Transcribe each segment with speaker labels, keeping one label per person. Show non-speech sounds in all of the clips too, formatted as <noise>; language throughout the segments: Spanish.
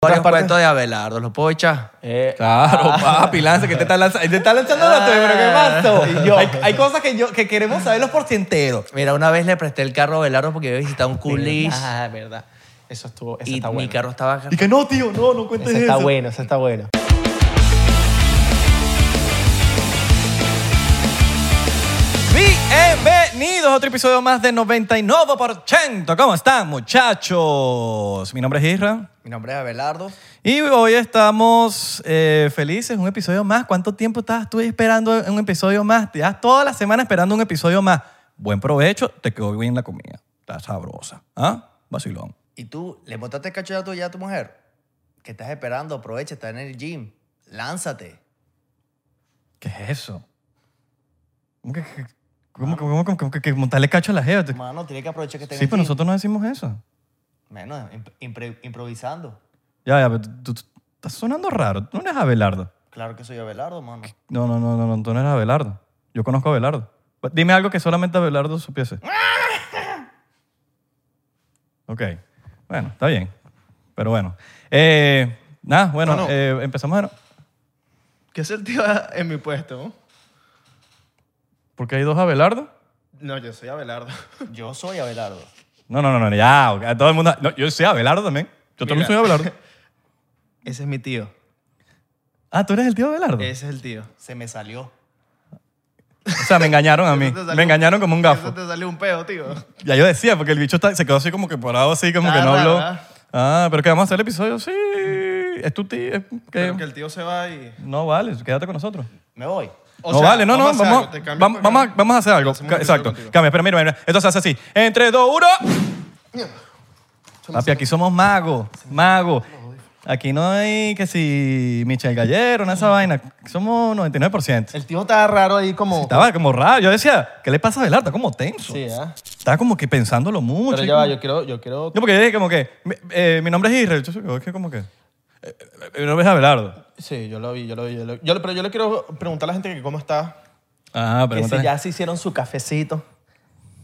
Speaker 1: Varios
Speaker 2: partes?
Speaker 1: cuentos de Abelardo, ¿los puedo echar?
Speaker 3: Eh,
Speaker 2: Claro, papi, lanza, que te está lanzando, te está lanzando la pero ¿qué pasó?
Speaker 3: Y yo.
Speaker 2: Hay, hay cosas que, yo, que queremos saber los porcienteros.
Speaker 1: Mira, una vez le presté el carro a Abelardo porque había visitado un culis
Speaker 3: Ah, es verdad. Eso estuvo. Eso
Speaker 1: y
Speaker 3: está
Speaker 1: mi
Speaker 3: bueno.
Speaker 1: carro estaba...
Speaker 2: Y que no, tío, no, no cuentes
Speaker 3: Eso está bueno, eso está bueno.
Speaker 2: Bienvenidos a otro episodio más de 99%. ¿Cómo están, muchachos? Mi nombre es Isra.
Speaker 1: Mi nombre es Abelardo.
Speaker 2: Y hoy estamos eh, felices, un episodio más. ¿Cuánto tiempo estabas tú esperando un episodio más? Te das toda la semana esperando un episodio más. Buen provecho, te quedó bien la comida. Está sabrosa. ¿Ah? Vacilón.
Speaker 4: Y tú le botaste el cacho ya a tu, ya a tu mujer. que estás esperando? Aprovecha, está en el gym. Lánzate.
Speaker 2: ¿Qué es eso? ¿Cómo que, que- cómo- cómo- cómo- cómo que- que montarle cacho a la jeva?
Speaker 4: Mano, tiene que aprovechar que está en
Speaker 2: Sí,
Speaker 4: el
Speaker 2: pero
Speaker 4: gym.
Speaker 2: nosotros no decimos eso.
Speaker 4: Menos, imp- impre- improvisando.
Speaker 2: Ya, ya, pero tú, tú- tú estás sonando raro. Tú no eres Abelardo.
Speaker 4: Claro que soy Abelardo, mano.
Speaker 2: No, no, no, no, no, tú no eres Abelardo. Yo conozco a Abelardo. Pues Dime algo que solamente
Speaker 5: <laughs>
Speaker 2: Abelardo supiese. Ok. Bueno, está bien. Pero bueno. Eh, nada, bueno,
Speaker 5: Mano.
Speaker 2: eh, empezamos. de-
Speaker 5: ¿Qué sentido en mi puesto?
Speaker 2: ¿Por qué hay dos Abelardo?
Speaker 5: No, yo soy
Speaker 2: <laughs>
Speaker 5: Abelardo.
Speaker 4: Yo soy Abelardo.
Speaker 2: No, no, no, no, ya. ok, Todo el mundo. no, yo soy Abelardo también. Yo
Speaker 5: Mira.
Speaker 2: también
Speaker 5: <laughs>
Speaker 2: soy Abelardo.
Speaker 5: Ese es mi tío.
Speaker 2: Ah, tú eres el tío de Abelardo.
Speaker 5: Ese es el tío.
Speaker 4: Se me salió.
Speaker 2: O sea, me engañaron a mí.
Speaker 5: Eso te salió-
Speaker 2: Me engañaron como un
Speaker 5: Eso
Speaker 2: gafo. Eh.
Speaker 5: te salió un peo, tío.
Speaker 2: Ya yo decía, porque el bicho está- se quedó así como que parado, así como
Speaker 5: Está
Speaker 2: que no
Speaker 5: raro,
Speaker 2: habló.
Speaker 5: ¿verdad?
Speaker 2: Ah, pero que vamos a hacer el episodio, sí. Es tu tío. es que-
Speaker 5: Pero que el tío se va y...
Speaker 2: No vale, quédate con nosotros.
Speaker 4: Me voy.
Speaker 5: O
Speaker 2: no
Speaker 5: sea,
Speaker 2: vale, no, no,
Speaker 5: a hacer
Speaker 2: vamos,
Speaker 5: algo, te cambias
Speaker 2: vamos,
Speaker 5: para
Speaker 2: vamos,
Speaker 5: acá.
Speaker 2: vamos a hacer algo.
Speaker 5: Hacemos
Speaker 2: Ca-
Speaker 5: un episodio
Speaker 2: Exacto,
Speaker 5: contigo.
Speaker 2: cambia, pero mira, mira, esto se hace así. Entre dos, uno. Papi, aquí somos magos, magos. Aquí no hay que si Michel Gallero, nada de esa vaina. Somos 99%.
Speaker 3: El tío estaba raro ahí como.
Speaker 2: Estaba como raro. Yo decía, ¿qué le pasa a Belardo? Está como tenso.
Speaker 3: Sí, ¿ah?
Speaker 2: Estaba como que pensándolo mucho.
Speaker 3: Pero
Speaker 2: y
Speaker 3: ya va,
Speaker 2: como-
Speaker 3: yo quiero. Yo quiero...
Speaker 2: No, porque yo dije como que, mi- eh, mi nombre es Israel. Yo soy- es que como que, eh, eh, mi nombre es Abelardo.
Speaker 3: Sí, yo lo vi, yo lo vi. Yo lo... yo le- pero yo le quiero preguntar a la gente que cómo está.
Speaker 2: Ah,
Speaker 3: Que
Speaker 2: pregunta.
Speaker 3: si ya se hicieron su cafecito.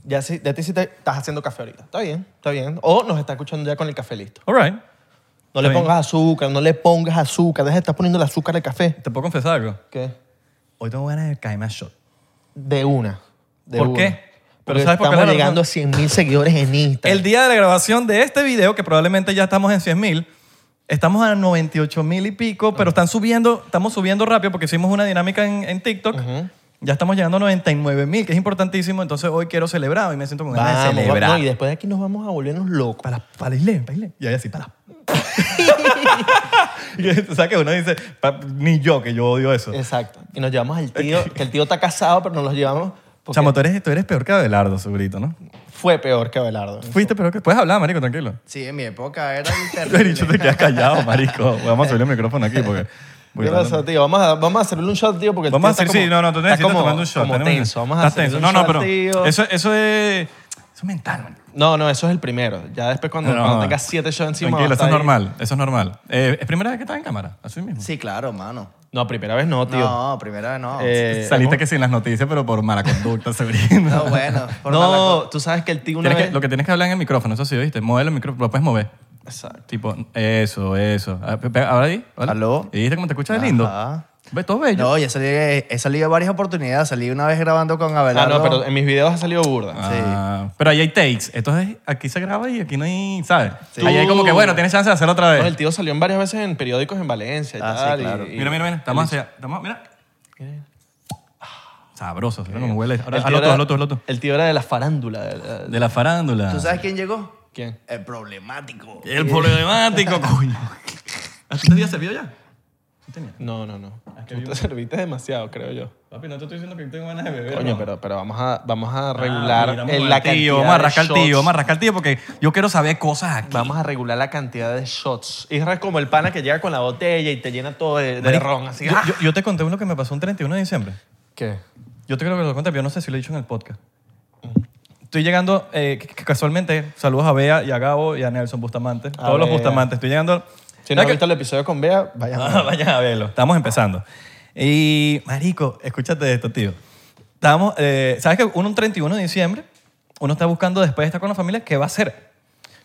Speaker 3: Ya, si, ya te hiciste, estás haciendo café ahorita. Está bien, está bien. O nos está escuchando ya con el café listo.
Speaker 2: All right.
Speaker 3: No le
Speaker 2: Está bien.
Speaker 3: pongas azúcar, no le pongas azúcar. Deja de estar poniendo el azúcar al café.
Speaker 2: ¿Te puedo confesar algo?
Speaker 3: ¿Qué?
Speaker 2: Hoy tengo ganas de caerme a shot.
Speaker 3: De una. De
Speaker 2: ¿Por
Speaker 3: una.
Speaker 2: qué? Pero
Speaker 3: Porque
Speaker 2: ¿sabes por
Speaker 3: estamos
Speaker 2: qué la razón?
Speaker 3: llegando a 100 mil seguidores en Instagram.
Speaker 2: El día de la grabación de este video, que probablemente ya estamos en 100 mil, estamos a 98 mil y pico, pero están subiendo, estamos subiendo rápido porque hicimos una dinámica en, en TikTok. Ya estamos llegando a 99 mil, que es importantísimo. Entonces hoy quiero celebrar y me siento con ganas
Speaker 3: Vamos,
Speaker 2: de
Speaker 3: vamos,
Speaker 2: celebrar.
Speaker 3: no, y después de aquí nos vamos a volvernos locos.
Speaker 2: para, para Isle, para Isle. Y ahí así, para. <laughs> Y tú ¿Sabes que uno dice, pa- ni yo, que yo odio eso.
Speaker 3: Exacto. Y nos llevamos al tío, que el tío está casado, pero nos los llevamos porque
Speaker 2: Chamo, tú eres, tú eres peor que Abelardo, segurito, ¿no?
Speaker 3: fue peor que Abelardo.
Speaker 2: Fuiste peor que... Puedes hablar, marico, tranquilo. <laughs>
Speaker 4: Sí, en mi época <laughs> era el
Speaker 2: Yo he
Speaker 4: terrible.
Speaker 2: dicho, te <laughs> quedas callado, marico. Vamos a subir el micrófono aquí porque... porque
Speaker 3: ¿Qué
Speaker 2: está-
Speaker 3: pasa, tío? Vamos a, vamos a hacerle un shot, tío, porque el
Speaker 2: Vamos a
Speaker 3: tío
Speaker 2: hacer,
Speaker 3: está
Speaker 2: sí,
Speaker 3: como-
Speaker 2: no, no, tú
Speaker 3: está
Speaker 2: necesitas
Speaker 3: como-
Speaker 2: tomando un shot.
Speaker 3: Como
Speaker 2: tenemos-
Speaker 3: tenso, vamos a
Speaker 2: estás
Speaker 3: hacer
Speaker 2: tenso.
Speaker 3: un
Speaker 2: No, no,
Speaker 3: shot,
Speaker 2: pero
Speaker 3: tío.
Speaker 2: eso, eso es, eso es mental, man.
Speaker 3: No, no, eso es el primero. Ya después cuando,
Speaker 2: No,
Speaker 3: cuando
Speaker 2: no.
Speaker 3: tengas siete shots encima
Speaker 2: Tranquilo,
Speaker 3: vas
Speaker 2: eso
Speaker 3: a
Speaker 2: es
Speaker 3: estar ahí.
Speaker 2: normal, eso es normal. Eh, es primera vez que estás en cámara, así mismo.
Speaker 4: Sí, claro, mano.
Speaker 3: No, primera vez no, tío.
Speaker 4: No, primera vez no.
Speaker 3: Eh,
Speaker 2: Saliste que sin las noticias, pero por mala conducta, <laughs> segurino.
Speaker 4: No,
Speaker 3: <laughs>
Speaker 4: bueno. por mala
Speaker 3: No,
Speaker 4: cosa.
Speaker 3: tú sabes que el tío una
Speaker 2: Tienes que-
Speaker 3: vez...
Speaker 2: lo que tienes que hablar en el micrófono, eso sí, ¿viste? Modelo el micrófono, lo puedes mover.
Speaker 3: Exacto.
Speaker 2: Tipo, eso, eso. A- pe- pe- Ahora ahí, ¿vale?
Speaker 4: Aló.
Speaker 2: ¿Y viste cómo te escuchas de lindo?
Speaker 4: Ajá.
Speaker 2: ¿Ves? Todo bello.
Speaker 4: No, ya salí, he salido varias oportunidades. Salí una vez grabando con
Speaker 3: Ah,
Speaker 4: Abelardo.
Speaker 3: no, pero en mis videos ha salido burda.
Speaker 2: Ah, Pero ahí hay takes. Entonces, aquí se graba y aquí no hay, ¿sabes?
Speaker 3: Sí.
Speaker 2: Ahí hay como que, bueno, tienes chance de hacerlo otra vez.
Speaker 3: No, Pues el tío salió en varias veces en periódicos en Valencia y
Speaker 4: Ah, sí,
Speaker 3: tal. y-
Speaker 4: claro.
Speaker 3: y-
Speaker 2: Mira, mira, mira. Estamos hacia. Estamos, mira. Sabroso, ¿sabes cómo huele? Eh, Ahora,
Speaker 3: el tío
Speaker 2: hazlo tú,
Speaker 3: era-
Speaker 2: hazlo tú, hazlo tú.
Speaker 3: El tío era de la farándula. de la-
Speaker 2: De la farándula.
Speaker 4: ¿Tú sabes quién llegó?
Speaker 3: ¿Quién?
Speaker 4: El problemático.
Speaker 3: Eh.
Speaker 2: El problemático, coño. ¿A ti te había servido ya? Sí tenía.
Speaker 3: No, no, no.
Speaker 2: Ah,
Speaker 3: Tú te serviste demasiado, creo yo.
Speaker 2: Papi, no te estoy diciendo que tengo ganas de beber.
Speaker 3: Coño, pero, pero vamos, a, vamos a regular el, la
Speaker 2: la
Speaker 3: cantidad
Speaker 2: tío, Ah, Vamos a
Speaker 3: de
Speaker 2: rascar al
Speaker 3: shots.
Speaker 2: tío, vamos a rascar al tío porque yo quiero saber cosas aquí.
Speaker 3: Vamos a regular la cantidad de shots. Isra es como el pana que llega con la botella y te llena todo de, de
Speaker 2: Marico,
Speaker 3: ron. Así.
Speaker 2: Yo,
Speaker 3: ¡Ah!
Speaker 2: yo- yo te conté uno que me pasó un 31 de diciembre.
Speaker 3: ¿Qué?
Speaker 2: Yo te creo que lo conté, pero yo no sé si lo he dicho en el podcast.
Speaker 3: Mm.
Speaker 2: Estoy llegando, eh, que- que casualmente, saludos a Bea y a Gabo y a Nelson Bustamante.
Speaker 3: A
Speaker 2: todos los
Speaker 3: Bea.
Speaker 2: Bustamantes. Estoy llegando.
Speaker 3: Si no has
Speaker 2: ¿Sabes
Speaker 3: visto el episodio con Bea,
Speaker 2: que-
Speaker 3: <laughs> vaya.
Speaker 2: Ah, vayan a verlo. Estamos empezando. Y, marico, escúchate esto, tío. Estamos, eh, ¿Sabes que uno un 31 de diciembre, uno está buscando después de estar con la familia, ¿qué va a hacer?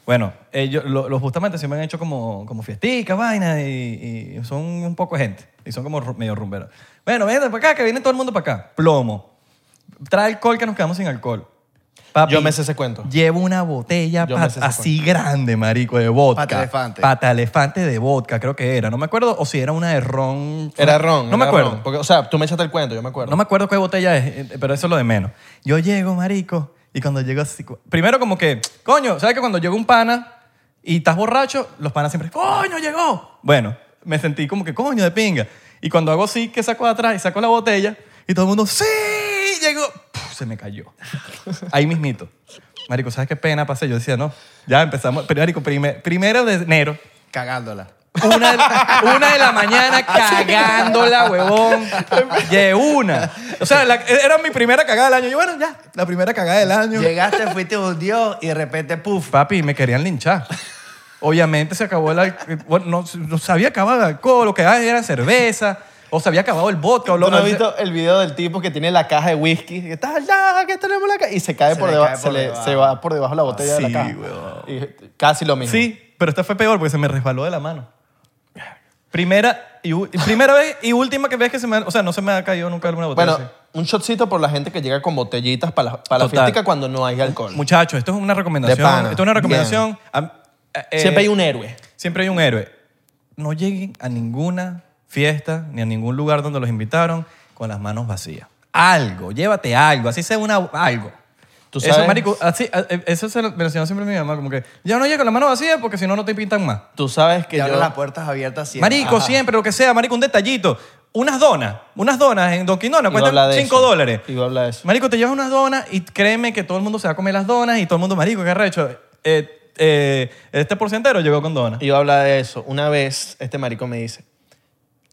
Speaker 2: Bueno, ellos, lo- los justamente siempre han hecho como, como fiesticas, vainas, y, y son un poco de gente. Y son como ru- medio rumberos. Bueno, vente para acá, que viene todo el mundo para acá. Plomo. Trae alcohol que nos quedamos sin alcohol. Papi,
Speaker 3: Yo me sé ese cuento.
Speaker 2: Llevo una botella
Speaker 3: Yo
Speaker 2: pa-
Speaker 3: me sé ese
Speaker 2: así grande, marico, de vodka.
Speaker 4: Pata elefante.
Speaker 2: Pata elefante de vodka, creo que era. No me acuerdo, o si era una de ron.
Speaker 3: Era ron.
Speaker 2: No me
Speaker 3: era
Speaker 2: acuerdo.
Speaker 3: ron, porque, o sea, tú me echaste el cuento, yo me acuerdo.
Speaker 2: No me acuerdo qué botella es, eh, pero eso es lo de menos. Yo llego, marico, y cuando llego así... cu- Primero como que, coño, ¿sabes que cuando llega un pana y estás borracho, los panas siempre, coño, llegó. Bueno, me sentí como que, coño, de pinga. Y cuando hago así, que saco de atrás y saco la botella, y todo el mundo, sí, llegó. Puf, se me cayó. Ahí mismito. Marico, ¿sabes qué pena pasé? Yo decía, no, ya empezamos. Pero, marico, primer- primero de enero,
Speaker 4: Cagándola.
Speaker 2: una de, una de la mañana cagándola, huevón. De una. O sea, la- era mi primera cagada del año. Yo, bueno, ya, la primera cagada del año.
Speaker 4: Llegaste, fuiste un dios y de repente, puff.
Speaker 2: Papi, me querían linchar. Obviamente se acabó el alcohol. no, no se había acabado el alcohol, lo que había era cerveza. O se había acabado el vodka. O
Speaker 3: ¿Tú
Speaker 2: lo,
Speaker 3: no has visto el video del tipo que tiene la caja de whisky? Que está allá, que tenemos la caja. Y se cae
Speaker 4: Se
Speaker 3: por
Speaker 4: le
Speaker 3: debajo,
Speaker 4: cae
Speaker 3: se,
Speaker 4: por
Speaker 3: le,
Speaker 4: debajo.
Speaker 3: se va por debajo la botella de
Speaker 2: Sí,
Speaker 3: la caja.
Speaker 2: weón.
Speaker 3: Y casi lo mismo.
Speaker 2: Sí, pero esta fue peor porque se me resbaló de la mano. Primera, y, u- primera vez y última que ves que se me... ha- O sea, no se me ha caído nunca alguna botella.
Speaker 3: Bueno,
Speaker 2: así.
Speaker 3: un shotcito por la gente que llega con botellitas para la, para la
Speaker 2: Total.
Speaker 3: fiestica cuando no hay alcohol.
Speaker 2: Muchachos, esto es una
Speaker 3: De
Speaker 2: recomendación.
Speaker 3: pana.
Speaker 2: Esto es una recomendación. Am- eh,
Speaker 3: Siempre hay un héroe.
Speaker 2: Siempre hay un héroe. No lleguen a ninguna fiesta ni a ningún lugar donde los invitaron con las manos vacías. Algo, llévate algo, así sea una, algo.
Speaker 3: Tú
Speaker 2: Eso,
Speaker 3: sabes-
Speaker 2: marico, así, a- eh, eso se lo me lo enseñó siempre mi mamá, como que ya no llegues con las manos vacías porque si no, no te pintan más.
Speaker 3: Tú sabes que
Speaker 4: Y ahora
Speaker 3: yo...
Speaker 4: las puertas abiertas siempre.
Speaker 2: Marico, siempre, lo que sea, marico, un detallito. Unas donas, unas donas en Don Quindona
Speaker 3: Iba a hablar
Speaker 2: cuestan
Speaker 3: de
Speaker 2: 5
Speaker 3: eso.
Speaker 2: dólares.
Speaker 3: Iba a hablar de eso.
Speaker 2: Marico, te llevas unas donas y créeme que todo el mundo se va a comer las donas y todo el mundo, marico, qué arrecho. Eh, eh, este porcentero llegó con donas.
Speaker 3: Iba a hablar de eso. Una vez este marico me dice,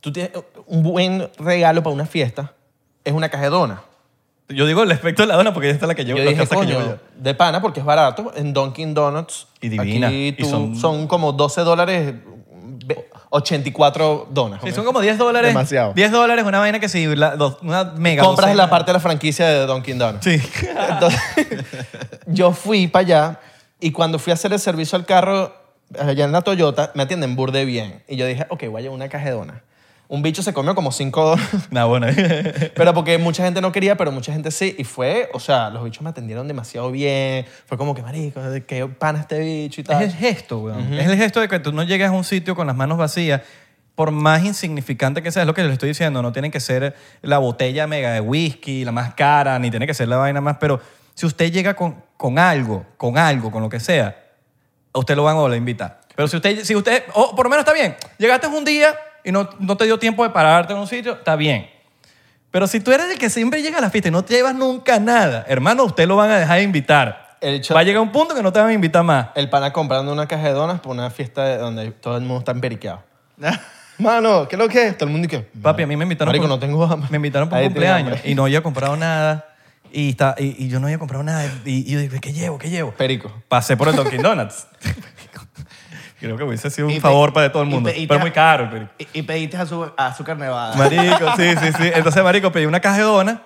Speaker 3: tú tienes un buen regalo para una fiesta es una caja de donas.
Speaker 2: Yo digo el efecto de la dona porque esta es la que llevo,
Speaker 3: Yo
Speaker 2: la
Speaker 3: dije,
Speaker 2: casa que
Speaker 3: coño,
Speaker 2: llevo yo.
Speaker 3: de pana porque es barato en Dunkin' Donuts.
Speaker 2: Y divina.
Speaker 3: Aquí
Speaker 2: Y
Speaker 3: tú-
Speaker 2: son-
Speaker 3: son... como 12 dólares, ve- 84 donas.
Speaker 2: Sí, son como 10 dólares.
Speaker 6: Demasiado.
Speaker 2: 10 dólares, una vaina que sí, la- dos- una mega.
Speaker 3: Compras
Speaker 2: docena.
Speaker 3: la parte de la franquicia de Dunkin' Donuts.
Speaker 2: Sí. <laughs>
Speaker 3: Entonces, <laughs> yo fui para allá y cuando fui a hacer el servicio al carro allá en la Toyota, me atienden burde bien. Y yo dije, ok, voy a llevar una caja de donas. Un bicho se comió como 5 donas.
Speaker 2: Nah, bueno. <laughs>
Speaker 3: Pero porque mucha gente no quería, pero mucha gente sí. Y fue, o sea, los bichos me atendieron demasiado bien. Fue como que, marico, qué pana este bicho y
Speaker 2: es el
Speaker 3: tal.
Speaker 2: gesto, weón. Es el gesto de que tú no llegas a un sitio con las manos vacías. Por más insignificante que sea, es lo que les estoy diciendo. No tiene que ser la botella mega de whisky, la más cara, ni tiene que ser la vaina más. Pero si usted llega con, con algo, con algo, con lo que sea, a usted lo van a la invitar. Pero si usted, si usted o por lo menos está bien, llegaste un día y no, no te dio tiempo de pararte en un sitio, está bien. Pero si tú eres el que siempre llega a la fiesta y no te llevas nunca nada, hermano, usted lo van a dejar de invitar.
Speaker 3: El cho-
Speaker 2: Va a llegar un punto que no te van a invitar más.
Speaker 3: El pana comprando una caja de donas por una fiesta de- donde todo el mundo está emperiqueado.
Speaker 4: Ah.
Speaker 3: Mano, ¿qué es lo que es? Todo el mundo y que...
Speaker 2: Papi, a mí me invitaron.
Speaker 3: Marico, no tengo hambre.
Speaker 2: Me invitaron por un
Speaker 3: Ahí tenía
Speaker 2: cumpleaños
Speaker 3: hambre.
Speaker 2: y no había comprado nada. Y, está, y, y yo no había comprado nada. Y, y yo dije, ¿qué llevo? ¿Qué llevo?
Speaker 3: Perico.
Speaker 2: Pasé por el Dunkin' Donuts. <laughs> Creo que hubiese sido un
Speaker 4: Y pe-
Speaker 2: favor para todo el
Speaker 4: y
Speaker 2: mundo.
Speaker 4: pe- y
Speaker 2: pero
Speaker 4: te-
Speaker 2: muy caro el perico.
Speaker 4: <laughs> Y, y pediste azu- azúcar nevada.
Speaker 2: Marico, sí, sí, sí. Entonces, marico, pedí una caja de donas.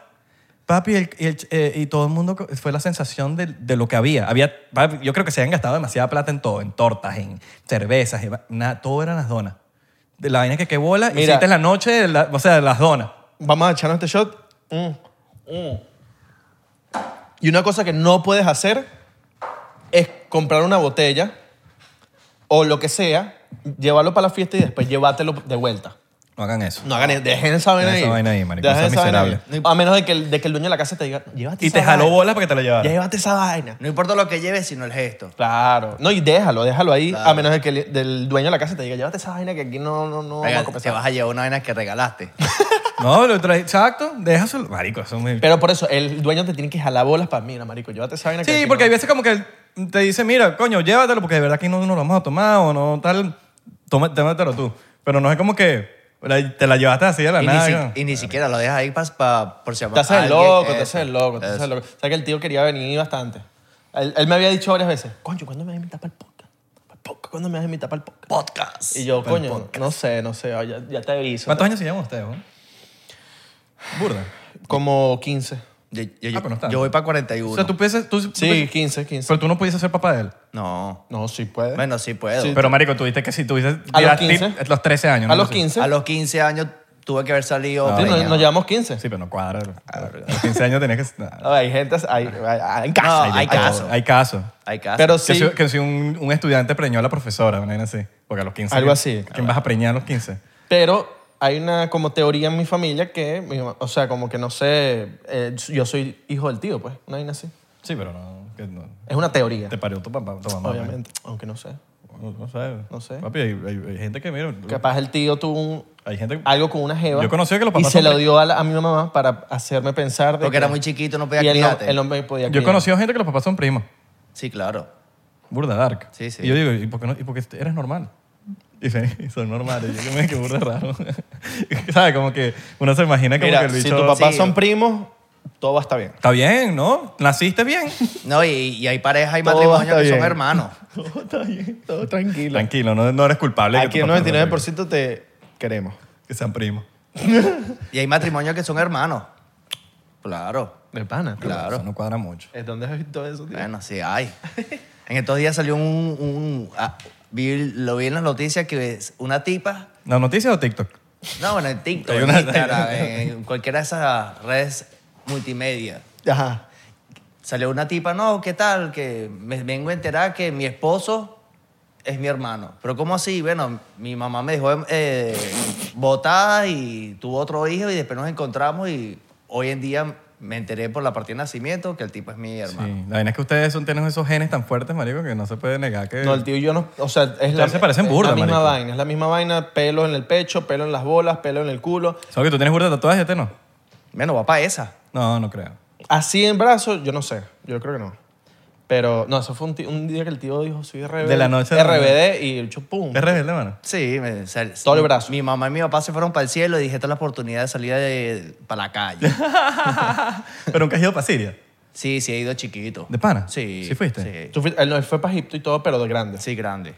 Speaker 2: Papi, el- y, el- eh, y todo el mundo co- fue la sensación de, de lo que había. había papi, yo creo que se habían gastado demasiada plata en todo, en tortas, en cervezas, en va- nada, todo eran las donas. De la vaina que que bola,
Speaker 3: Mira.
Speaker 2: hiciste en la noche, de la- o sea, de las donas.
Speaker 3: Vamos a echarnos este shot. Mm, mm. Y una cosa que no puedes hacer es comprar una botella o lo que sea, llevarlo para la fiesta y después llevártelo de vuelta.
Speaker 2: No hagan eso.
Speaker 3: No hagan, dejen esa vaina
Speaker 2: Dejen
Speaker 3: ahí.
Speaker 2: esa vaina ahí, marico,
Speaker 3: Dejen
Speaker 2: eso es
Speaker 3: esa vaina
Speaker 2: miserable.
Speaker 3: ahí. A menos de que, el, de que el dueño de la casa te diga, llévate
Speaker 2: Y
Speaker 3: esa
Speaker 2: te jaló
Speaker 3: vaina.
Speaker 2: bolas para que te la llevara.
Speaker 3: Llévate esa vaina.
Speaker 4: No importa lo que lleves, sino el gesto.
Speaker 3: Claro. No, y déjalo, déjalo ahí. A menos de que el del dueño de la casa te diga, llévate esa vaina que aquí no, no, no vamos
Speaker 4: Venga,
Speaker 3: a
Speaker 4: te
Speaker 3: conversar".
Speaker 4: vas a llevar una vaina que
Speaker 3: <laughs>
Speaker 4: regalaste.
Speaker 2: No, lo trae. Exacto, déjaselo. Marico, eso es muy.
Speaker 3: Pero por eso, el dueño te tiene que jalar bolas para mí, marico. Llévate esa vaina que
Speaker 2: Sí,
Speaker 3: aquí
Speaker 2: porque
Speaker 3: no-
Speaker 2: hay veces como que te dice, mira, coño, llévatelo, porque de verdad que no, no lo vamos a tomar o no tal. Toma, tómatelo tú. Pero no es como que la- te la llevaste así de la
Speaker 4: y, ni
Speaker 2: nada.
Speaker 4: si-
Speaker 2: ¿no?
Speaker 4: y ni siquiera lo dejas ahí pas- pa- por si
Speaker 3: Te haces el
Speaker 4: alguien-
Speaker 3: loco, te
Speaker 4: eso,
Speaker 3: haces el loco, te haces
Speaker 4: eso.
Speaker 3: el loco. O sea que el tío quería venir bastante. Él, él me había dicho varias veces, coño, ¿cuándo me vas a invitar para el podcast? ¿Para el podcast? ¿Cuándo me vas a invitar para el podcast?
Speaker 4: Podcast.
Speaker 3: Y yo, coño, no sé, no sé, ya, ya te aviso.
Speaker 2: ¿Cuántos años se llevan ustedes? ¿no? Burda.
Speaker 3: Como 15.
Speaker 4: Yo, yo-
Speaker 2: Ah, pero no está.
Speaker 4: yo voy para
Speaker 2: O
Speaker 4: 41.
Speaker 2: sea, tú piensas... Tú, tú
Speaker 3: Sí,
Speaker 2: piensas-
Speaker 3: 15, 15.
Speaker 2: pero tú no pudieses ser papá de él.
Speaker 4: No.
Speaker 3: No, sí
Speaker 2: ¿Eh?
Speaker 3: puede.
Speaker 4: Bueno, sí puedo.
Speaker 3: Sí.
Speaker 2: Pero, marico, tú dijiste que si tuvieses...
Speaker 3: A los
Speaker 2: tiraste-
Speaker 3: 15.
Speaker 2: a los 13 años.
Speaker 3: a
Speaker 2: ¿no?
Speaker 3: los
Speaker 2: Sí.
Speaker 3: 15.
Speaker 4: A los 15 años tuve que haber salido.
Speaker 2: Ah.
Speaker 3: Sí, nos,
Speaker 4: preñado.
Speaker 3: nos llevamos 15.
Speaker 2: Sí, pero no cuadra. A los 15 años tenías que...
Speaker 3: A ver, Hay gente, hay, hay- hay- en casa.
Speaker 4: No,
Speaker 3: hay
Speaker 4: hay
Speaker 3: gente.
Speaker 4: caso.
Speaker 2: Hay casos.
Speaker 4: Hay casos.
Speaker 3: Pero
Speaker 2: Que
Speaker 3: sí,
Speaker 2: si, que si un, un estudiante preñó a la profesora, una vaina así. Porque a los 15.
Speaker 3: Algo así.
Speaker 2: ¿Quién vas a preñar a los 15?
Speaker 3: pero hay una como teoría en mi familia que, mi mamá- o sea, como que no sé, eh, yo soy hijo del tío, pues, una vaina así.
Speaker 2: Sí, pero no. que no-
Speaker 3: Es una teoría,
Speaker 2: Te parió tu papá, tu mamá. pues.
Speaker 3: obviamente, aunque no sé.
Speaker 2: No, no sé.
Speaker 3: No sé.
Speaker 2: Papi, hay, hay- hay gente que, mira.
Speaker 3: Capaz el tío tuvo un-
Speaker 2: Hay gente que.
Speaker 3: algo con una jeva.
Speaker 2: Yo he conocido que los
Speaker 3: Y
Speaker 2: papás
Speaker 3: se
Speaker 2: son
Speaker 3: lo
Speaker 2: pre-
Speaker 3: dio a, la- a mi mamá para hacerme pensar de
Speaker 4: Porque
Speaker 3: que-
Speaker 4: era muy chiquito, no podía
Speaker 3: y él no,
Speaker 4: criarte.
Speaker 3: él no me podía
Speaker 2: yo he
Speaker 3: criar.
Speaker 2: conocido gente que los papás son primos.
Speaker 4: Sí, claro.
Speaker 2: Burda dark.
Speaker 4: Sí, sí.
Speaker 2: Y yo digo, ¿y por qué, no, ¿y por qué eres normal? Y dicen, "Y son normales. Y Yo me que burda raro. <laughs> ¿Sabes? Como que uno se imagina como
Speaker 3: Mira,
Speaker 2: que el bicho.
Speaker 3: si tus papás
Speaker 4: Sí.
Speaker 3: son primos, todo va a estar bien.
Speaker 2: Está bien, ¿no?
Speaker 3: <laughs>
Speaker 2: Naciste bien.
Speaker 4: No, y, y hay parejas y
Speaker 3: Todo
Speaker 4: matrimonios
Speaker 3: está
Speaker 4: que
Speaker 3: bien.
Speaker 4: son hermanos.
Speaker 3: <laughs> Todo está bien, todo tranquilo.
Speaker 2: Tranquilo, no, no eres culpable. de que
Speaker 3: Aquí el
Speaker 2: tus papás no sean
Speaker 3: 99% te queremos.
Speaker 2: primos. Que sean primos.
Speaker 4: Y
Speaker 2: <laughs>
Speaker 4: hay matrimonios que son hermanos. Claro.
Speaker 3: De pana.
Speaker 4: Claro.
Speaker 2: Eso no cuadra mucho.
Speaker 3: ¿En dónde has visto eso, tío?
Speaker 4: Bueno, sí, hay. En estos días salió un... un- ah, vi- lo vi en las noticias que es una tipa...
Speaker 2: ¿La noticia o TikTok?
Speaker 4: No, bueno, en TikTok,
Speaker 2: Hay
Speaker 4: en
Speaker 2: una- <laughs>
Speaker 4: Instagram, en cualquiera de esas redes multimedia.
Speaker 3: Ajá.
Speaker 4: Salió una tipa, no, ¿qué tal? Que me vengo a enterar que mi esposo es mi hermano. Pero ¿cómo así? Bueno, mi mamá me dejó eh, botada y tuvo otro hijo y después nos encontramos y hoy en día me enteré por la partida de nacimiento que el tipo es mi
Speaker 2: Sí.
Speaker 4: hermano.
Speaker 2: La vaina es que ustedes son, tienen esos genes tan fuertes, marico, que no se puede negar que...
Speaker 3: No, el tío y yo no. O sea, es la,
Speaker 2: Eh. Ustedes se parecen
Speaker 3: es
Speaker 2: burda,
Speaker 3: la misma
Speaker 2: marico.
Speaker 3: vaina. Es la misma vaina. Pelo en el pecho, pelo en las bolas, pelo en el culo.
Speaker 2: Solo que tú tienes burda de tatuajes, este no.
Speaker 4: Bueno, va para esa.
Speaker 2: No, no creo.
Speaker 3: Así en brazos, yo no sé. Yo creo que no. Pero, no, eso fue un, ti- un día que el tío dijo, soy RBD.
Speaker 2: De la noche a la
Speaker 3: RBD y el hecho, pum.
Speaker 2: ¿Es rebelde, mano?
Speaker 4: Sí, me, sal-
Speaker 3: Todo el brazo.
Speaker 4: Mi mamá y mi papá se fueron para el cielo y dije, esta es la oportunidad de salir para la calle.
Speaker 2: Pero nunca has ido para Siria.
Speaker 4: Sí, sí, he ido chiquito.
Speaker 2: ¿De pana?
Speaker 4: Sí.
Speaker 2: ¿Sí fuiste?
Speaker 4: Sí,
Speaker 3: Tú fuiste- él no, fue para Egipto y todo, pero de grande.
Speaker 4: Sí, grande.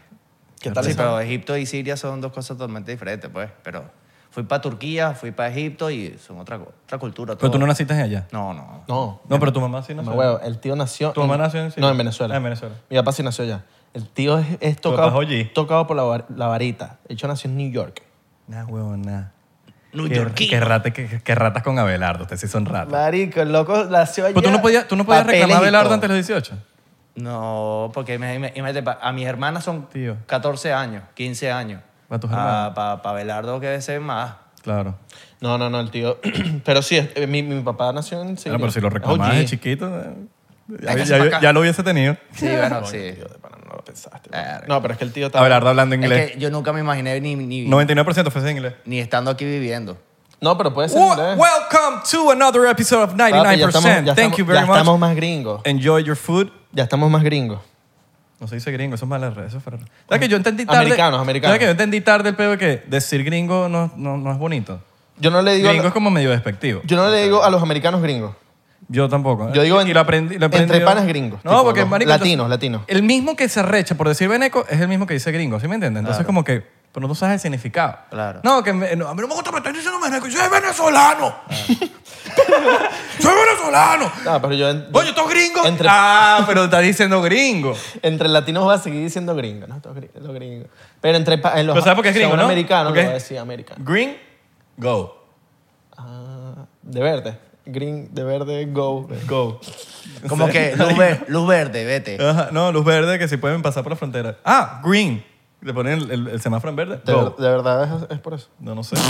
Speaker 3: ¿Qué tal
Speaker 4: sí,
Speaker 3: esa-
Speaker 4: pero Egipto y Siria son dos cosas totalmente diferentes, pues. Pero fui para Turquía, fui para Egipto y son otra, co- otra cultura.
Speaker 2: Pero tú
Speaker 4: todo.
Speaker 2: no naciste allá.
Speaker 4: No, no.
Speaker 3: No.
Speaker 2: No, pero tu mamá sí nació.
Speaker 3: No, huevo, el tío nació.
Speaker 2: ¿Tu mamá nació en Siria?
Speaker 3: No, en Venezuela.
Speaker 2: Ah, en Venezuela.
Speaker 3: Mi papá sí nació allá. El tío es, es
Speaker 2: papá
Speaker 3: tocado,
Speaker 2: es OG.
Speaker 3: tocado por la, var- la varita. El hecho nació en New York.
Speaker 2: Nah, huevo, nah.
Speaker 4: New
Speaker 2: Qué-
Speaker 4: Yorkino.
Speaker 2: Qué, rata- qué- qué ratas con Abelardo. Ustedes sí son ratas.
Speaker 3: Marico, el loco nació allá.
Speaker 2: Pero tú no podías, tú no podías
Speaker 3: Papeles
Speaker 2: reclamar a
Speaker 3: y
Speaker 2: Abelardo
Speaker 3: todo.
Speaker 2: antes de los 18.
Speaker 4: No, porque me- me- imagínate, pa- a mis hermanas son
Speaker 2: Tío.
Speaker 4: 14 años, 15 años.
Speaker 2: ¿Para tus hermanas?
Speaker 4: Para Belardo que ser más.
Speaker 2: Claro.
Speaker 3: No, no, no, el tío. <clears throat> pero sí, es- eh, mi, mi papá nació en Siria.
Speaker 2: Claro, Ah, pero si lo
Speaker 3: Es
Speaker 2: reclamabas
Speaker 3: OG.
Speaker 2: de chiquito, eh, ya,
Speaker 4: Véngase
Speaker 2: ya-
Speaker 4: pa' acá.
Speaker 2: ya lo hubiese tenido.
Speaker 4: Sí, <laughs> bueno, sí.
Speaker 3: Tío, de pana, no lo pensaste.
Speaker 4: Verga.
Speaker 3: No, pero es que el tío estaba.
Speaker 2: Abelardo hablando
Speaker 4: Es
Speaker 2: Eh, inglés.
Speaker 4: que yo nunca me imaginé ni, ni,
Speaker 2: 99% fue en inglés.
Speaker 4: ni estando aquí viviendo.
Speaker 2: <laughs>
Speaker 3: No, pero puede ser. inglés.
Speaker 2: Welcome to another episode of
Speaker 3: Papi, ya
Speaker 2: 99%.
Speaker 3: estamos- ya
Speaker 2: Thank
Speaker 3: estamos-
Speaker 2: you very
Speaker 3: ya Estamos
Speaker 2: much.
Speaker 3: más gringos.
Speaker 2: Enjoy your food.
Speaker 3: Ya estamos más gringos.
Speaker 2: No se dice gringo, eso es mala red. Eso es para... ¿Sabes que yo entendí tarde?
Speaker 3: Americanos, americanos.
Speaker 2: ¿Sabes que yo entendí tarde el pedo que decir gringo no, no, no es bonito?
Speaker 3: Yo no le digo. a
Speaker 2: Gringo
Speaker 3: lo-
Speaker 2: es como medio despectivo.
Speaker 3: yo no le digo a los americanos gringos.
Speaker 2: Yo tampoco. ¿eh?
Speaker 3: Yo digo
Speaker 2: Y
Speaker 3: en-
Speaker 2: lo aprendí, lo
Speaker 3: entre
Speaker 2: aprendí-
Speaker 3: panas gringos,
Speaker 2: No,
Speaker 3: tipo,
Speaker 2: porque
Speaker 3: los
Speaker 2: marico,
Speaker 3: latinos,
Speaker 2: entonces,
Speaker 3: latinos.
Speaker 2: El mismo que se arrecha por decir veneco es el mismo que dice gringo, ¿sí me entiendes? Entonces como que pero no sabes el significado.
Speaker 4: Claro.
Speaker 2: No, que me- no, a mí no me gusta me estar diciendo veneco, yo soy venezolano.
Speaker 3: Ah.
Speaker 2: <laughs> soy venezolano.
Speaker 3: No, Ah, pero yo. en-
Speaker 2: Oye, estos gringos.
Speaker 3: Entre-
Speaker 2: Ah, pero está diciendo gringo.
Speaker 3: Entre latinos va a seguir diciendo gringo, ¿no? Estos gri- Los gringos. Pero entre pa- en los
Speaker 2: Pero ¿sabes por qué es gringo,
Speaker 3: según
Speaker 2: no?
Speaker 3: americanos,
Speaker 2: Porque
Speaker 3: yo voy a
Speaker 2: es
Speaker 3: decir americano.
Speaker 2: Green go.
Speaker 3: Ah, de verde. Green, de verde, go.
Speaker 2: Go.
Speaker 4: Como que luz, ver- luz verde, vete.
Speaker 2: Ajá, no, luz verde que si pueden pasar por la frontera. Ah, green. Le ponen el, el- el semáforo en verde.
Speaker 3: De,
Speaker 2: Go.
Speaker 3: ver- de verdad es, es por eso.
Speaker 2: No, no sé. <laughs>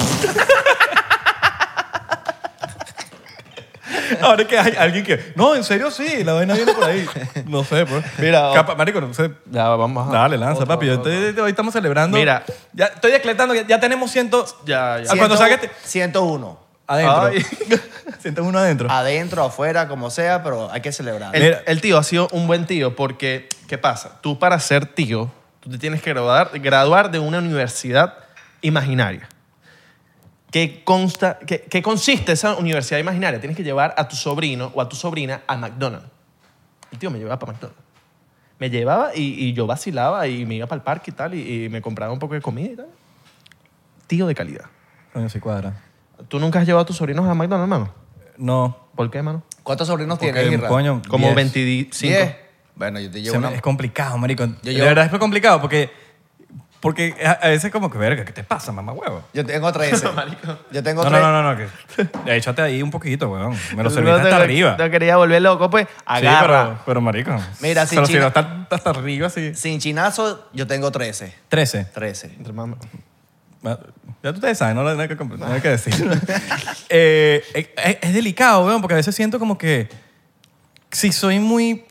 Speaker 2: Ahora que hay alguien que. No, en serio sí, la vaina viene por ahí. No sé, pues.
Speaker 3: Mira, o-
Speaker 2: Capa- marico, no sé.
Speaker 3: Ya, vamos a.
Speaker 2: Dale, lanza, papi. Yo estoy- hoy estamos celebrando.
Speaker 7: Mira.
Speaker 2: Ya estoy decretando, ya, ya tenemos ciento.
Speaker 7: Ya, ya.
Speaker 2: Ah, cuando
Speaker 4: Ciento-
Speaker 2: saques.
Speaker 4: 101.
Speaker 2: Adentro. <laughs> Sientes uno adentro.
Speaker 4: Adentro, afuera, como sea, pero hay que celebrar.
Speaker 7: El,
Speaker 2: Mira.
Speaker 7: el tío ha sido un buen tío porque, ¿qué pasa? Tú para ser tío, tú te tienes que graduar, graduar de una universidad imaginaria. ¿Qué, consta, qué, qué consiste esa universidad imaginaria? Tienes que llevar a tu sobrino o a tu sobrina a McDonald's. El tío me llevaba para McDonald's. Me llevaba y, y yo vacilaba y me iba para el parque y tal y, y me compraba un poco de comida y tal. Tío de calidad.
Speaker 2: Coño, sí cuadra.
Speaker 7: ¿Tú nunca has llevado a tus sobrinos a McDonald's, mano?
Speaker 2: No.
Speaker 7: ¿Por qué, mano?
Speaker 4: ¿Cuántos sobrinos tienes,
Speaker 2: Porque,
Speaker 4: Irra?
Speaker 2: coño,
Speaker 8: Como
Speaker 2: diez.
Speaker 8: 25.
Speaker 4: ¿Diez? <laughs> Bueno, yo te llevo
Speaker 2: Se me-
Speaker 4: una...
Speaker 2: es complicado, marico. De
Speaker 4: llevo-
Speaker 2: verdad es complicado porque, porque a, a veces como que, verga, ¿qué te pasa, mamá huevo?
Speaker 4: Yo tengo
Speaker 3: <laughs>
Speaker 4: 13. yo tengo
Speaker 2: No, no,
Speaker 4: 13.
Speaker 2: no, no, no. Que, échate ahí un poquito, weón.
Speaker 3: <laughs>
Speaker 2: Me lo
Speaker 8: Yo
Speaker 2: serviste
Speaker 8: te-
Speaker 2: hasta arriba.
Speaker 8: Te quería volver loco, pues.
Speaker 2: Sí,
Speaker 8: Agarra.
Speaker 2: pero, pero marico.
Speaker 4: Mira,
Speaker 2: si
Speaker 4: si China-
Speaker 2: lo sirvió hasta, hasta arriba, sí.
Speaker 4: Sin chinazo, yo tengo 13.
Speaker 2: 13.
Speaker 4: 13.
Speaker 8: Hermano.
Speaker 2: Ma- Ya tú te sabes, no, lo- no hay que, compl- no hay que decir. <laughs> Eh, es, es- es delicado, weón, porque a veces siento como que si soy muy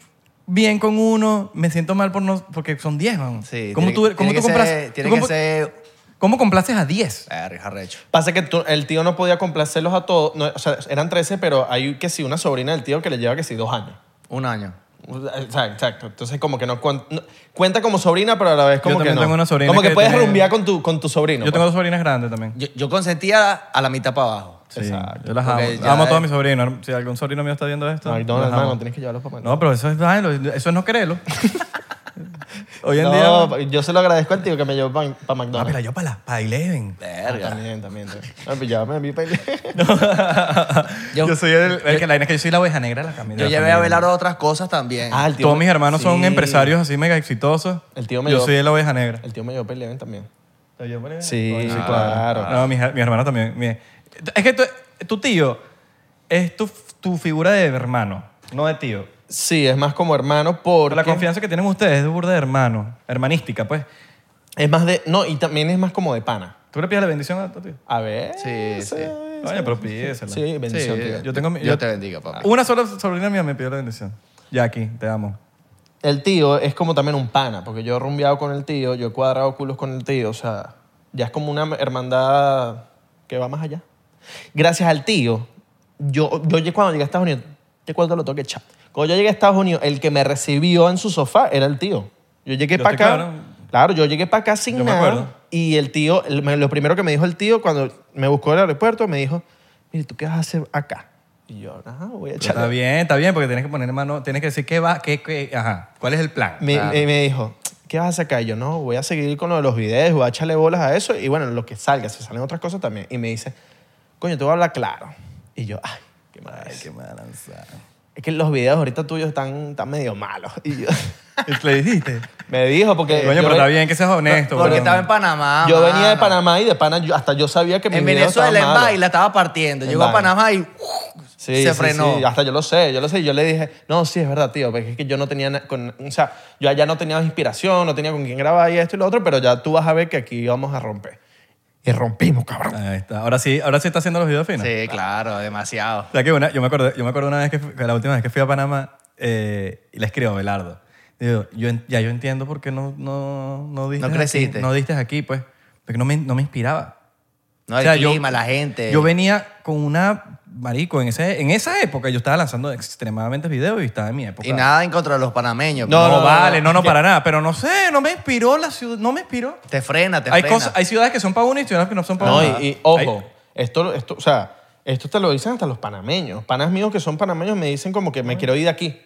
Speaker 2: bien con uno, me siento mal por no, porque son 10, weón.
Speaker 4: Sí.
Speaker 2: ¿Cómo
Speaker 4: tiene
Speaker 2: tú,
Speaker 4: que-
Speaker 2: cómo
Speaker 4: tiene
Speaker 2: tú
Speaker 4: que
Speaker 2: compras-
Speaker 4: ser-
Speaker 2: tú
Speaker 4: Tiene que
Speaker 2: comp-
Speaker 4: ser...
Speaker 2: ¿Cómo complaces a 10?
Speaker 4: Verga, arrecho.
Speaker 3: Pasa que tú- el tío no podía complacerlos a todos. No, o sea, eran 13, pero hay que sí, una sobrina del tío que le lleva que sí dos años.
Speaker 4: Un año.
Speaker 3: Exacto, exacto. Entonces, como que no, cuan- no- cuenta como sobrina, pero a la vez como que
Speaker 2: también
Speaker 3: no.
Speaker 2: tengo una sobrina
Speaker 3: como que,
Speaker 2: que
Speaker 3: puedes
Speaker 2: tiene-
Speaker 3: rumbear con tu, con tu sobrino.
Speaker 2: Yo
Speaker 3: pues.
Speaker 2: tengo dos sobrinas grandes también.
Speaker 4: Yo, yo consentía a la mitad para abajo.
Speaker 2: Sí, yo las amo.
Speaker 4: Porque ya
Speaker 2: Amo a
Speaker 4: es-
Speaker 2: todos mis sobrinos. Si algún sobrino mío está viendo esto.
Speaker 3: McDonald's,
Speaker 2: los amo.
Speaker 3: hermano, tienes que llevarlos para
Speaker 2: No, pero eso es, ay, lo- eso es no
Speaker 4: <laughs>
Speaker 2: quererlo. Hoy en día.
Speaker 3: No, yo se lo agradezco al tío que me llevó para
Speaker 2: Ah,
Speaker 3: McDonald's.
Speaker 2: pero yo para la para Eleven.
Speaker 4: Verga.
Speaker 3: También, también. también. No, pues llévame a mí para
Speaker 2: <laughs> Yo,
Speaker 4: Yo-
Speaker 2: soy el, el que la vaina es que yo soy la oveja negra de la camisa.
Speaker 4: Yo llevé a velar otras cosas también.
Speaker 3: Ah, el tío.
Speaker 2: Todos mis hermanos son
Speaker 3: Sí.
Speaker 2: empresarios así mega exitosos.
Speaker 3: El tío me
Speaker 2: Yo
Speaker 3: dio-
Speaker 2: soy la oveja negra.
Speaker 3: El tío me llevó para Eleven también.
Speaker 2: Sí,
Speaker 3: sí, claro.
Speaker 2: No, mis, mis hermanos también. mi- es que tu, tu tío es tu, tu figura de hermano, no de tío.
Speaker 3: Sí, es más como hermano por
Speaker 2: la confianza que tienen ustedes es de burda de hermano, hermanística, pues.
Speaker 3: Es más de... No, y también es más como de pana.
Speaker 2: ¿Tú le pides la bendición a tu tío?
Speaker 3: A ver.
Speaker 4: Sí, sí.
Speaker 2: Oye, pero pídesela.
Speaker 3: Sí, bendición,
Speaker 4: Sí.
Speaker 3: tío.
Speaker 2: Yo tengo mi-
Speaker 4: Dios te bendiga,
Speaker 3: Ah.
Speaker 4: papá.
Speaker 2: Una sola sobrina mía me pidió la bendición. Jackie, te amo.
Speaker 3: El tío es como también un pana, porque yo he rumbeado con el tío, yo he cuadrado culos con el tío, o sea, ya es como una hermandad que va más allá. Gracias al tío, yo, yo lle- cuando llegué a Estados Unidos, te cuento lo tengo que echar. Cuando yo llegué a Estados Unidos, el que me recibió en su sofá era el tío. Yo llegué
Speaker 2: Yo
Speaker 3: para
Speaker 2: te-
Speaker 3: acá.
Speaker 2: claro.
Speaker 3: Claro. yo llegué para acá sin
Speaker 2: Yo me acuerdo.
Speaker 3: nada. Y el tío, el- me- lo primero que me dijo el tío cuando me buscó en el aeropuerto, me dijo, mire, ¿tú qué vas a hacer acá? Y yo, ah, voy a
Speaker 2: Pero Está
Speaker 3: echar.
Speaker 2: bien, está bien, porque tienes que poner mano, tienes que decir qué va, qué, qué, ajá, cuál es el plan. Ah.
Speaker 3: Me, me- me dijo, ¿qué vas a sacar? Y yo, no, voy a seguir con lo de los videos, voy a echarle bolas a eso. Y bueno, lo que salga, si salen otras cosas también. Y me dice, coño, te voy a hablar claro. Y yo, ay, qué madre.
Speaker 2: Ay, qué mala lanzada.
Speaker 3: Es que los videos ahorita tuyos están, están medio malos. <laughs> Y yo,
Speaker 2: <laughs> ¿Le dijiste?
Speaker 3: me dijo, porque.
Speaker 2: Coño,
Speaker 3: yo
Speaker 2: pero
Speaker 3: ve-
Speaker 2: está bien que seas honesto.
Speaker 4: Eh, Porque
Speaker 2: weón.
Speaker 4: estaba en Panamá.
Speaker 3: Yo venía de
Speaker 4: Ah, mano.
Speaker 3: Panamá y de Pana, yo- hasta yo sabía que mi
Speaker 4: En Venezuela, en
Speaker 3: baila
Speaker 4: baila, estaba partiendo.
Speaker 3: En
Speaker 4: Llegó a
Speaker 3: vaina.
Speaker 4: Panamá y... se frenó.
Speaker 3: Hasta yo lo sé, yo lo sé. Y yo le dije, no, sí, es verdad, tío, porque es que yo no tenía, na- con, o sea, yo allá no tenía inspiración, no tenía con quién grabar y esto y lo otro, pero ya tú vas a ver que aquí vamos a romper. Y rompimos, cabrón.
Speaker 2: Ahí está. Ahora sí, ahora sí está haciendo los videos finos.
Speaker 4: Sí, claro, demasiado.
Speaker 2: O sea, que una- yo, me acuerdo, yo me acuerdo una vez que, fui- que la última vez que fui a Panamá eh, y le escribo a Belardo. Digo, yo, en- ya yo entiendo por qué no, no, no diste.
Speaker 4: No creciste.
Speaker 2: Aquí, no diste aquí, pues. Porque no me, no me inspiraba.
Speaker 4: No,
Speaker 2: O sea,
Speaker 4: el
Speaker 2: yo-
Speaker 4: clima, la gente.
Speaker 2: Yo venía con una. Marico, en, ese, en esa época yo estaba lanzando extremadamente videos y estaba en mi época.
Speaker 4: Y nada en contra de los panameños.
Speaker 2: No,
Speaker 4: pero
Speaker 2: no, vale, no, no, para nada. Pero no sé, no me inspiró la ciudad. No me inspiró.
Speaker 4: Te frena, te
Speaker 2: Hay,
Speaker 4: frena.
Speaker 2: cosas, hay ciudades que son para uno y ciudades que no son para
Speaker 3: No,
Speaker 2: nada.
Speaker 3: y, y ojo,
Speaker 2: Hay-
Speaker 3: esto, esto, o sea, esto te lo dicen hasta los panameños. Panas míos que son panameños me dicen como que me quiero ir de aquí.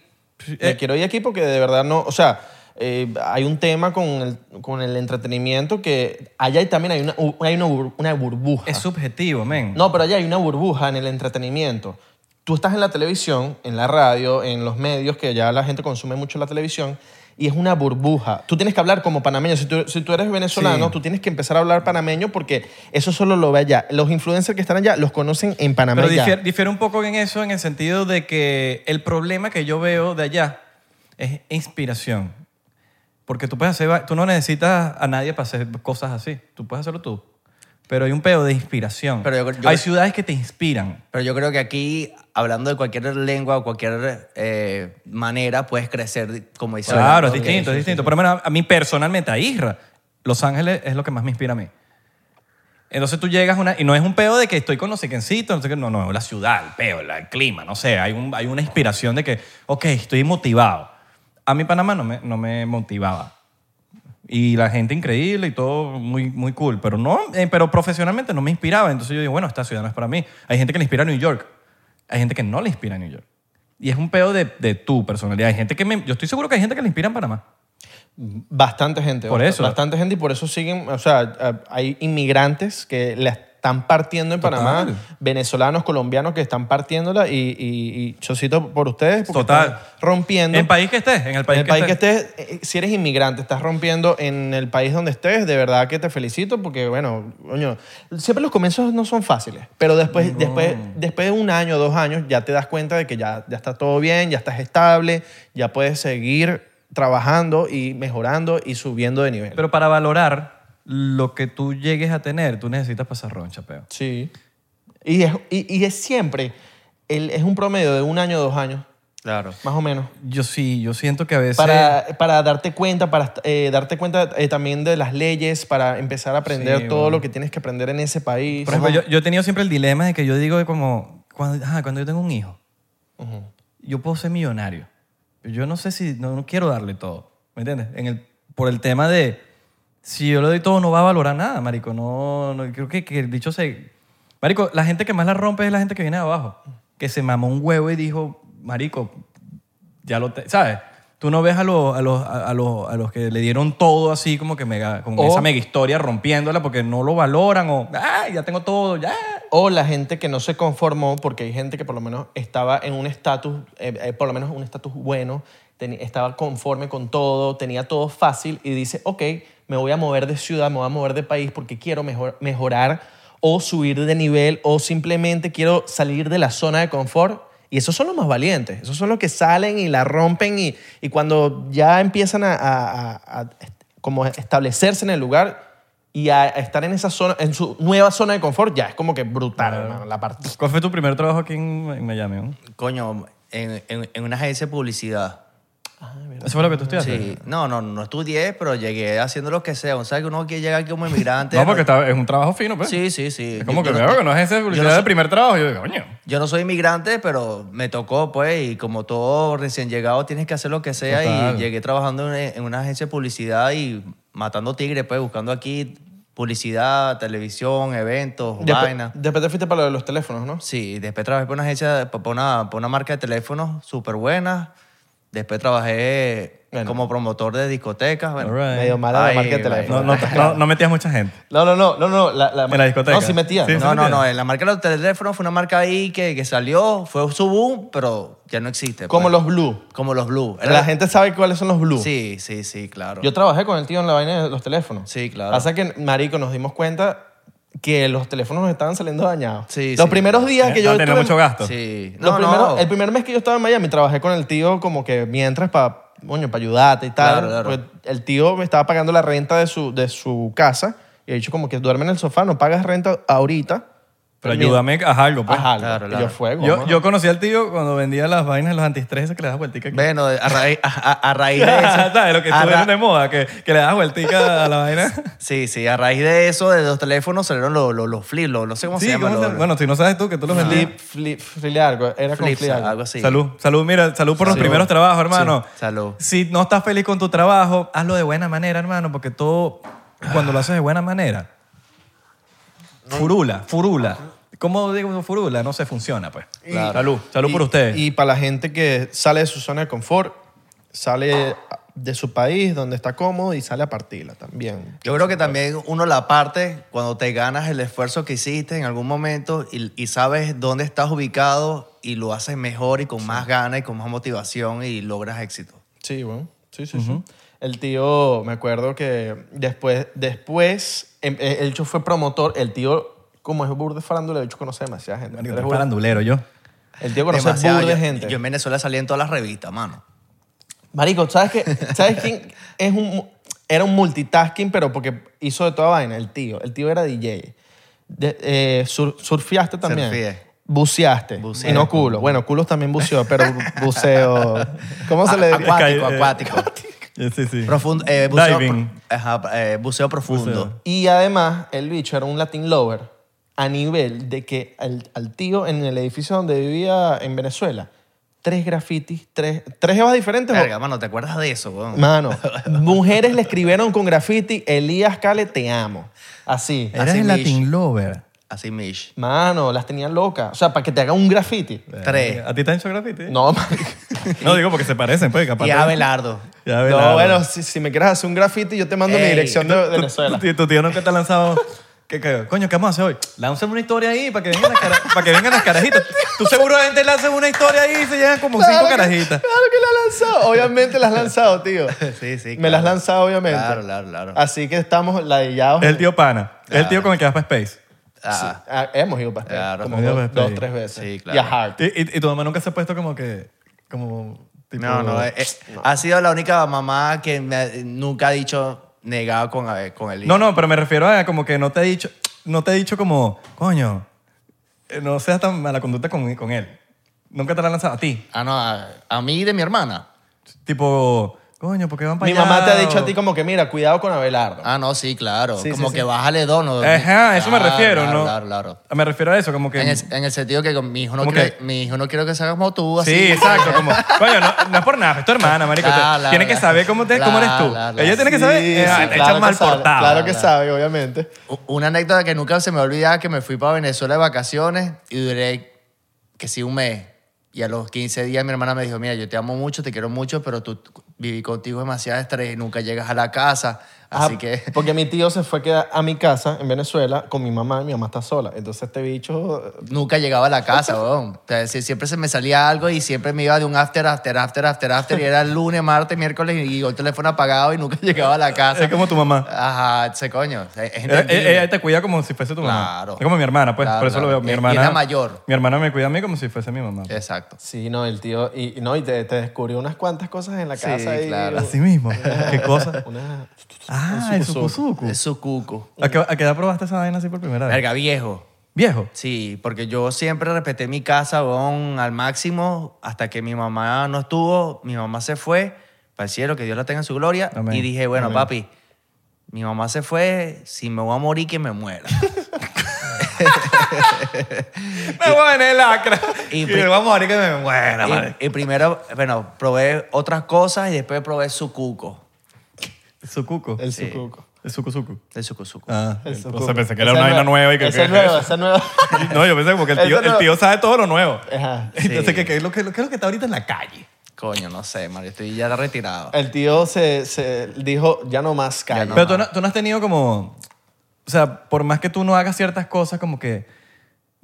Speaker 3: Me
Speaker 2: eh.
Speaker 3: quiero ir de aquí porque de verdad no, o sea, eh, hay un tema con el, con el entretenimiento que allá hay- también hay una, u- hay una, bur- una burbuja.
Speaker 2: es subjetivo, men.
Speaker 3: No, pero allá hay una burbuja en el entretenimiento. Tú estás en la televisión, en la radio, en los medios, que ya la gente consume mucho la televisión, y es una burbuja. Tú tienes que hablar como panameño. Si tú, si tú eres venezolano,
Speaker 2: Sí.
Speaker 3: tú tienes que empezar a hablar panameño porque eso solo lo ve allá. Los influencers que están allá los conocen en Panamá.
Speaker 2: Pero
Speaker 3: y ya.
Speaker 2: difiere, difiere un poco en eso, en el sentido de que el problema que yo veo de allá es inspiración. Porque tú puedes hacer, va- tú no necesitas a nadie para hacer cosas así. Tú puedes hacerlo tú. Pero hay un pedo de inspiración.
Speaker 4: Pero yo- yo-
Speaker 2: hay ciudades que te inspiran.
Speaker 4: Pero yo creo que aquí, hablando de cualquier lengua o cualquier eh, manera, puedes crecer, como dice
Speaker 2: Claro,
Speaker 4: Orlando,
Speaker 2: es
Speaker 4: que-
Speaker 2: distinto, es distinto. Por lo menos a- a mí personalmente, a Isra, Los Ángeles es lo que más me inspira a mí. Entonces tú llegas a una, y no es un peo de que estoy con los sequencitos, no sé qué, no, no, la ciudad, el peo, la- el clima, no sé, hay, un- hay una inspiración de que, ok, estoy motivado. A mí Panamá no me, no me motivaba. Y la gente increíble y todo muy, muy cool, pero, no, eh, pero profesionalmente no me inspiraba. Entonces yo digo, bueno, esta ciudad no es para mí. Hay gente que le inspira a New York, hay gente que no le inspira a New York. Y es un peo de, de tu personalidad. Hay gente que me, yo estoy seguro que hay gente que le inspira en Panamá.
Speaker 3: Bastante gente.
Speaker 2: Por
Speaker 3: bast-
Speaker 2: eso.
Speaker 3: Bastante gente y por eso siguen, o sea, a- hay inmigrantes que le están están partiendo en
Speaker 9: Total.
Speaker 3: Panamá, venezolanos, colombianos que están partiéndola y, y, y chocito por ustedes porque
Speaker 2: Total.
Speaker 3: están rompiendo.
Speaker 2: En país que estés, en el
Speaker 3: En
Speaker 2: país,
Speaker 3: el país que estés, eh, si eres inmigrante, estás rompiendo en el país donde estés, de verdad que te felicito porque, bueno, coño, siempre los comienzos no son fáciles, pero después, después, después de un año, dos años, ya te das cuenta de que ya, ya está todo bien, ya estás estable, ya puedes seguir trabajando y mejorando y subiendo de nivel.
Speaker 2: Pero para valorar lo que tú llegues a tener, tú necesitas pasar roncha, peo.
Speaker 3: sí. Y es, y, y es siempre, el- es un promedio de un año, dos años,
Speaker 4: Claro.
Speaker 3: más o menos.
Speaker 2: Yo sí, yo siento que a veces...
Speaker 3: para, para darte cuenta, para eh, darte cuenta eh, también de las leyes, para empezar a aprender
Speaker 2: Sí,
Speaker 3: todo
Speaker 2: bueno.
Speaker 3: lo que tienes que aprender en ese país.
Speaker 2: Por ejemplo,
Speaker 3: Ajá.
Speaker 2: yo, yo he tenido siempre el dilema de que yo digo de como, cuando, ajá, cuando yo tengo un hijo, yo puedo ser millonario. Pero Yo no sé si, no, no quiero darle todo, ¿me entiendes? En el, por el tema de, si yo le doy todo no va a valorar nada, marico. No, no creo que, que el dicho se... Marico, la gente que más la rompe es la gente que viene de abajo, que se mamó un huevo y dijo, marico, ya lo... te-", ¿Sabes? Tú no ves a los, a, los, a, a los, a los que le dieron todo así como que mega, con
Speaker 3: O-
Speaker 2: esa mega historia rompiéndola porque no lo valoran o, ah, ya tengo todo, ya.
Speaker 3: O la gente que no se conformó, porque hay gente que por lo menos estaba en un estatus, eh, eh, por lo menos un estatus bueno, teni- estaba conforme con todo, tenía todo fácil y dice, ok, me voy a mover de ciudad, me voy a mover de país porque quiero mejor- mejorar o subir de nivel o simplemente quiero salir de la zona de confort. Y esos son los más valientes, esos son los que salen y la rompen y, y cuando ya empiezan a, a- a- a est- como a establecerse en el lugar y a, a estar en esa zona, en su nueva zona de confort, ya es como que brutal, hermano, la parte.
Speaker 2: ¿Cuál fue tu primer trabajo aquí en, en Miami? ¿no?
Speaker 4: Coño, en, en- en una agencia de publicidad.
Speaker 2: ¿Eso fue lo que tú estudiaste?
Speaker 4: Sí. No, no, no estudié, pero llegué haciendo lo que sea. O sea, que uno que llega aquí
Speaker 2: <laughs>
Speaker 4: como inmigrante.
Speaker 2: No, porque está- es un trabajo fino, pues.
Speaker 4: Sí, sí, sí.
Speaker 2: Es como que
Speaker 4: Yo- yo
Speaker 2: veo que no es ese
Speaker 4: yo
Speaker 2: publicidad
Speaker 4: no
Speaker 2: del
Speaker 4: soy-
Speaker 2: primer trabajo. Yo digo, coño.
Speaker 4: Yo no soy inmigrante, pero me tocó, pues, y como todo recién llegado, tienes que hacer lo que sea.
Speaker 2: Total.
Speaker 4: Y llegué trabajando en, en una agencia de publicidad y matando tigres, pues, buscando aquí publicidad, televisión, eventos,
Speaker 3: Después,
Speaker 4: vainas.
Speaker 3: después te fuiste para lo de los teléfonos, ¿no?
Speaker 4: Sí, después trabajé para una agencia, para una, para una marca de teléfonos súper buena. Después trabajé
Speaker 3: Bueno.
Speaker 4: como promotor de discotecas. Bueno,
Speaker 2: All right.
Speaker 3: Medio mala la
Speaker 4: Ay,
Speaker 3: marca de
Speaker 4: güey.
Speaker 2: No,
Speaker 3: teléfonos.
Speaker 2: no, no, no metías mucha gente.
Speaker 3: No, no, no, no, no, la,
Speaker 2: En la discoteca.
Speaker 3: No, sí metía.
Speaker 2: Sí,
Speaker 3: ¿no?
Speaker 4: No, no,
Speaker 2: entiende?
Speaker 4: no. La marca de los teléfonos fue una marca ahí que, que salió, fue su boom, pero ya no existe.
Speaker 3: Como
Speaker 4: pues.
Speaker 3: los Blue.
Speaker 4: Como los Blue.
Speaker 3: La gente sabe cuáles son los Blue.
Speaker 4: Sí, sí, sí, claro.
Speaker 3: Yo trabajé con el tío en la vaina de los teléfonos.
Speaker 4: Sí, claro.
Speaker 3: Pasa que, marico, nos dimos cuenta que los teléfonos nos estaban saliendo dañados.
Speaker 4: Sí,
Speaker 3: Los
Speaker 4: sí.
Speaker 3: primeros días que
Speaker 2: Eh,
Speaker 3: yo
Speaker 2: no tenía
Speaker 3: estuve-
Speaker 2: mucho gasto.
Speaker 4: sí.
Speaker 3: Los
Speaker 4: No,
Speaker 3: primeros-
Speaker 4: no.
Speaker 3: El primer mes que yo estaba en Miami trabajé con el tío como que mientras para para ayudarte y tal.
Speaker 4: Claro, claro.
Speaker 3: Porque El tío me estaba pagando la renta de su, de su casa y he dicho como que duerme en el sofá, no pagas renta ahorita.
Speaker 2: Pero ayúdame a algo, pues.
Speaker 3: Ajá,
Speaker 4: Claro,
Speaker 3: yo
Speaker 4: claro.
Speaker 3: fuego.
Speaker 2: Yo,
Speaker 3: mano.
Speaker 2: yo conocí al tío cuando vendía las vainas, los antistreses que le das vueltica. <laughs> aquí.
Speaker 4: Bueno, a, raíz- a- a- a raíz de
Speaker 2: <laughs>
Speaker 4: eso.
Speaker 2: ¿Sabes? Lo que
Speaker 4: a ra-
Speaker 2: estuvieron de moda, que, que le das vueltica a la vaina.
Speaker 4: Sí, sí, a raíz de eso, de los teléfonos salieron los, los, los flips, los- no sé cómo
Speaker 2: Sí,
Speaker 4: se llama.
Speaker 2: ¿cómo
Speaker 4: los-
Speaker 2: se- Bueno, si no sabes tú, que tú los vendías.
Speaker 3: Flip, flip, flip algo. Era
Speaker 4: los
Speaker 3: con
Speaker 4: flips,
Speaker 3: flip algo.
Speaker 4: algo así.
Speaker 2: Salud, salud, mira, salud por los primeros trabajos, hermano.
Speaker 4: Sí, salud.
Speaker 2: Si no estás feliz con tu trabajo, hazlo de buena manera, hermano, porque todo, cuando lo haces de buena manera, furula, furula. ¿Cómo digo furula? No se funciona, pues.
Speaker 3: Claro.
Speaker 2: Salud, salud por
Speaker 3: Y-
Speaker 2: ustedes.
Speaker 3: Y para la gente que sale de su zona de confort, sale de su país donde está cómodo y sale a partirla también.
Speaker 4: Yo creo que también uno la parte cuando te ganas el esfuerzo que hiciste en algún momento y, y sabes dónde estás ubicado y lo haces mejor y con más ganas y con más motivación y logras éxito.
Speaker 3: Sí, bueno. Sí, sí, sí. El tío, me acuerdo que después, después, em- eh, el hecho fue promotor, el tío, como es burde farándula, el hecho conoce demasiada gente. Eres
Speaker 2: Marico, tú eres
Speaker 3: burde-
Speaker 2: farandulero, yo.
Speaker 3: el tío conoce
Speaker 4: Demasiado.
Speaker 3: burde
Speaker 4: Yo-
Speaker 3: gente.
Speaker 4: Yo en Venezuela salí en todas las revistas, mano.
Speaker 3: Marico, ¿sabes qué?
Speaker 4: <laughs>
Speaker 3: ¿Sabes quién es un, era un multitasking, pero porque hizo de toda vaina? El tío. El tío era DJ. De- eh, sur- surfeaste también.
Speaker 4: Surfeé.
Speaker 3: Buceaste.
Speaker 4: Buceé.
Speaker 3: Y no culo. Bueno, culos también buceó, pero bu- buceo. ¿Cómo se le
Speaker 4: A-
Speaker 3: diría?
Speaker 4: acuático,
Speaker 2: Calle-
Speaker 4: acuático.
Speaker 2: Sí, sí.
Speaker 4: <laughs> Profundo, eh, buceo,
Speaker 2: Diving.
Speaker 4: pro- ajá, eh, buceo profundo.
Speaker 2: Buceo.
Speaker 3: Y además, el bicho era un Latin lover a nivel de que al, al tío en el edificio donde vivía en Venezuela, tres grafitis, tres, tres jevas diferentes. o-
Speaker 4: Verga, mano, ¿te acuerdas de eso, weón?
Speaker 3: Mano, mujeres le escribieron con graffiti, Elías Cale, te amo. Así.
Speaker 2: Eres
Speaker 4: así
Speaker 2: el
Speaker 4: mish.
Speaker 2: Latin Lover.
Speaker 4: Así, Mish.
Speaker 3: Mano, las tenían locas. O sea, para que te haga un graffiti.
Speaker 4: Tres.
Speaker 2: ¿A ti te han hecho graffiti?
Speaker 3: No, marico.
Speaker 2: No, digo porque se parecen, pues, capaz.
Speaker 4: Y <laughs> Abelardo.
Speaker 2: Ya
Speaker 3: No,
Speaker 2: ves, la-
Speaker 3: bueno, si, si me quieres hacer un graffiti, yo te mando mi
Speaker 4: Ey,
Speaker 3: dirección de
Speaker 2: Tu-
Speaker 3: Venezuela.
Speaker 2: Tu, tu tío nunca te ha lanzado. ¿Qué cagó? Coño, ¿qué vamos a hacer hoy? Lanzan una historia ahí para que vengan las, cara- para que vengan las carajitas. Tú seguramente lanzas una historia ahí y se llegan como cinco carajitas.
Speaker 3: Claro que la has lanzado.
Speaker 4: <laughs>
Speaker 3: Obviamente la has lanzado, tío.
Speaker 4: Sí, sí,
Speaker 3: Me la has
Speaker 4: claro.
Speaker 3: lanzado, obviamente.
Speaker 4: Claro, claro, claro.
Speaker 3: Así que estamos ladillados.
Speaker 2: Es Ah. el tío pana. Es el tío con el que vas para Space.
Speaker 4: Ah,
Speaker 3: Ah, hemos ido para Spain,
Speaker 4: Claro,
Speaker 3: como
Speaker 2: hemos ido
Speaker 3: dos,
Speaker 2: para Spain.
Speaker 3: dos, tres veces.
Speaker 4: Sí,
Speaker 3: Y
Speaker 4: claro.
Speaker 3: a Hart.
Speaker 2: Y, y- y tu mamá nunca se ha puesto como que. Como, tipo,
Speaker 4: no, no, eh, eh, Ha sido la única mamá que me ha- nunca ha dicho negado con, a- con el hijo.
Speaker 2: No, no, pero me refiero a como que no te he dicho, no te he dicho como, coño, eh, no seas tan mala conducta con, con él. Nunca te la ha lanzado a ti.
Speaker 4: Ah, no, a, a mí y de mi hermana.
Speaker 2: Tipo, coño, ¿por qué van para
Speaker 3: Mi
Speaker 2: allá?
Speaker 3: mamá te ha dicho
Speaker 2: O-
Speaker 3: a ti como que, mira, cuidado con Abelardo.
Speaker 4: Ah, no, sí, claro.
Speaker 3: Sí, sí,
Speaker 4: como
Speaker 3: sí.
Speaker 4: que bájale dono.
Speaker 2: Ajá, a eso me
Speaker 4: Claro,
Speaker 2: refiero,
Speaker 4: claro,
Speaker 2: ¿no?
Speaker 4: Claro, claro.
Speaker 2: Me refiero a eso, como que...
Speaker 4: En el, en el sentido que con mi hijo, no
Speaker 2: ¿Cómo
Speaker 4: quiero,
Speaker 2: que?
Speaker 4: mi hijo no quiero que seas como tú. Así.
Speaker 2: Sí, exacto, como, coño, no, no es por nada, es tu hermana, marico.
Speaker 4: Claro,
Speaker 2: te-
Speaker 4: claro,
Speaker 2: tiene que
Speaker 4: claro.
Speaker 2: saber cómo, te, cómo eres tú.
Speaker 4: Claro, claro,
Speaker 2: Ella tiene que
Speaker 3: Sí,
Speaker 2: saber,
Speaker 3: sí,
Speaker 2: eh, ah, te
Speaker 3: claro
Speaker 2: echan
Speaker 3: que
Speaker 2: mal
Speaker 3: sabe,
Speaker 2: portado.
Speaker 3: Claro que sabe, obviamente.
Speaker 4: U- Una anécdota que nunca se me olvida que me fui para Venezuela de vacaciones y duré que sí un mes. Y a los 15 días mi hermana me dijo, mira, yo te amo mucho, te quiero mucho, pero tú tú- viví contigo demasiado estrés, nunca llegas a la casa. Así
Speaker 3: Ah,
Speaker 2: <laughs>
Speaker 4: que... <laughs>
Speaker 3: Porque mi tío se fue a quedar a mi casa en Venezuela con mi mamá y mi mamá está sola. Entonces este bicho...
Speaker 4: Nunca llegaba a la casa, weón. O sea, sí, siempre se me salía algo y siempre me iba de un after, after, after, after, after. Y era lunes, martes, miércoles y el teléfono apagado y nunca <laughs> llegaba a la casa.
Speaker 2: Es como tu mamá.
Speaker 4: Ajá, ese coño. Es- es
Speaker 2: Ella,
Speaker 4: entendible.
Speaker 2: ella te cuida como si fuese tu mamá.
Speaker 4: Claro.
Speaker 2: Es como mi hermana, pues,
Speaker 4: Claro,
Speaker 2: por eso lo
Speaker 4: claro.
Speaker 2: veo.
Speaker 4: Y-
Speaker 2: Mi
Speaker 4: y
Speaker 2: hermana...
Speaker 4: la mayor. Eh,
Speaker 2: Mi hermana me cuida a mí como si fuese mi mamá.
Speaker 4: Exacto.
Speaker 3: Sí, no, el tío... Y, y no, y te, te descubrió unas cuantas cosas en la casa. y-
Speaker 4: claro.
Speaker 2: Así mismo.
Speaker 4: eh,
Speaker 2: ¿Qué cosa?
Speaker 3: Una-
Speaker 2: Ah, el sucusuco.
Speaker 4: Es su cuco.
Speaker 2: ¿A qué, a qué edad probaste esa vaina así por primera vez?
Speaker 4: Verga, viejo.
Speaker 2: Viejo.
Speaker 4: Sí, porque yo siempre respeté mi casa, weón, al máximo, hasta que mi mamá no estuvo, mi mamá se fue, para el cielo, que Dios la tenga en su gloria,
Speaker 2: Amén.
Speaker 4: y dije, bueno,
Speaker 2: Amén.
Speaker 4: papi, mi mamá se fue, si me voy a morir, que me
Speaker 2: <laughs>
Speaker 4: muera.
Speaker 2: Me voy en el acra.
Speaker 4: y-
Speaker 2: Y, vamos a morir que me muera, madre.
Speaker 4: y, y primero, bueno, probé otras cosas y después probé su cuco,
Speaker 2: Sucuco.
Speaker 3: el
Speaker 4: Sí.
Speaker 3: sucuco.
Speaker 2: El sucusuco.
Speaker 4: el suco suco.
Speaker 2: Ah,
Speaker 3: El
Speaker 2: entonces
Speaker 3: sucuco.
Speaker 2: pensé que era
Speaker 3: Esa
Speaker 2: una vaina
Speaker 3: nueva-
Speaker 2: nueva y que...
Speaker 3: Esa
Speaker 2: que-
Speaker 3: es nueva, esa es nueva.
Speaker 2: <laughs> No, yo pensé como que el
Speaker 3: Esa
Speaker 2: tío, el
Speaker 3: nueva.
Speaker 2: tío sabe todo lo nuevo.
Speaker 3: <laughs>
Speaker 2: <laughs>
Speaker 3: Ajá.
Speaker 2: Entonces,
Speaker 4: Sí.
Speaker 2: ¿qué, qué es lo que, lo- qué es lo que está ahorita en la calle?
Speaker 4: Coño, no sé, Mario, estoy ya retirado.
Speaker 2: Eh,
Speaker 3: El tío se, se dijo, ya no más calla.
Speaker 2: Pero tú no, tú no has tenido como... O sea, por más que tú no hagas ciertas cosas como que...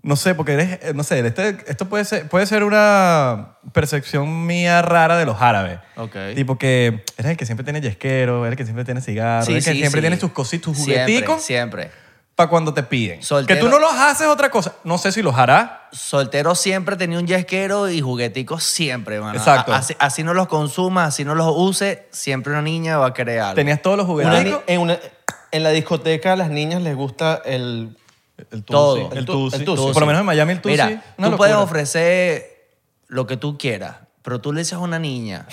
Speaker 2: No sé, porque eres... eh, No sé, este- esto puede ser, puede ser una percepción mía rara de los árabes.
Speaker 4: Ok.
Speaker 2: Tipo que eres el que siempre tiene yesquero, eres el que siempre tiene cigarro, eres el que siempre
Speaker 4: sí.
Speaker 2: tiene tus cositas, tus
Speaker 4: Siempre,
Speaker 2: jugueticos
Speaker 4: Siempre,
Speaker 2: para cuando te piden.
Speaker 4: Soltero.
Speaker 2: Que tú no los haces otra cosa. No sé si los hará.
Speaker 4: Soltero siempre tenía un yesquero y jugueticos siempre, mano.
Speaker 2: Exacto.
Speaker 4: A- Así, así no los consuma, así no los use, siempre una niña va a crear algo.
Speaker 2: Tenías todos los
Speaker 3: Una ni-
Speaker 2: jugueticos.
Speaker 3: en, una- en la discoteca a las niñas les gusta el...
Speaker 2: El
Speaker 4: Todo.
Speaker 2: El
Speaker 3: El tu-
Speaker 2: tusi.
Speaker 3: el tusi.
Speaker 2: Por lo menos en Miami el tusi.
Speaker 4: Mira,
Speaker 2: una
Speaker 4: tú
Speaker 2: locura.
Speaker 4: puedes ofrecer lo que tú quieras, pero tú le dices a una
Speaker 2: <laughs>
Speaker 4: niña,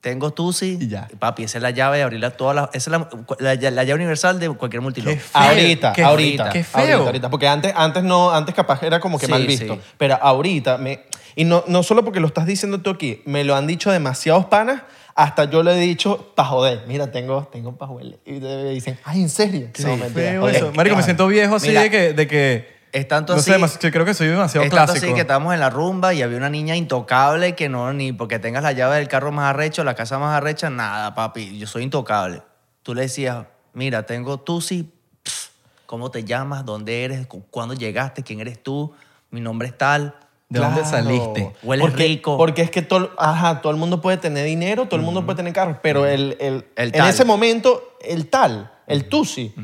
Speaker 4: tengo tusi,
Speaker 2: Y ya.
Speaker 4: papi, esa es la llave de abrirla todas las... Esa es la, la- la llave universal de cualquier multilog.
Speaker 2: Qué feo,
Speaker 3: Ahorita,
Speaker 2: qué-
Speaker 3: ahorita.
Speaker 2: qué feo.
Speaker 3: Ahorita, ahorita. Porque antes, antes no, antes capaz era como que
Speaker 4: Sí,
Speaker 3: mal visto.
Speaker 4: sí.
Speaker 3: Pero ahorita, me, y no, no solo porque lo estás diciendo tú aquí, me lo han dicho demasiados panas, hasta yo le he dicho, pa' joder, mira, tengo, tengo pa' joder. Y te dicen, ay, ¿en serio?
Speaker 2: Sí,
Speaker 3: no,
Speaker 2: feo
Speaker 3: mentira,
Speaker 2: eso.
Speaker 3: joder.
Speaker 2: Marico, me siento viejo así
Speaker 4: Mira,
Speaker 2: de que, de que...
Speaker 4: es tanto
Speaker 2: no
Speaker 4: así-
Speaker 2: Sé, demasiado- yo creo que soy demasiado
Speaker 4: Es tanto
Speaker 2: clásico.
Speaker 4: así que estábamos en la rumba y había una niña intocable que no, ni porque tengas la llave del carro más arrecho, la casa más arrecha, nada, papi, yo soy intocable. Tú le decías, mira, tengo tusi, pf, ¿cómo te llamas? ¿Dónde eres? ¿Cu- ¿Cuándo llegaste? ¿Quién eres tú? Mi nombre es tal.
Speaker 2: ¿De dónde
Speaker 3: Claro.
Speaker 2: saliste?
Speaker 4: Hueles
Speaker 3: porque,
Speaker 4: rico.
Speaker 3: Porque es que todo, ajá, todo el mundo puede tener dinero, todo el mundo puede tener carros, pero el, el-
Speaker 4: El
Speaker 3: en
Speaker 4: tal.
Speaker 3: ese momento, el tal, el tusi,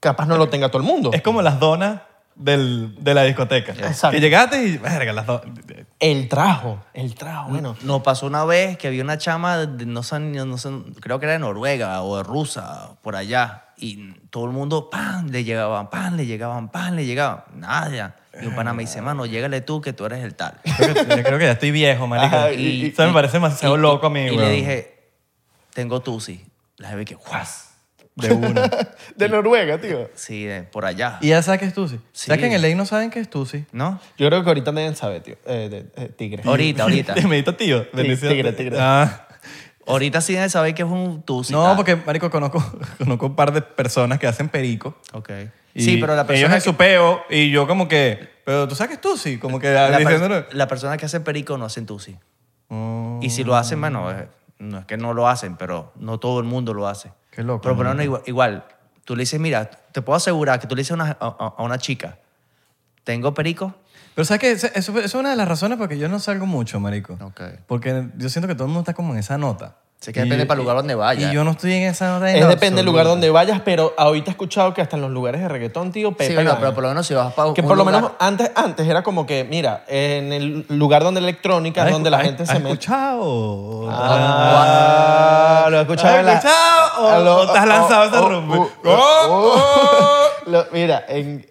Speaker 3: capaz no lo tenga todo el mundo.
Speaker 2: Es como las donas del, de la discoteca.
Speaker 3: Exacto.
Speaker 2: Que llegaste y... Verga, las donas...
Speaker 3: El trajo, el trajo, bueno.
Speaker 4: Nos pasó una vez que había una chama, de- no sé, ni- no sé, creo que era de Noruega o de Rusa, por allá, y todo el mundo, pan, le llegaban, pan, le llegaban, pan, le llegaban, nada. Y un pana me dice, mano, llégale tú que tú eres el tal.
Speaker 2: Yo creo que- yo creo que ya estoy viejo, marico.
Speaker 3: Ajá,
Speaker 2: <laughs> y,
Speaker 3: y-
Speaker 2: me parece demasiado
Speaker 4: Y-
Speaker 2: loco a mí,
Speaker 4: Y
Speaker 2: weón.
Speaker 4: le dije, tengo tusi. La jefe que, ¡guas!
Speaker 2: De una.
Speaker 3: De Noruega, tío.
Speaker 4: Sí, de por allá.
Speaker 2: <laughs> ¿Y ya sabes qué es Tusi?
Speaker 4: Sí.
Speaker 2: ¿Sabes que en el ley no saben qué es Tusi?
Speaker 4: ¿No?
Speaker 3: Yo creo que ahorita nadie sabe, tío. Eh, de- eh, tigre.
Speaker 4: Ahorita, ahorita.
Speaker 2: <laughs> Me dijo tío. me
Speaker 3: Ti-
Speaker 2: dice-
Speaker 3: tigre, tigre.
Speaker 2: Ah.
Speaker 4: Ahorita sí deben saber que es un tusi.
Speaker 2: No,
Speaker 4: tal.
Speaker 2: porque, marico, conozco, <laughs> conozco un par de personas que hacen perico.
Speaker 4: Ok.
Speaker 2: y
Speaker 4: sí, pero la
Speaker 2: Ellos
Speaker 4: persona, que,
Speaker 2: en su peo y yo como que... Pero tú sabes que es Tusi, como que
Speaker 4: la, per-
Speaker 2: diciéndolo...
Speaker 4: la persona que hace perico no hacen tusi.
Speaker 2: Oh,
Speaker 4: Y si lo hacen, bueno, eh, no es que no lo hacen, pero no todo el mundo lo hace.
Speaker 2: Qué loco,
Speaker 4: Pero,
Speaker 2: ¿no?
Speaker 4: por lo menos, igual, igual, Tú le dices, mira, te puedo asegurar que tú le dices a una, a- a- a una chica, ¿tengo perico?
Speaker 2: Pero ¿sabes qué? Eso, eso es una de las razones por las que yo no salgo mucho, marico.
Speaker 4: Ok.
Speaker 2: Porque yo siento que todo el mundo está como en esa nota.
Speaker 4: Sí, que depende para el lugar donde vaya.
Speaker 2: Y yo no estoy en esa nota. en
Speaker 3: Es
Speaker 2: lo
Speaker 3: depende del lugar
Speaker 2: absoluto.
Speaker 3: donde vayas, pero ahorita he escuchado que hasta en los lugares de reggaetón, tío, Pepe.
Speaker 4: sí, bueno,
Speaker 3: gana.
Speaker 4: pero por lo menos si vas para
Speaker 3: que por lo menos antes, antes era como que, mira, en el lugar donde la electrónica,
Speaker 2: ¿Has
Speaker 3: donde la
Speaker 2: escu-
Speaker 3: gente
Speaker 2: has-
Speaker 3: se
Speaker 2: has
Speaker 3: mete.
Speaker 2: escuchado?
Speaker 3: Ah, lo he escuchado.
Speaker 2: ¿Has
Speaker 3: en la- Ah, oh,
Speaker 2: escuchado o-
Speaker 3: a
Speaker 2: o te has lanzado ese
Speaker 3: o-
Speaker 2: rumbo?
Speaker 3: o-
Speaker 2: ¡Oh!
Speaker 3: o- Lo- mira, en,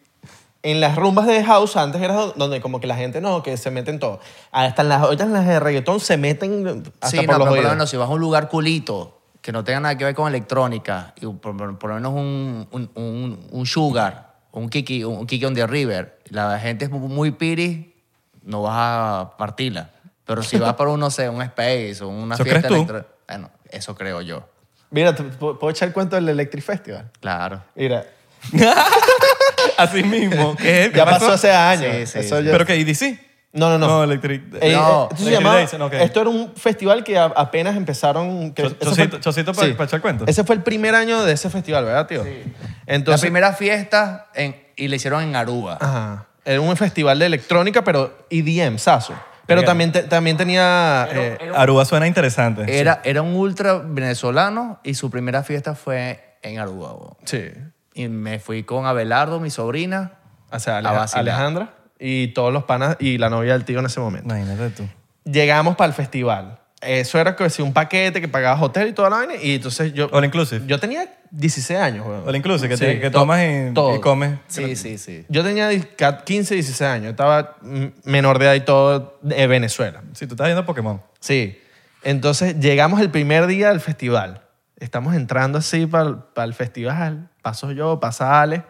Speaker 3: en las rumbas de house antes era do- donde como que la gente no, que se meten todo. Hasta en las, ahorita en las de reggaetón se meten hasta
Speaker 4: Sí,
Speaker 3: por
Speaker 4: no,
Speaker 3: los
Speaker 4: pero por lo
Speaker 3: oídos.
Speaker 4: menos si vas a un lugar culito que no tenga nada que ver con electrónica, y por, por- por lo menos un, un, un, un sugar, un kiki, un kiki on the river, la gente es mu- muy piri, no vas a partirla. Pero si vas para un, no sé, un space o una
Speaker 2: ¿Eso
Speaker 4: fiesta
Speaker 2: crees tú?
Speaker 4: electro- Bueno, eso creo yo,
Speaker 3: Mira, te- ¿puedo puedo echar el cuento del Electric Festival?
Speaker 4: claro.
Speaker 3: Mira,
Speaker 2: Así mismo. ¿Qué?
Speaker 3: oh. <laughs> ya pasó hace años.
Speaker 4: Sí, sí,
Speaker 3: Eso
Speaker 4: sí.
Speaker 3: ya-
Speaker 2: ¿Pero qué? ¿EDC?
Speaker 3: no, no, no.
Speaker 2: No, Electric.
Speaker 3: Eh,
Speaker 4: No.
Speaker 3: eh, esto, se
Speaker 2: Electric
Speaker 3: llamaba-
Speaker 2: Days, ok.
Speaker 3: esto era un festival que a- apenas empezaron. Que
Speaker 2: Cho-
Speaker 3: ese fue-
Speaker 2: chocito- chocito pa- pa' echar cuento.
Speaker 3: Ese fue el primer año de ese festival, ¿verdad, tío?
Speaker 4: La
Speaker 3: Entonces, Ah,
Speaker 4: primera fiesta en, y la hicieron en Aruba.
Speaker 3: ajá, era un festival de electrónica, pero E EDM, Saso. Pero
Speaker 2: Verga.
Speaker 3: también, te- también tenía. eh,
Speaker 2: Aruba suena interesante.
Speaker 4: Era, era un ultra venezolano y su primera fiesta fue en Aruba. weón.
Speaker 3: sí.
Speaker 4: Y me fui con Abelardo, mi sobrina.
Speaker 3: O
Speaker 4: A
Speaker 3: sea, Aleja-
Speaker 4: vacilar.
Speaker 3: Alejandra y todos los panas y la novia del tío en ese momento.
Speaker 2: Imagínate tú.
Speaker 3: Llegamos para el festival. Eso era que si un paquete que pagabas hotel y toda la vaina. Y entonces yo.
Speaker 2: All inclusive.
Speaker 3: Yo tenía 16 años, weón.
Speaker 2: All inclusive, que,
Speaker 3: Sí.
Speaker 2: te- que
Speaker 3: To-
Speaker 2: tomas y,
Speaker 3: todo.
Speaker 2: y comes.
Speaker 4: Sí, sí, sí.
Speaker 3: Yo tenía 15, 16 años. Estaba mm, menor de edad y todo de Venezuela.
Speaker 2: Sí, tú estás viendo Pokémon.
Speaker 3: Sí. Entonces llegamos el primer día del festival. Estamos entrando así para el festival. Paso yo, pasa Ale.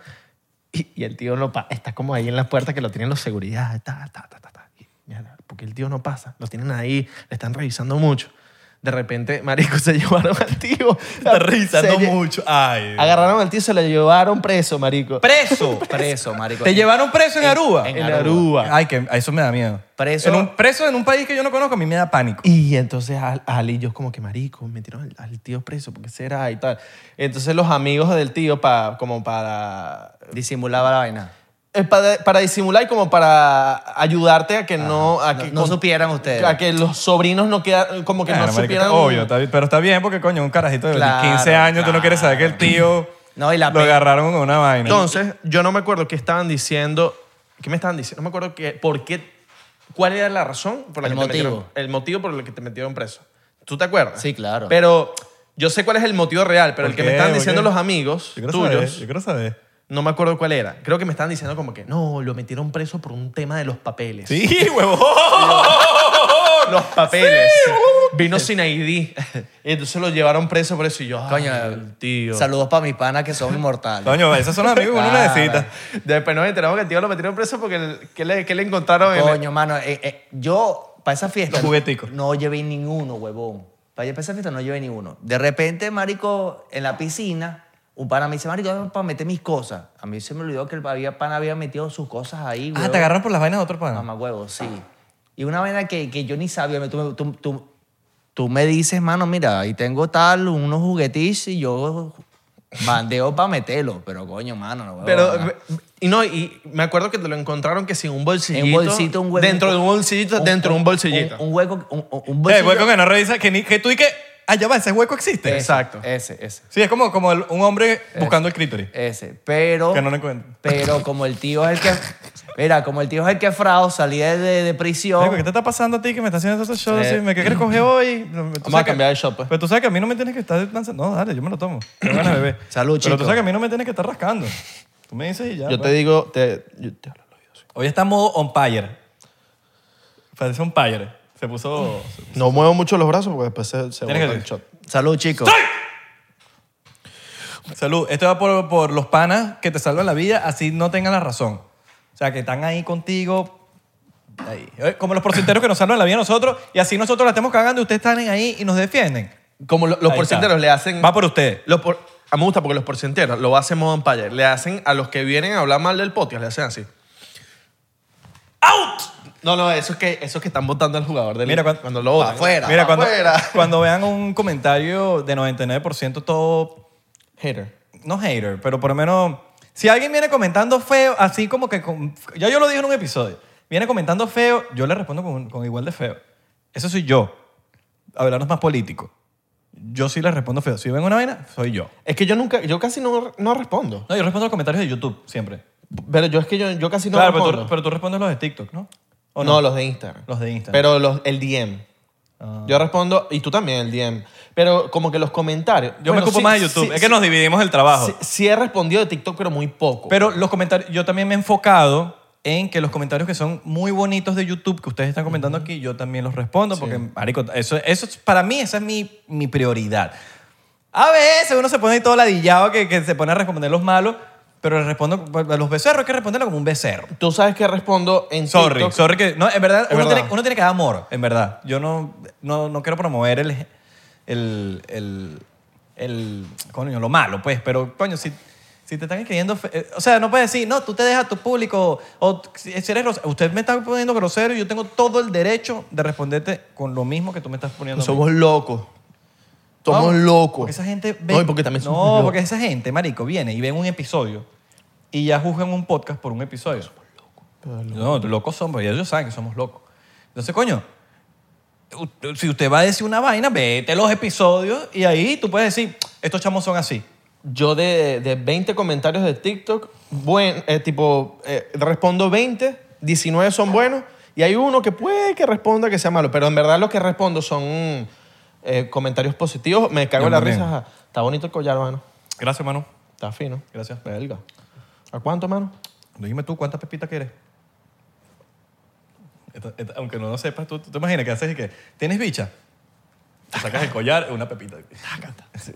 Speaker 3: Y, y el tío no pasa. Está como ahí en la puerta que lo tienen los seguridad. Ta, ta, ta, ta, ta. Y, mierda, porque el tío no pasa. Lo tienen ahí. Le están revisando mucho. De repente, marico, <laughs> se llevaron al tío.
Speaker 2: Estás revisando
Speaker 3: Se lle-
Speaker 2: mucho. Ay.
Speaker 3: Agarraron al tío y se lo llevaron preso, marico.
Speaker 2: ¡Preso!
Speaker 4: <laughs> Preso, marico.
Speaker 2: ¿Te llevaron preso en Aruba?
Speaker 4: en
Speaker 3: en Aruba.
Speaker 2: Ay, que a eso me da miedo.
Speaker 4: Preso-
Speaker 2: En un, preso en un país que yo no conozco, a mí me da pánico.
Speaker 3: Y entonces al- Ali, yo como que marico, metieron al, al tío preso, porque será? Y tal. Entonces los amigos del tío, pa, como para,
Speaker 4: Disimulaba la vaina.
Speaker 3: eh, para. para disimular y como para ayudarte a que no. A que
Speaker 4: no supieran ustedes.
Speaker 3: A que los sobrinos no quedaran. Como que
Speaker 2: Claro,
Speaker 3: no
Speaker 2: marico,
Speaker 3: supieran.
Speaker 2: está- obvio, está bien, pero está bien porque, coño, un carajito de
Speaker 4: Claro,
Speaker 2: 15 años, tú no
Speaker 4: claro.
Speaker 2: quieres saber que el tío
Speaker 4: No, y la
Speaker 2: lo
Speaker 4: pe-
Speaker 2: agarraron con una vaina.
Speaker 3: Entonces, yo no me acuerdo qué estaban diciendo. ¿Qué me estaban diciendo? No me acuerdo qué, por qué. ¿Cuál era la razón por la
Speaker 4: El
Speaker 3: que te
Speaker 4: motivo.
Speaker 3: metieron? El motivo por el que te metieron preso. ¿Tú te acuerdas?
Speaker 4: Sí, claro.
Speaker 3: Pero yo sé cuál es el motivo real, pero
Speaker 2: ¿Por
Speaker 3: el que
Speaker 2: qué?
Speaker 3: me estaban
Speaker 2: ¿Por
Speaker 3: diciendo
Speaker 2: qué?
Speaker 3: los amigos
Speaker 2: yo quiero saber,
Speaker 3: tuyos.
Speaker 2: yo quiero saber.
Speaker 3: No me acuerdo cuál era. Creo que me estaban diciendo como que no, lo metieron preso por un tema de los papeles.
Speaker 2: <laughs> Sí, huevón.
Speaker 3: Los papeles. <laughs> Vino sin ID. <laughs> Y entonces lo llevaron preso por eso. Y yo,
Speaker 4: Coño,
Speaker 3: ay, el tío.
Speaker 4: Saludos para mis panas que son inmortales.
Speaker 2: Coño, esos son los amigos que uno
Speaker 4: Claro.
Speaker 2: necesita.
Speaker 3: <laughs> Después nos enteramos que el tío lo metieron preso porque el- ¿qué le, qué le encontraron? en
Speaker 4: <laughs>
Speaker 3: el-
Speaker 4: Coño, mano. eh, eh, yo, para esa fiesta.
Speaker 2: Los jugueticos.
Speaker 4: No llevé ninguno, huevón. Para esa fiesta no llevé ninguno. De repente, marico, en la piscina, un pana me dice, marico, para meter mis cosas. A mí se me olvidó que el había- pana había metido sus cosas ahí,
Speaker 2: Ah,
Speaker 4: huevón.
Speaker 2: te agarran por las vainas de otro pana.
Speaker 4: Mamá huevo, sí. Y una vaina que, que yo ni sabía, tú, me- tú, tú- tú me dices, mano, mira, ahí tengo tal, unos juguetitos y yo bandeo para meterlo, pero coño, mano, no huevo,
Speaker 3: Pero,
Speaker 2: eh,
Speaker 4: nada.
Speaker 3: y no, y me acuerdo que te lo encontraron que sin un bolsillito.
Speaker 4: En un bolsito, un hueco.
Speaker 3: Dentro de un bolsillito, dentro de un bolsillito.
Speaker 4: Un, un hueco, un, un- un
Speaker 2: Eh,
Speaker 4: bolsillo.
Speaker 2: hueco que no revisa, que, ni, que tú y que. Allá va, ese hueco existe.
Speaker 4: Ese,
Speaker 3: Exacto.
Speaker 4: Ese, ese,
Speaker 2: Sí, es como, como el- un hombre buscando el clítoris.
Speaker 4: ese. Pero,
Speaker 2: Que no lo encuentro.
Speaker 4: pero como el tío es el que, mira, como el tío es el que frao, salí de, de- de prisión.
Speaker 2: Marico, ¿Qué te está pasando a ti que me estás haciendo esos shows? así? ¿Me quieres coger hoy? Vamos
Speaker 3: Eh, mm. a cambiar de shot, pues.
Speaker 2: Pero tú sabes que a mí no me tienes que estar lanzando. No, dale, yo me lo tomo. Qué
Speaker 3: <clears throat>
Speaker 2: buena bebé.
Speaker 4: Salud,
Speaker 2: Pero tú
Speaker 4: chico.
Speaker 2: sabes que a mí no me tienes que estar rascando. Tú me dices y ya.
Speaker 3: Yo te
Speaker 2: pues.
Speaker 3: digo, te, yo te hablo al oído, sí.
Speaker 2: Hoy está modo umpire. Parece umpire. Se puso.
Speaker 3: No muevo mucho los brazos porque después se, se
Speaker 2: Tienes
Speaker 3: bota
Speaker 2: que-
Speaker 3: el shot.
Speaker 4: Salud, chicos.
Speaker 2: Salud. Esto va por, por los panas que te salvan la vida, así no tengan la razón. O sea, que están ahí contigo. ahí. Eh, Como los porcenteros que nos salvan la vida a nosotros, y así nosotros la estamos cagando y ustedes están ahí y nos defienden.
Speaker 3: Como lo-
Speaker 2: Ahí
Speaker 3: los
Speaker 2: está.
Speaker 3: porcenteros le hacen.
Speaker 2: Va por ustedes.
Speaker 3: Los por- a mí me gusta porque los porcenteros lo hacen modo umpire. Le hacen a los que vienen a hablar mal del podcast, le hacen así. ¡Out! No, no, eso es que, eso es que están votando al jugador. del-
Speaker 2: Mira,
Speaker 3: cuando,
Speaker 2: cuando-
Speaker 3: lo votan.
Speaker 4: afuera.
Speaker 2: Mira, cuando,
Speaker 3: afuera.
Speaker 2: cuando vean un comentario de 99% todo
Speaker 3: Hater.
Speaker 2: no hater, pero por lo menos, si alguien viene comentando feo, así como que, con- ya yo lo dije en un episodio, viene comentando feo, yo le respondo con, con igual de feo. Eso soy yo. Hablarnos más político. Yo sí le respondo feo. Si ven una vaina, soy yo.
Speaker 3: Es que yo nunca, yo casi no, no respondo.
Speaker 2: No, yo respondo los comentarios de YouTube siempre.
Speaker 3: Pero yo es que yo, yo casi no
Speaker 2: claro, pero
Speaker 3: respondo.
Speaker 2: tú, pero tú respondes los de TikTok, ¿no? ¿O
Speaker 3: no, los de Instagram.
Speaker 2: Los de Instagram. Ah.
Speaker 3: Pero los, el DM. Yo respondo, y tú también el DM. Pero como que los comentarios.
Speaker 2: yo me ocupo más de YouTube. es que nos dividimos el trabajo.
Speaker 3: Sí, sí he respondido de TikTok, pero muy poco.
Speaker 2: Pero los comentarios, yo también me he enfocado en que los comentarios que son muy bonitos de YouTube, que ustedes están comentando aquí, yo también los respondo, porque, marico, eso, eso es- para mí esa es mi, mi prioridad. A veces uno se pone ahí todo ladillado que, que se pone a responder los malos, pero le respondo a los becerros, hay que responderlo como un becerro.
Speaker 3: tú sabes que respondo en
Speaker 2: Sorry,
Speaker 3: TikTok.
Speaker 2: sorry que... No, en verdad, uno,
Speaker 3: verdad.
Speaker 2: Tiene, uno tiene que dar amor, en verdad. Yo no, no, no quiero promover el... el, el, el- coño, lo malo, pues, pero coño, si, si te están escribiendo... fe- eh, O sea, no puedes decir, no, tú te dejas a tu público o si eres grosero. Usted me está poniendo grosero y yo tengo todo el derecho de responderte con lo mismo que tú me estás poniendo. a mí.
Speaker 3: Somos locos. Somos
Speaker 2: Vamos,
Speaker 3: locos.
Speaker 2: Porque esa gente ve-
Speaker 3: No, y porque también
Speaker 2: No,
Speaker 3: somos locos.
Speaker 2: porque esa gente, marico, viene y ven un episodio y ya juzgan un podcast por un episodio. No, locos somos, y ellos saben que somos locos. Entonces, coño, u- si usted va a decir una vaina, vete los episodios y ahí tú puedes decir, estos chamos son así.
Speaker 3: Yo de, de 20 comentarios de TikTok, buen, eh, tipo, eh, respondo 20, 19 son buenos y hay uno que puede que responda que sea malo, pero en verdad lo que respondo son mm, eh, comentarios positivos. Me cago
Speaker 2: Yo
Speaker 3: en la
Speaker 2: también.
Speaker 3: risa. ajá. Está bonito el collar, mano.
Speaker 2: Gracias, hermano.
Speaker 3: Está fino.
Speaker 2: Gracias.
Speaker 3: Belga. ¿A cuánto, mano?
Speaker 2: Dime tú, ¿cuántas pepitas quieres? Esta- esta- aunque no lo sepas, tú, tú te imaginas que haces y que, ¿tienes bicha? Te sacas el collar, una pepita.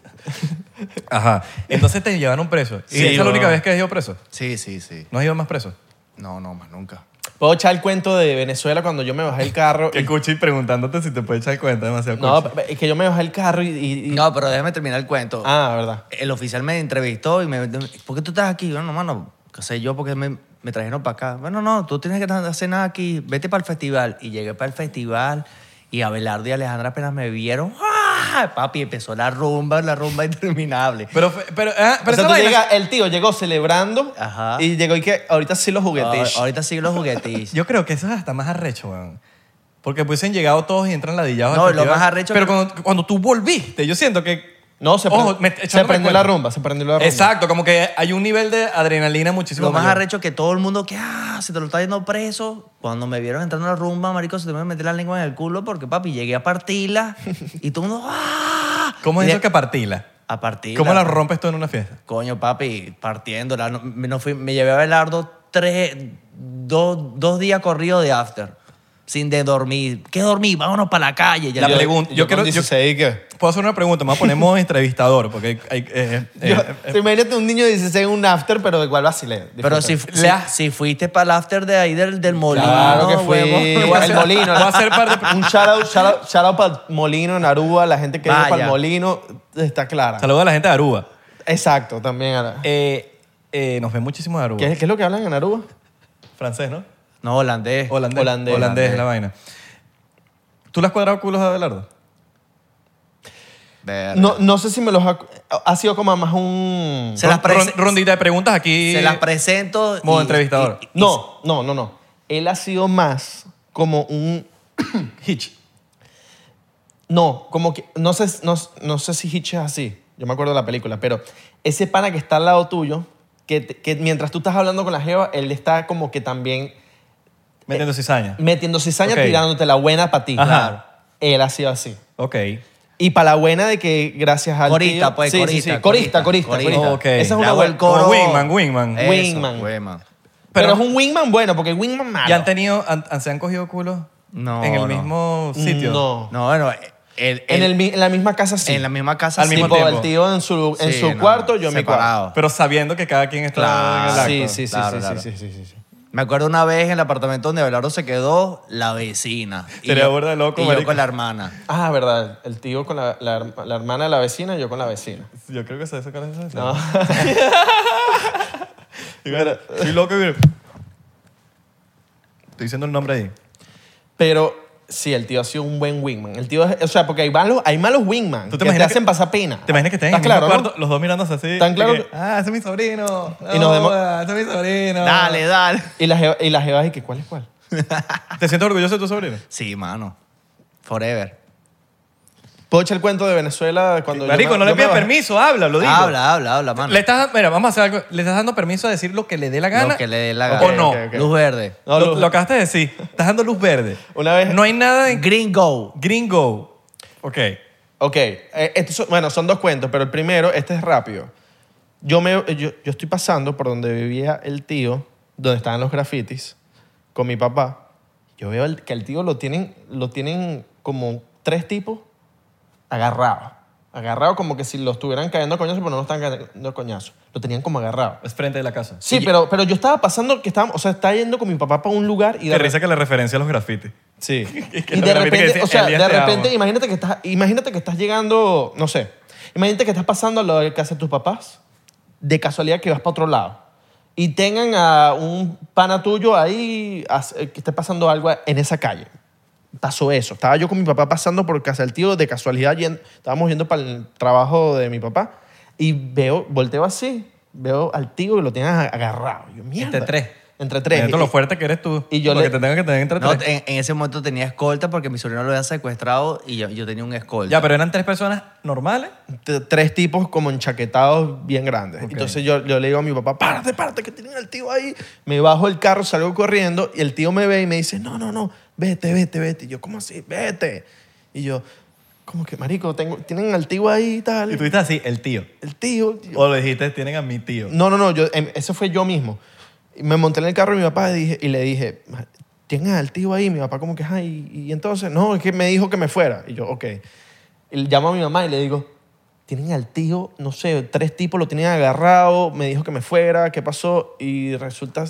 Speaker 2: <laughs> Ajá. Entonces te llevaron preso. ¿Y
Speaker 3: Sí,
Speaker 2: esa es la
Speaker 3: weón.
Speaker 2: única vez que has ido preso?
Speaker 4: Sí, sí, sí.
Speaker 2: ¿No has ido más preso?
Speaker 4: No, no, más nunca.
Speaker 3: Puedo echar el cuento de Venezuela cuando yo me bajé el
Speaker 2: <laughs>
Speaker 3: carro. y-
Speaker 2: Que cuchi preguntándote si te puedes echar cuenta demasiado
Speaker 3: no,
Speaker 2: cuchi.
Speaker 3: es que yo me bajé el carro y... y- y-
Speaker 4: No, pero déjame terminar el cuento.
Speaker 3: Ah, verdad.
Speaker 4: El oficial me entrevistó y me ¿por qué tú estás aquí? Yo, no, mano, qué sé yo, porque me, me trajeron para acá. Bueno, no, tú tienes que hacer nada aquí, vete para el festival. Y llegué para el festival y Abelardo y Alejandra apenas me vieron. ¡Ah! Papi, empezó la rumba, la rumba interminable.
Speaker 2: Pero, fue- pero, ah, pero
Speaker 3: o sea,
Speaker 2: esa
Speaker 3: tú
Speaker 2: vaina-
Speaker 3: llegas- el tío llegó celebrando
Speaker 4: Ajá.
Speaker 3: y llegó y que ahorita sí los juguetes.
Speaker 4: Ah, ahorita sí los juguetes.
Speaker 2: <laughs> Yo creo que eso es hasta más arrecho, weón. Porque hubiesen llegado todos y entran ladillados.
Speaker 4: No,
Speaker 2: al
Speaker 4: lo
Speaker 2: festival.
Speaker 4: más arrecho
Speaker 2: Pero
Speaker 4: que-
Speaker 2: cuando, cuando tú volviste,
Speaker 3: Este,
Speaker 2: yo siento que...
Speaker 3: No, se,
Speaker 2: Ojo,
Speaker 3: prend-
Speaker 2: me-
Speaker 3: se
Speaker 2: echándome
Speaker 3: prendió la
Speaker 2: cuenta.
Speaker 3: rumba, se prendió la rumba.
Speaker 2: Exacto, como que hay un nivel de adrenalina muchísimo
Speaker 4: Lo más
Speaker 2: mayor.
Speaker 4: arrecho que todo el mundo que, ah, se te lo está yendo preso. Cuando me vieron entrando a la rumba, marico, se te me metió la lengua en el culo porque, papi, llegué a partirla y todo el mundo, ah.
Speaker 2: ¿Cómo es
Speaker 4: Y
Speaker 2: eso
Speaker 4: de-
Speaker 2: que partila?
Speaker 4: A partirla.
Speaker 2: ¿Cómo la rompes tú en una fiesta?
Speaker 4: Coño, papi, partiéndola. No, me, no fui- me llevé a Belardo tres, dos, dos días corridos de after, sin de dormir. ¿Qué dormí? Vámonos para la calle. Ya
Speaker 2: La
Speaker 4: yo-
Speaker 3: Yo-
Speaker 2: pregunta-
Speaker 3: yo,
Speaker 2: yo
Speaker 3: quiero
Speaker 2: quiero- yo- Puedo hacer una pregunta, me voy a
Speaker 4: <laughs>
Speaker 2: poner modo entrevistador, porque hay- hay- eh, eh, eh,
Speaker 3: imagínate un niño de 16 en un after, pero igual vacilé.
Speaker 4: Pero si, fu- si, si fuiste para el after de ahí del, del molino,
Speaker 3: Claro que fue.
Speaker 4: huevo.
Speaker 2: voy a
Speaker 3: El
Speaker 2: hacer-
Speaker 3: molino.
Speaker 2: voy a hacer par de-
Speaker 3: Un shout out, shout out, shout out para Molino, Narúa, la gente que vive para
Speaker 4: Vaya.
Speaker 3: el Molino. Está clara.
Speaker 2: saludo a la gente de Aruba.
Speaker 3: Exacto, también. Ara.
Speaker 2: Eh, eh, nos ven muchísimo de Aruba.
Speaker 3: ¿Qué, qué es lo que hablan en Aruba?
Speaker 2: Francés, ¿no?
Speaker 4: No, holandés.
Speaker 2: Holandés.
Speaker 3: Holandés.
Speaker 2: Holandés es la vaina. ¿Tú le has cuadrado culos a Abelardo?
Speaker 4: Verga.
Speaker 3: No, no sé si me los ha, ha sido como más un...
Speaker 4: Se las
Speaker 2: Ron-
Speaker 4: prese-
Speaker 2: rondita de preguntas aquí.
Speaker 4: Se las presento.
Speaker 2: Modo entrevistador.
Speaker 3: No, no, no, no. Él ha sido más como un... <coughs>
Speaker 2: Hitch.
Speaker 3: No, como que. No sé, no, no sé si Hitch es así. Yo me acuerdo de la película, pero ese pana que está al lado tuyo, que, te- que mientras tú estás hablando con la Jeva, él está como que también
Speaker 2: Metiendo cizaña.
Speaker 3: metiendo cizaña,
Speaker 2: Ok.
Speaker 3: tirándote la buena para ti.
Speaker 2: Ajá.
Speaker 3: Él ha sido así.
Speaker 2: Ok.
Speaker 3: Y para la buena de que gracias al.
Speaker 4: Corista,
Speaker 3: tío-
Speaker 4: pues,
Speaker 3: sí, sí,
Speaker 4: corista,
Speaker 3: sí, corista, corista,
Speaker 4: corista.
Speaker 3: corista.
Speaker 2: Ok.
Speaker 3: Esa es
Speaker 4: Le
Speaker 3: una
Speaker 4: hago
Speaker 3: buena.
Speaker 4: el coro.
Speaker 2: Como Wingman, Wingman. pues.
Speaker 4: Eso,
Speaker 3: Wingman.
Speaker 4: Wingman.
Speaker 3: Pero,
Speaker 2: Pero-
Speaker 3: es un wingman bueno, porque el wingman malo.
Speaker 2: ¿Y han tenido, han- han- se han cogido culos
Speaker 4: No,
Speaker 2: en el
Speaker 4: no.
Speaker 2: mismo sitio?
Speaker 3: Mm, No.
Speaker 4: No, bueno, el-
Speaker 3: En, el, mi- en la misma casa sí.
Speaker 4: en la misma casa.
Speaker 2: Al
Speaker 4: sí.
Speaker 2: mismo
Speaker 3: Tipo,
Speaker 2: tiempo.
Speaker 3: el tío en su, en
Speaker 4: Sí,
Speaker 3: su
Speaker 4: no,
Speaker 3: cuarto, yo en mi cuarto.
Speaker 4: separado.
Speaker 2: Pero sabiendo que cada quien está
Speaker 4: Claro.
Speaker 2: en el
Speaker 3: Sí,
Speaker 2: acto.
Speaker 3: sí, sí,
Speaker 4: Claro,
Speaker 3: sí,
Speaker 4: claro.
Speaker 3: sí, sí, sí, sí.
Speaker 4: Me acuerdo una vez en el apartamento donde Abelardo se quedó, la vecina. Y
Speaker 2: Sería
Speaker 4: yo-
Speaker 2: burda de loco,
Speaker 4: Y yo
Speaker 2: marico.
Speaker 4: con la hermana.
Speaker 3: Ah, verdad. El tío con la, la her- la hermana de la vecina y yo con la vecina.
Speaker 2: Yo creo que se esa cara es
Speaker 3: No.
Speaker 2: Soy loco y... Estoy diciendo el nombre ahí.
Speaker 3: Pero Sí, el tío ha sido un buen wingman. El tío, es- o sea, porque hay malos, hay malos wingman
Speaker 2: ¿Tú te
Speaker 3: que te
Speaker 2: imaginas que-
Speaker 3: hacen pasar pena.
Speaker 2: ¿Te imaginas que estén en
Speaker 3: ¿Estás
Speaker 2: el
Speaker 3: claro,
Speaker 2: cuarto,
Speaker 3: no?
Speaker 2: los dos mirándose así?
Speaker 3: ¿Tan
Speaker 2: de
Speaker 3: claro
Speaker 2: que,
Speaker 3: que-
Speaker 2: ah, ese es mi sobrino.
Speaker 3: Y nos vemos-
Speaker 2: Ah, ese es mi sobrino.
Speaker 4: Dale, dale.
Speaker 3: Y las jeva- y las jevas y que cuál es cuál.
Speaker 2: ¿Te sientes orgulloso de tu sobrino?
Speaker 4: Sí, mano. Forever.
Speaker 3: ¿Puedo echar el cuento de Venezuela cuando yo
Speaker 2: Marico,
Speaker 3: me-
Speaker 2: no le
Speaker 3: yo me
Speaker 2: pidas
Speaker 3: bajé?
Speaker 2: permiso, habla, lo digo.
Speaker 4: Habla, habla, habla, mano.
Speaker 2: Le estás, mira, vamos a hacer algo. Le estás dando permiso a decir lo que le dé la gana.
Speaker 4: Lo que le dé la
Speaker 2: O
Speaker 4: gana.
Speaker 2: no.
Speaker 3: ok, ok.
Speaker 4: Luz verde.
Speaker 3: No,
Speaker 2: lo,
Speaker 3: Luz.
Speaker 2: lo acabaste de decir. Estás dando luz verde.
Speaker 3: Una vez-
Speaker 2: No hay nada en
Speaker 4: Gringo.
Speaker 2: gringo. Ok.
Speaker 3: Ok, eh, estos son- bueno, son dos cuentos, pero el primero, este es rápido. Yo, me, yo, yo estoy pasando por donde vivía el tío, donde estaban los grafitis, con mi papá. Yo veo el- que el tío lo tienen, lo tienen como tres tipos agarrado. Agarrado como que si lo estuvieran cayendo a coñazo, pero no lo están cayendo a coñazo. Lo tenían como agarrado.
Speaker 2: Es frente de la casa.
Speaker 3: Sí, pero, pero yo estaba pasando que estábamos, o sea, estaba yendo con mi papá para un lugar y
Speaker 2: Qué
Speaker 3: de
Speaker 2: risa que le referencia a los grafitis. <laughs>
Speaker 3: Sí.
Speaker 2: que
Speaker 3: y de
Speaker 2: la verdad que
Speaker 3: repente,
Speaker 2: dice,
Speaker 3: o sea,
Speaker 2: Elías
Speaker 3: de
Speaker 2: te ama.
Speaker 3: repente, imagínate que, estás, imagínate que estás llegando, no sé, imagínate que estás pasando a la casa de tus papás, de casualidad que vas para otro lado, y tengan a un pana tuyo ahí as- eh, que esté pasando algo en esa calle. Pasó eso. Estaba yo con mi papá pasando por casa del tío, de casualidad, yendo- estábamos yendo para el trabajo de mi papá, y veo, volteo así, veo al tío que lo tienen agarrado. Yo, mierda.
Speaker 2: Entre tres.
Speaker 3: Entre tres.
Speaker 2: Imagínate lo
Speaker 3: Y-
Speaker 2: fuerte que eres tú.
Speaker 3: y yo
Speaker 2: lo
Speaker 3: le-
Speaker 2: que te tengo que tener entre
Speaker 4: No,
Speaker 2: tres.
Speaker 4: en, en ese momento tenía escolta porque mi sobrino lo había secuestrado y yo, yo tenía un escolta.
Speaker 2: Ya, pero eran tres personas normales.
Speaker 3: t- tres tipos como enchaquetados bien grandes. Entonces yo, yo le digo a mi papá, párate, párate, que tienen al tío ahí. Me bajo el carro, salgo corriendo y el tío me ve y me dice, no, no, no, vete, vete, vete. Y yo, ¿cómo así? Vete. Y yo, ¿cómo que, marico? Tengo, tienen al tío ahí y tal.
Speaker 2: Y tú dices así, el tío.
Speaker 3: El tío. yo-
Speaker 2: O le dijiste, tienen a mi tío.
Speaker 3: no, no, no, yo, em, eso fue yo mismo. Y Me monté en el carro de mi papá y, dije, y le dije, "Ma- ¿tienes al tío ahí? Mi papá como que, ay, y, y entonces, no, es que me dijo que me fuera. Y yo, ok. Y le llamo a mi mamá y le digo, tienen al tío, no sé, tres tipos lo tenían agarrado, me dijo que me fuera, ¿qué pasó? Y resulta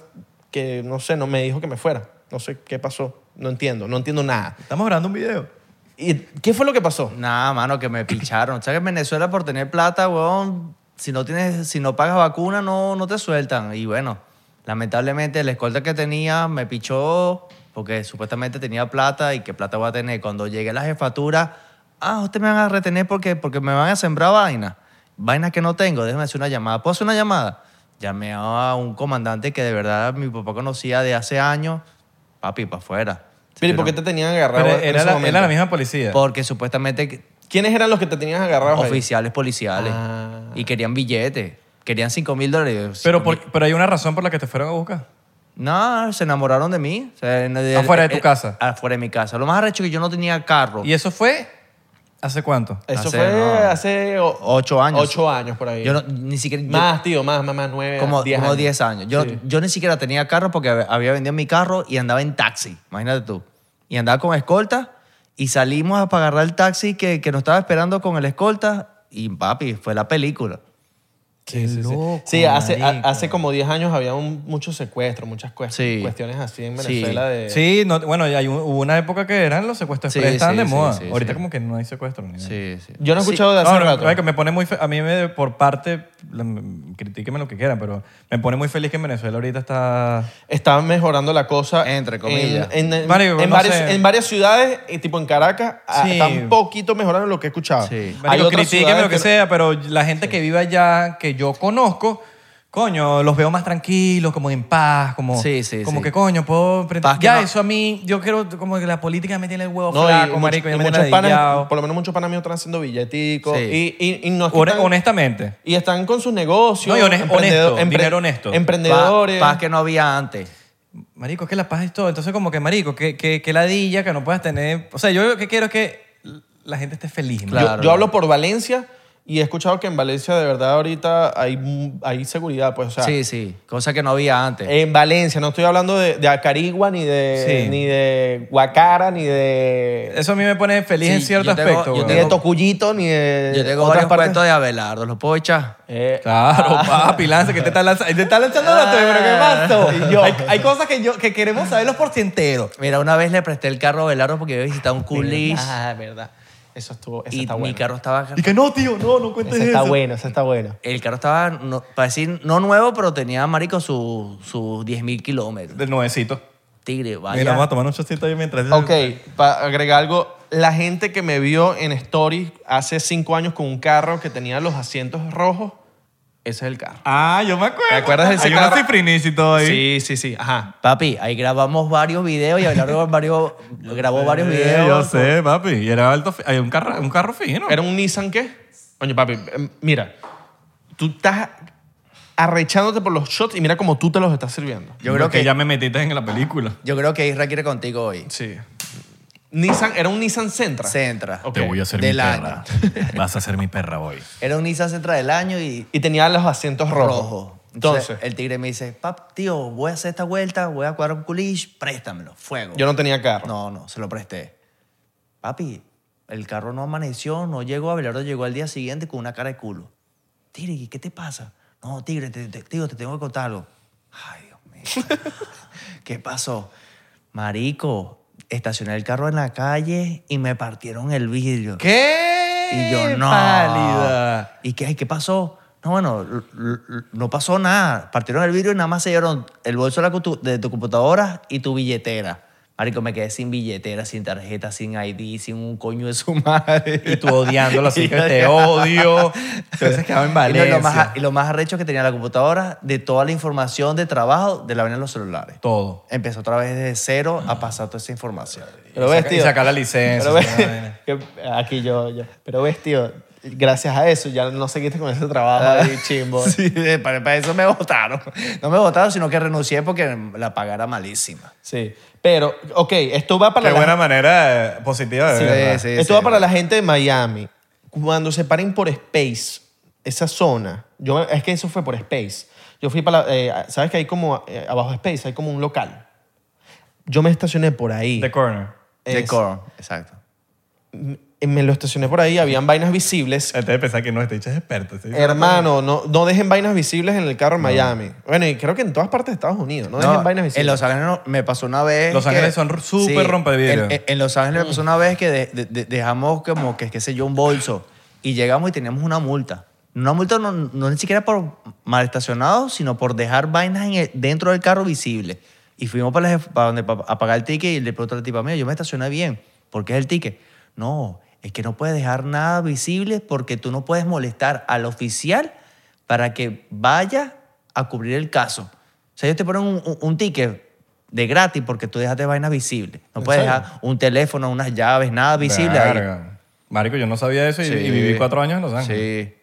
Speaker 3: que, no sé, no me dijo que me fuera. No sé qué pasó, no entiendo, no entiendo nada.
Speaker 2: Estamos grabando un video.
Speaker 3: ¿Y qué fue lo que pasó?
Speaker 4: Nada, mano, que me picharon. O sea, que en Venezuela por tener plata, weón, si no, tienes, si no pagas vacuna, no, no te sueltan. Y bueno, lamentablemente el escolta que tenía me pichó porque supuestamente tenía plata y qué plata voy a tener. Cuando llegué a la jefatura, ah, ustedes me van a retener porque, porque me van a sembrar vaina. Vainas que no tengo, déjeme hacer una llamada. ¿Puedo hacer una llamada? Llamé a un comandante que de verdad mi papá conocía de hace años. Papi, para afuera.
Speaker 3: Pero, ¿y por qué te tenían agarrado?
Speaker 2: Pero
Speaker 3: en
Speaker 2: era
Speaker 3: ese
Speaker 2: la,
Speaker 3: momento?
Speaker 2: era la misma policía.
Speaker 4: Porque supuestamente
Speaker 3: ¿Quiénes eran los que te tenían agarrado? ahí?
Speaker 4: oficiales policiales
Speaker 3: Ah.
Speaker 4: y querían billetes. Querían 5 mil dólares.
Speaker 2: Pero, por- pero hay una razón por la que te fueron a buscar.
Speaker 4: No, se enamoraron de mí. O sea, en- de-
Speaker 2: Afuera de
Speaker 4: eh,
Speaker 2: tu casa.
Speaker 4: Afuera de mi casa. Lo más arrecho es que yo no tenía carro.
Speaker 2: ¿Y eso fue hace cuánto?
Speaker 3: Eso
Speaker 4: Hace,
Speaker 3: fue
Speaker 4: no.
Speaker 3: hace o-
Speaker 4: Ocho años.
Speaker 3: Ocho años por ahí.
Speaker 4: Yo no- ni siquiera. yo-
Speaker 3: más, tío, más, más, más, nueve.
Speaker 4: como
Speaker 3: diez
Speaker 4: como
Speaker 3: años.
Speaker 4: 10 años. Yo,
Speaker 3: Sí.
Speaker 4: yo ni siquiera tenía carro porque hab- había vendido mi carro y andaba en taxi. Imagínate tú. Y andaba con escolta y salimos a pagar el taxi que, que nos estaba esperando con el escolta. Y papi, fue la película.
Speaker 3: Sí, sí, sí.
Speaker 4: loco,
Speaker 3: Sí, hace, a-
Speaker 4: marico.
Speaker 3: hace como 10 años había un- muchos secuestros, muchas cuest-
Speaker 4: Sí.
Speaker 3: cuestiones así en
Speaker 4: Sí.
Speaker 3: Venezuela. De,
Speaker 2: Sí, no- bueno, ya hay un- hubo una época que eran los secuestros
Speaker 4: Sí,
Speaker 2: express, estaban
Speaker 4: sí,
Speaker 2: de
Speaker 4: sí,
Speaker 2: moda.
Speaker 4: sí,
Speaker 2: Ahorita
Speaker 4: sí.
Speaker 2: como que no hay secuestros. ni nada.
Speaker 4: Sí, sí.
Speaker 3: Yo no he escuchado de hace
Speaker 2: No, no,
Speaker 3: rato.
Speaker 2: marico, me pone muy fe- a mí me, por parte, la- m- critíquenme lo que quieran, pero me pone muy feliz que en Venezuela ahorita está...
Speaker 3: Está mejorando la cosa.
Speaker 4: Entre comillas.
Speaker 3: En, en-
Speaker 2: Marico,
Speaker 3: en
Speaker 2: no
Speaker 3: varios-
Speaker 2: sé.
Speaker 3: en varias ciudades, y tipo en Caracas, a-
Speaker 2: Sí.
Speaker 3: está un poquito mejorando lo que he escuchado.
Speaker 4: Sí.
Speaker 3: Hay
Speaker 2: Marico,
Speaker 3: otras
Speaker 2: critíquenme
Speaker 3: ciudades
Speaker 2: lo que
Speaker 3: no-
Speaker 2: sea, pero la gente que vive allá, que yo conozco, coño, los veo más tranquilos, como en paz, como,
Speaker 4: Sí, sí,
Speaker 2: como
Speaker 4: sí.
Speaker 2: que coño, puedo... pre-
Speaker 4: Paz que
Speaker 2: ya,
Speaker 4: no-
Speaker 2: eso a mí, yo quiero como que la política me tiene el huevo
Speaker 3: No, y
Speaker 2: flaco,
Speaker 3: mucho-
Speaker 2: marico,
Speaker 3: y
Speaker 2: ya me
Speaker 3: muchos
Speaker 2: tiene
Speaker 3: panas,
Speaker 2: ladillado.
Speaker 3: por lo menos muchos panas míos están haciendo billeticos.
Speaker 4: Sí.
Speaker 3: Y, y, y no es que
Speaker 2: Hone-
Speaker 3: están-
Speaker 2: Honestamente.
Speaker 3: Y están con sus negocios.
Speaker 2: No, y honest-
Speaker 3: emprendedor-
Speaker 2: honesto, dinero honesto.
Speaker 3: Emprendedores.
Speaker 4: Paz, paz que no había antes.
Speaker 2: Marico, es que la paz es todo. Entonces, como que, marico, que, que, que ladilla, que no puedas tener. O sea, yo lo que quiero es que la gente esté feliz, ¿no?
Speaker 3: Yo-
Speaker 4: Claro.
Speaker 3: yo, hablo por Valencia y he escuchado que en Valencia de verdad ahorita hay, mu- hay seguridad. Pues, o sea,
Speaker 4: sí,
Speaker 3: Eh,
Speaker 4: sí. Cosa que no había antes.
Speaker 3: en Valencia, no estoy hablando de, de Acarigua, ni de,
Speaker 2: Sí.
Speaker 3: ni de Guacara, ni de,
Speaker 2: Eso a mí me pone feliz
Speaker 4: Sí,
Speaker 2: en cierto
Speaker 4: yo tengo-
Speaker 2: aspecto.
Speaker 4: yo
Speaker 2: weón.
Speaker 3: ni de Tocuyito, ni de.
Speaker 4: Yo tengo
Speaker 3: otras
Speaker 4: varios
Speaker 3: partes.
Speaker 4: cuentos de Abelardo, ¿los puedo echar?
Speaker 3: Eh,
Speaker 2: Claro, papi, lanza, que te está lanzando. Te está lanzando la pero ¿qué pasó?
Speaker 3: Y yo.
Speaker 2: Hay, hay cosas que, yo, que queremos saber los porcienteros.
Speaker 4: Mira, una vez le presté el carro a Abelardo porque iba a visitar
Speaker 3: <laughs>
Speaker 4: un culis
Speaker 3: Ah, verdad. Eso estuvo. Eso
Speaker 4: y
Speaker 3: está
Speaker 4: mi
Speaker 3: bueno.
Speaker 4: carro estaba...
Speaker 2: Y que no, tío, no, no cuentes
Speaker 3: Eso está bueno, eso está bueno.
Speaker 4: El carro estaba, no- para decir, no nuevo, pero tenía, marico, sus su 10.000 kilómetros.
Speaker 2: Del nuevecito.
Speaker 4: Tigre, vaya.
Speaker 2: Mira, vamos a tomar un chocito ahí mientras...
Speaker 3: Ok, para agregar algo, la gente que me vio en Story hace cinco años con un carro que tenía los asientos rojos, ese es el carro.
Speaker 2: Ah, yo me acuerdo.
Speaker 3: ¿Te acuerdas de ese
Speaker 2: Hay una
Speaker 3: carro?
Speaker 2: cifrinis y todo ahí.
Speaker 3: Sí, sí, sí, ajá.
Speaker 4: Papi, ahí grabamos varios videos y
Speaker 2: <laughs>
Speaker 4: Abelardo varios, grabó varios
Speaker 2: Sí,
Speaker 4: videos.
Speaker 2: yo sé, papi. Y era alto... fi- Hay un carro, un carro fino.
Speaker 3: ¿Era un Nissan qué? Coño, papi, em, mira, tú estás arrechándote por los shots y mira cómo tú te los estás sirviendo.
Speaker 4: Yo creo
Speaker 2: Porque
Speaker 4: que,
Speaker 2: ya me metiste en la película.
Speaker 4: yo creo que Isra quiere contigo hoy.
Speaker 3: Sí. Nissan, era un Nissan Sentra.
Speaker 4: Centra.
Speaker 3: Ok.
Speaker 2: Te voy a hacer
Speaker 4: Del
Speaker 2: mi perra.
Speaker 4: año.
Speaker 2: Vas a ser mi perra hoy.
Speaker 4: Era un Nissan Centra del año y
Speaker 3: Y tenía los asientos rojos.
Speaker 4: rojo. Entonces,
Speaker 3: Entonces,
Speaker 4: el tigre me dice, pap, tío, voy a hacer esta vuelta, voy a cuadrar un culish, préstamelo, fuego.
Speaker 3: yo no tenía carro.
Speaker 4: No, no, se lo presté. Papi, el carro no amaneció, no llegó, Abelardo llegó al día siguiente con una cara de culo. Tigre, ¿y ¿qué te pasa? No, tigre, te, te- tío, te tengo que contar algo. Ay, Dios mío. <laughs> ¿Qué pasó? Marico, estacioné el carro en la calle y me partieron el vidrio.
Speaker 3: ¿Qué?
Speaker 4: Y yo, no.
Speaker 3: Pálida.
Speaker 4: ¿Y qué, qué pasó? No, bueno, l- l- no pasó nada. Partieron el vidrio y nada más se dieron el bolso de, la cutu- de tu computadora y tu billetera. Marico, me quedé sin billetera, sin tarjeta, sin ID, sin un coño de su <laughs> madre.
Speaker 1: Y tú odiándolo, así que te odio. Te hubieses quedado en
Speaker 4: Y lo,
Speaker 1: Valencia.
Speaker 4: lo más, y lo más arrecho es que tenía la computadora de toda la información de trabajo de la vaina de los celulares.
Speaker 2: Todo.
Speaker 4: Empezó otra vez desde cero a pasar toda esa información.
Speaker 10: Pero
Speaker 2: y,
Speaker 10: ves,
Speaker 2: saca- y
Speaker 10: tío.
Speaker 2: sacar la licencia.
Speaker 10: Pero ves,
Speaker 2: sacar la
Speaker 4: <laughs>
Speaker 2: vaina.
Speaker 10: <laughs> que- aquí yo, yo. Pero ves, tío, gracias a eso ya no seguiste con ese trabajo
Speaker 4: Ah.
Speaker 10: ahí
Speaker 3: <laughs>
Speaker 10: chimbo.
Speaker 4: Sí, <laughs> para, para eso me votaron. No me votaron, sino que renuncié porque la pagara malísima.
Speaker 10: Sí. Pero, ok, esto va para
Speaker 2: Qué
Speaker 10: la
Speaker 2: buena manera eh, positiva de
Speaker 10: Sí,
Speaker 2: verla.
Speaker 4: sí,
Speaker 10: Esto
Speaker 4: sí.
Speaker 10: va para la gente de Miami. Cuando se paren por Space, esa zona, yo, es que eso fue por Space. Yo fui para, la- eh, ¿sabes que hay como, eh, abajo de Space, hay como un local? Yo me estacioné por ahí.
Speaker 2: The Corner.
Speaker 4: De
Speaker 10: Es-
Speaker 4: Korn, exacto.
Speaker 10: Y Eh, me lo estacioné por ahí, habían vainas visibles.
Speaker 2: Antes de pensar que no, este dicho es experto. este dicho-
Speaker 10: Hermano, no, no dejen vainas visibles en el carro en Miami. Bueno, y creo que en todas partes de Estados Unidos, no, dejen
Speaker 4: No,
Speaker 10: vainas
Speaker 4: En
Speaker 10: visibles.
Speaker 4: Los Ángeles no- me pasó una vez.
Speaker 2: Los
Speaker 4: que-
Speaker 2: Ángeles son r- súper rompevidrio.
Speaker 4: En, en- Eh, en Los Ángeles me pasó una vez que de- de- de- dejamos como que, qué sé yo, un bolso y llegamos y teníamos una multa. Una multa no, no ni siquiera por mal estacionado, sino por dejar vainas en el- dentro del carro visible. Y fuimos para, la jef- para donde pa- a pagar el ticket y le pregunté a la tipa, mira, yo me estacioné bien, ¿por qué es el ticket? No, es que no puedes dejar nada visible porque tú no puedes molestar al oficial para que vaya a cubrir el caso. O sea, ellos te ponen un, un- un ticket de gratis porque tú dejaste vainas visibles. No puedes dejar un teléfono, unas llaves, nada visible ahí.
Speaker 2: Verga. Marico, yo no sabía eso y, y viví cuatro años en Los Ángeles.
Speaker 4: Sí.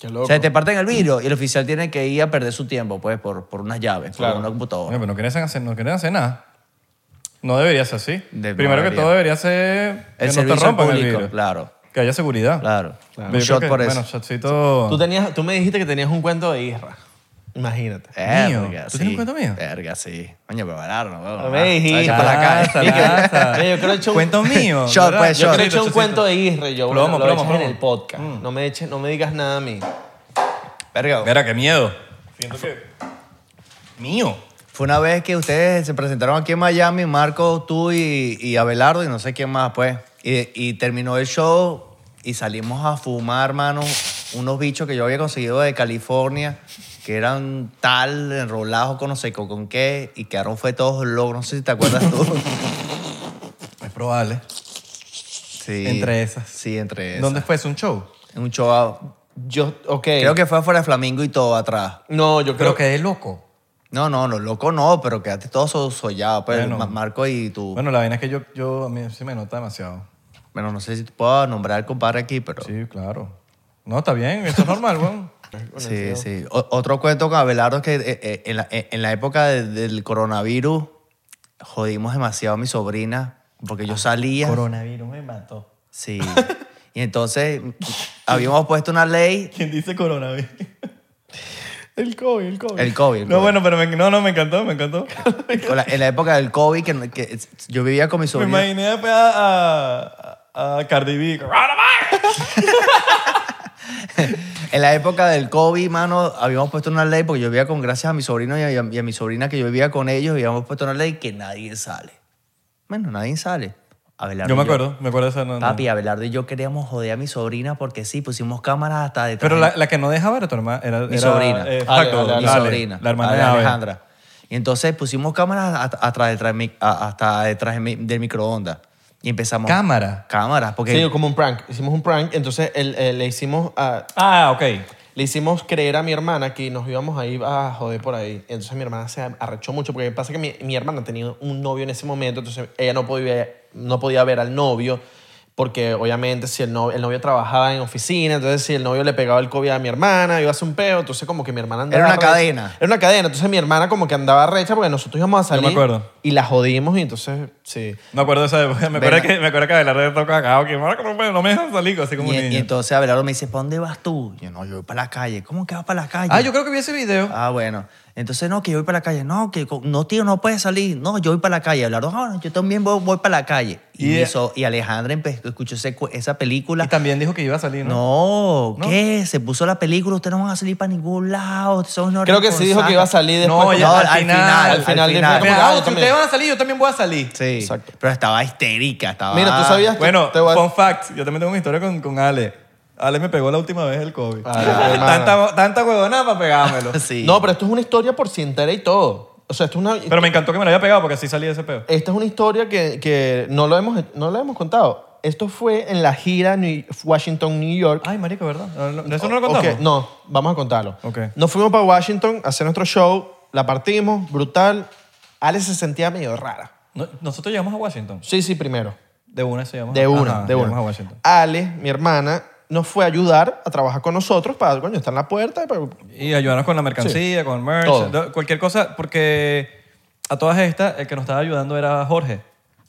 Speaker 10: Qué
Speaker 4: O
Speaker 10: loco.
Speaker 4: sea, te parten el vidrio y el oficial tiene que ir a perder su tiempo, pues, por, por unas llaves,
Speaker 10: Claro.
Speaker 4: por una
Speaker 2: Coño,
Speaker 4: computadora.
Speaker 2: pero no quieren hacer, no quieren hacer nada. No debería ser así.
Speaker 4: De- no
Speaker 2: Primero que
Speaker 4: debería.
Speaker 2: todo debería ser que
Speaker 4: El
Speaker 2: no te
Speaker 4: servicio
Speaker 2: rompan el
Speaker 4: público,
Speaker 2: vidrio.
Speaker 4: claro.
Speaker 2: Que haya seguridad.
Speaker 4: Claro.
Speaker 2: Yo
Speaker 4: Un
Speaker 2: creo
Speaker 4: shot
Speaker 2: que,
Speaker 4: por eso.
Speaker 2: Bueno, shotcito...
Speaker 3: Tú, tenías, tú me dijiste que tenías un cuento de Isra. Imagínate.
Speaker 4: Verga,
Speaker 2: mío. ¿Tú
Speaker 4: sí.
Speaker 2: tienes un cuento mío?
Speaker 4: Verga, sí. Coño, pero bararon, weón.
Speaker 10: Me dijiste.
Speaker 4: Echa Ah, para acá.
Speaker 2: Lanza,
Speaker 4: <laughs>
Speaker 2: lanza.
Speaker 10: Yo creo que un-
Speaker 2: Cuento mío.
Speaker 4: Shot,
Speaker 2: ¿verdad?
Speaker 4: pues,
Speaker 2: Yo
Speaker 4: shot.
Speaker 10: Yo
Speaker 2: creo
Speaker 10: te
Speaker 2: que
Speaker 10: he hecho un
Speaker 2: chocito.
Speaker 10: cuento de Israel, yo bueno,
Speaker 2: Plomo,
Speaker 10: lo
Speaker 2: plomo,
Speaker 10: echas en
Speaker 2: plomo.
Speaker 10: el podcast. No, me eches, no me digas nada a mí.
Speaker 4: Verga,
Speaker 2: Mira, qué miedo. Siento que... Mío.
Speaker 4: Fue una vez que ustedes se presentaron aquí en Miami, Marco, tú y, y Abelardo y no sé quién más, pues. Y, y terminó el show y salimos a fumar, hermano, unos bichos que yo había conseguido de California, que eran tal, enrolados con no sé con, con qué, y quedaron fue todos locos, no sé si te acuerdas <laughs> tú.
Speaker 2: Es probable.
Speaker 4: Sí.
Speaker 2: Entre esas.
Speaker 4: Sí, entre esas.
Speaker 2: ¿Dónde fue? ¿Es un show?
Speaker 4: En Un show, a-
Speaker 10: Yo, ok.
Speaker 4: creo que fue afuera de Flamingo y todo atrás.
Speaker 10: No, yo creo
Speaker 2: Pero
Speaker 10: que.
Speaker 2: quedé loco.
Speaker 4: No, no, no, loco no, pero quedaste todo so- sollado, pues,
Speaker 2: Bueno.
Speaker 4: Ma- Marco y tú.
Speaker 2: Bueno, la vaina es que yo, yo a mí sí me nota demasiado.
Speaker 4: Bueno, no sé si te puedo nombrar al compadre aquí, pero...
Speaker 2: Sí, claro. No, está bien, esto es normal, weón.
Speaker 4: Sí, sí. O- otro cuento con Abelardo es que eh, eh, en, la, eh, en la época de- del coronavirus jodimos demasiado a mi sobrina porque
Speaker 2: Ah,
Speaker 4: yo salía.
Speaker 2: Coronavirus me mató.
Speaker 4: Sí. Y entonces habíamos puesto una ley,
Speaker 2: ¿Quién dice coronavirus?
Speaker 10: El COVID, el COVID.
Speaker 4: el COVID.
Speaker 2: No, bueno, pero me, no, no, me encantó, me encantó.
Speaker 4: Con la- en la época del COVID, que, que yo vivía con mi
Speaker 2: Me
Speaker 4: sobrina.
Speaker 2: imaginé a, a, a Cardi B.
Speaker 4: En la época del COVID, mano, habíamos puesto una ley, porque yo vivía con, gracias a mi sobrino y a, y a mi sobrina que yo vivía con ellos, habíamos puesto una ley que nadie sale. Bueno, nadie sale. Abelardo
Speaker 2: Yo me
Speaker 4: y yo-
Speaker 2: acuerdo, me acuerdo de esa. no, no.
Speaker 4: Papi, Abelardo y yo queríamos joder a mi sobrina porque sí, pusimos cámaras hasta detrás.
Speaker 2: Pero la, la que no dejaba era tu hermana. Era,
Speaker 4: Mi
Speaker 2: era,
Speaker 4: sobrina.
Speaker 2: eh, exacto,
Speaker 10: Ale, Ale,
Speaker 4: mi
Speaker 2: Ale,
Speaker 4: sobrina.
Speaker 2: La hermana
Speaker 4: Ale
Speaker 2: de Ave.
Speaker 4: Alejandra. Y entonces pusimos cámaras hasta, hasta detrás, de mi- a- hasta detrás de mi- del microondas. Y empezamos.
Speaker 2: ¿Cámara?
Speaker 4: Cámaras, porque.
Speaker 3: Sí, como un prank. Hicimos un prank, entonces el- eh, le hicimos a,
Speaker 2: Ah, ok.
Speaker 3: le hicimos creer a mi hermana que nos íbamos a ir a joder por ahí. Entonces mi hermana se arrechó mucho porque pasa que mi, mi hermana tenía un novio en ese momento, entonces ella no podía, no podía ver al novio porque obviamente si el novio, el novio trabajaba en oficina, entonces si el novio le pegaba el COVID a mi hermana, iba a hacer un peo, entonces como que mi hermana andaba
Speaker 4: Era una
Speaker 3: arrecha.
Speaker 4: cadena.
Speaker 3: Era una cadena, entonces mi hermana como que andaba recha porque nosotros íbamos a
Speaker 2: Yo me
Speaker 3: salir
Speaker 2: acuerdo.
Speaker 3: y la jodimos y entonces sí.
Speaker 2: Me acuerdo esa época. Me acuerdo que, me acuerdo que Abelardo toca acá. Que "Marco, no me- no me dejan salir, así como
Speaker 4: y,
Speaker 2: un
Speaker 4: y
Speaker 2: niño.
Speaker 4: entonces Abelardo me dice, ¿para dónde vas tú? Yo, no, yo voy para la calle. ¿Cómo que vas para la calle?
Speaker 2: ah, yo creo que vi ese video.
Speaker 4: Ah, bueno. Entonces, no, que yo voy para la calle. No, que co- no, tío, no puedes salir. No, yo voy para la calle. Hablaron, ah, yo también voy, voy para la calle. Y,
Speaker 2: Y-
Speaker 4: hizo- y Alejandra empe- escuchó ese cu- esa película.
Speaker 2: y también dijo que iba a salir, ¿no?
Speaker 4: No,
Speaker 2: ¿No?
Speaker 4: ¿qué? Se puso la película, ustedes no van a salir para ningún lado. ustedes son unos
Speaker 3: Creo que sí dijo que iba a salir después.
Speaker 2: No,
Speaker 3: como-
Speaker 2: ya
Speaker 4: No,
Speaker 2: al,
Speaker 4: pues, al
Speaker 2: final,
Speaker 4: final,
Speaker 2: al
Speaker 4: al
Speaker 2: final.
Speaker 4: final.
Speaker 2: Como que,
Speaker 3: Mira,
Speaker 2: ah,
Speaker 3: yo
Speaker 2: si
Speaker 3: también.
Speaker 2: ustedes van a salir, yo también voy a salir.
Speaker 4: Sí,
Speaker 3: Exacto.
Speaker 4: pero estaba histérica. Estaba...
Speaker 3: Mira, tú sabías que
Speaker 2: Bueno,
Speaker 3: te voy a-
Speaker 2: fun fact. Yo también tengo una historia con, con Ale. Ale me pegó la última vez el COVID.
Speaker 3: Ah,
Speaker 2: tanta, tanta huevonada para
Speaker 3: <laughs>
Speaker 2: pegármelo.
Speaker 4: <laughs> Sí.
Speaker 3: No, pero esto es una historia por si entera y todo. O sea, esto es una
Speaker 2: Pero me encantó que me lo haya pegado porque así salí de ese peo.
Speaker 3: Esta es una historia que, que no, lo hemos, no la hemos contado. Esto fue en la gira New- Washington, New York.
Speaker 2: Ay, marico, ¿verdad? No, no, Ah, ¿Eso no lo contamos?
Speaker 3: Ok, no, vamos a contarlo.
Speaker 2: Ok.
Speaker 3: Nos fuimos para Washington a hacer nuestro show, la partimos, brutal. Ale se sentía medio rara.
Speaker 2: No, Nosotros llegamos a Washington.
Speaker 3: Sí, sí, primero.
Speaker 2: De una se llama.
Speaker 3: De una,
Speaker 2: Ajá,
Speaker 3: de
Speaker 2: llegamos
Speaker 3: una.
Speaker 2: a Washington.
Speaker 3: Ale, mi hermana, nos fue a ayudar a trabajar con nosotros para, coño, está en la puerta. pero-
Speaker 2: Y ayudarnos con la mercancía, con merch,
Speaker 3: Todo.
Speaker 2: do- cualquier cosa, porque a todas estas, el que nos estaba ayudando era Jorge.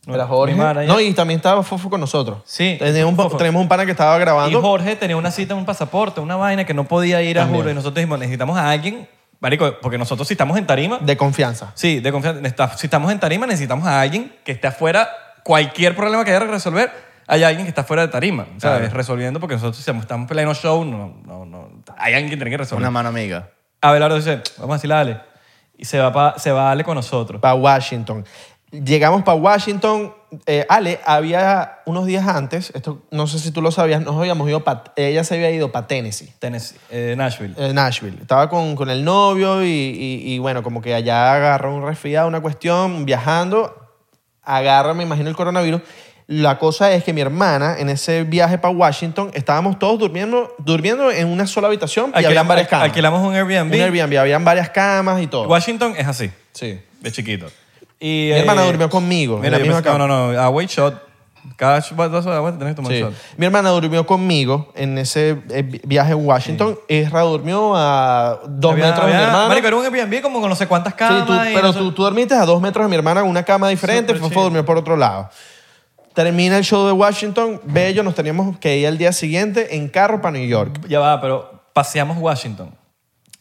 Speaker 2: ¿no?
Speaker 3: Era Jorge.
Speaker 2: Mi manager.
Speaker 3: No, y también estaba Fofo con nosotros.
Speaker 2: Sí,
Speaker 3: Tenemos un,
Speaker 2: Fofo.
Speaker 3: tenemos un pana que estaba
Speaker 2: Y
Speaker 3: grabando.
Speaker 2: Jorge tenía una cita, un pasaporte, una vaina que no podía ir a
Speaker 3: También.
Speaker 2: Juro. Y nosotros dijimos, necesitamos a alguien, marico, porque nosotros si estamos en tarima,
Speaker 3: De confianza.
Speaker 2: sí, de confianza, necesita- si estamos en tarima necesitamos a alguien que esté afuera, cualquier problema que haya que resolver, hay alguien que está fuera de tarima, ¿sabes? Resolviendo, porque nosotros si estamos en pleno show, no, no, no, hay alguien que tiene que resolver.
Speaker 4: Una mano amiga.
Speaker 2: Abelardo dice, vamos a decirle a Ale. Y se va, pa- se va Ale con nosotros.
Speaker 3: Para Washington. Llegamos para Washington. Eh, Ale, había unos días antes, esto no sé si tú lo sabías, nos habíamos ido pa- ella se había ido para Tennessee,
Speaker 2: Tennessee, eh, Nashville.
Speaker 3: eh, Nashville. Estaba con, con el novio y, y- y bueno, como que allá agarró un resfriado, una cuestión, viajando, agarra, me imagino, el coronavirus. La cosa es que mi hermana, en ese viaje para Washington, estábamos todos durmiendo, durmiendo en una sola habitación y habían varias camas.
Speaker 2: alquilamos un Airbnb.
Speaker 3: Un Airbnb, habían varias camas y todo.
Speaker 2: Washington es así,
Speaker 3: Sí.
Speaker 2: de chiquito. Y,
Speaker 3: Mi hermana durmió conmigo. en
Speaker 2: Mira,
Speaker 3: la
Speaker 2: yo
Speaker 3: misma
Speaker 2: pensé-
Speaker 3: cama.
Speaker 2: no, no, no, agua y shot. Cada sh- vaso de agua te tienes que tomar
Speaker 3: Sí.
Speaker 2: un shot.
Speaker 3: Mi hermana durmió conmigo en ese eh, vi- viaje a Washington. Esra durmió a dos
Speaker 2: Había-
Speaker 3: metros de mi
Speaker 2: había-
Speaker 3: hermana.
Speaker 2: Marico, era un Airbnb como con no sé cuántas
Speaker 3: Sí,
Speaker 2: camas.
Speaker 3: tú-
Speaker 2: y
Speaker 3: pero
Speaker 2: no sé-
Speaker 3: tú, tú dormiste a dos metros de mi hermana en una cama diferente.
Speaker 2: Súper
Speaker 3: Fofo
Speaker 2: chill.
Speaker 3: durmió por otro lado. Termina el show de Washington. Bello, nos teníamos que ir al día siguiente en carro para New York.
Speaker 2: Ya va, pero paseamos Washington.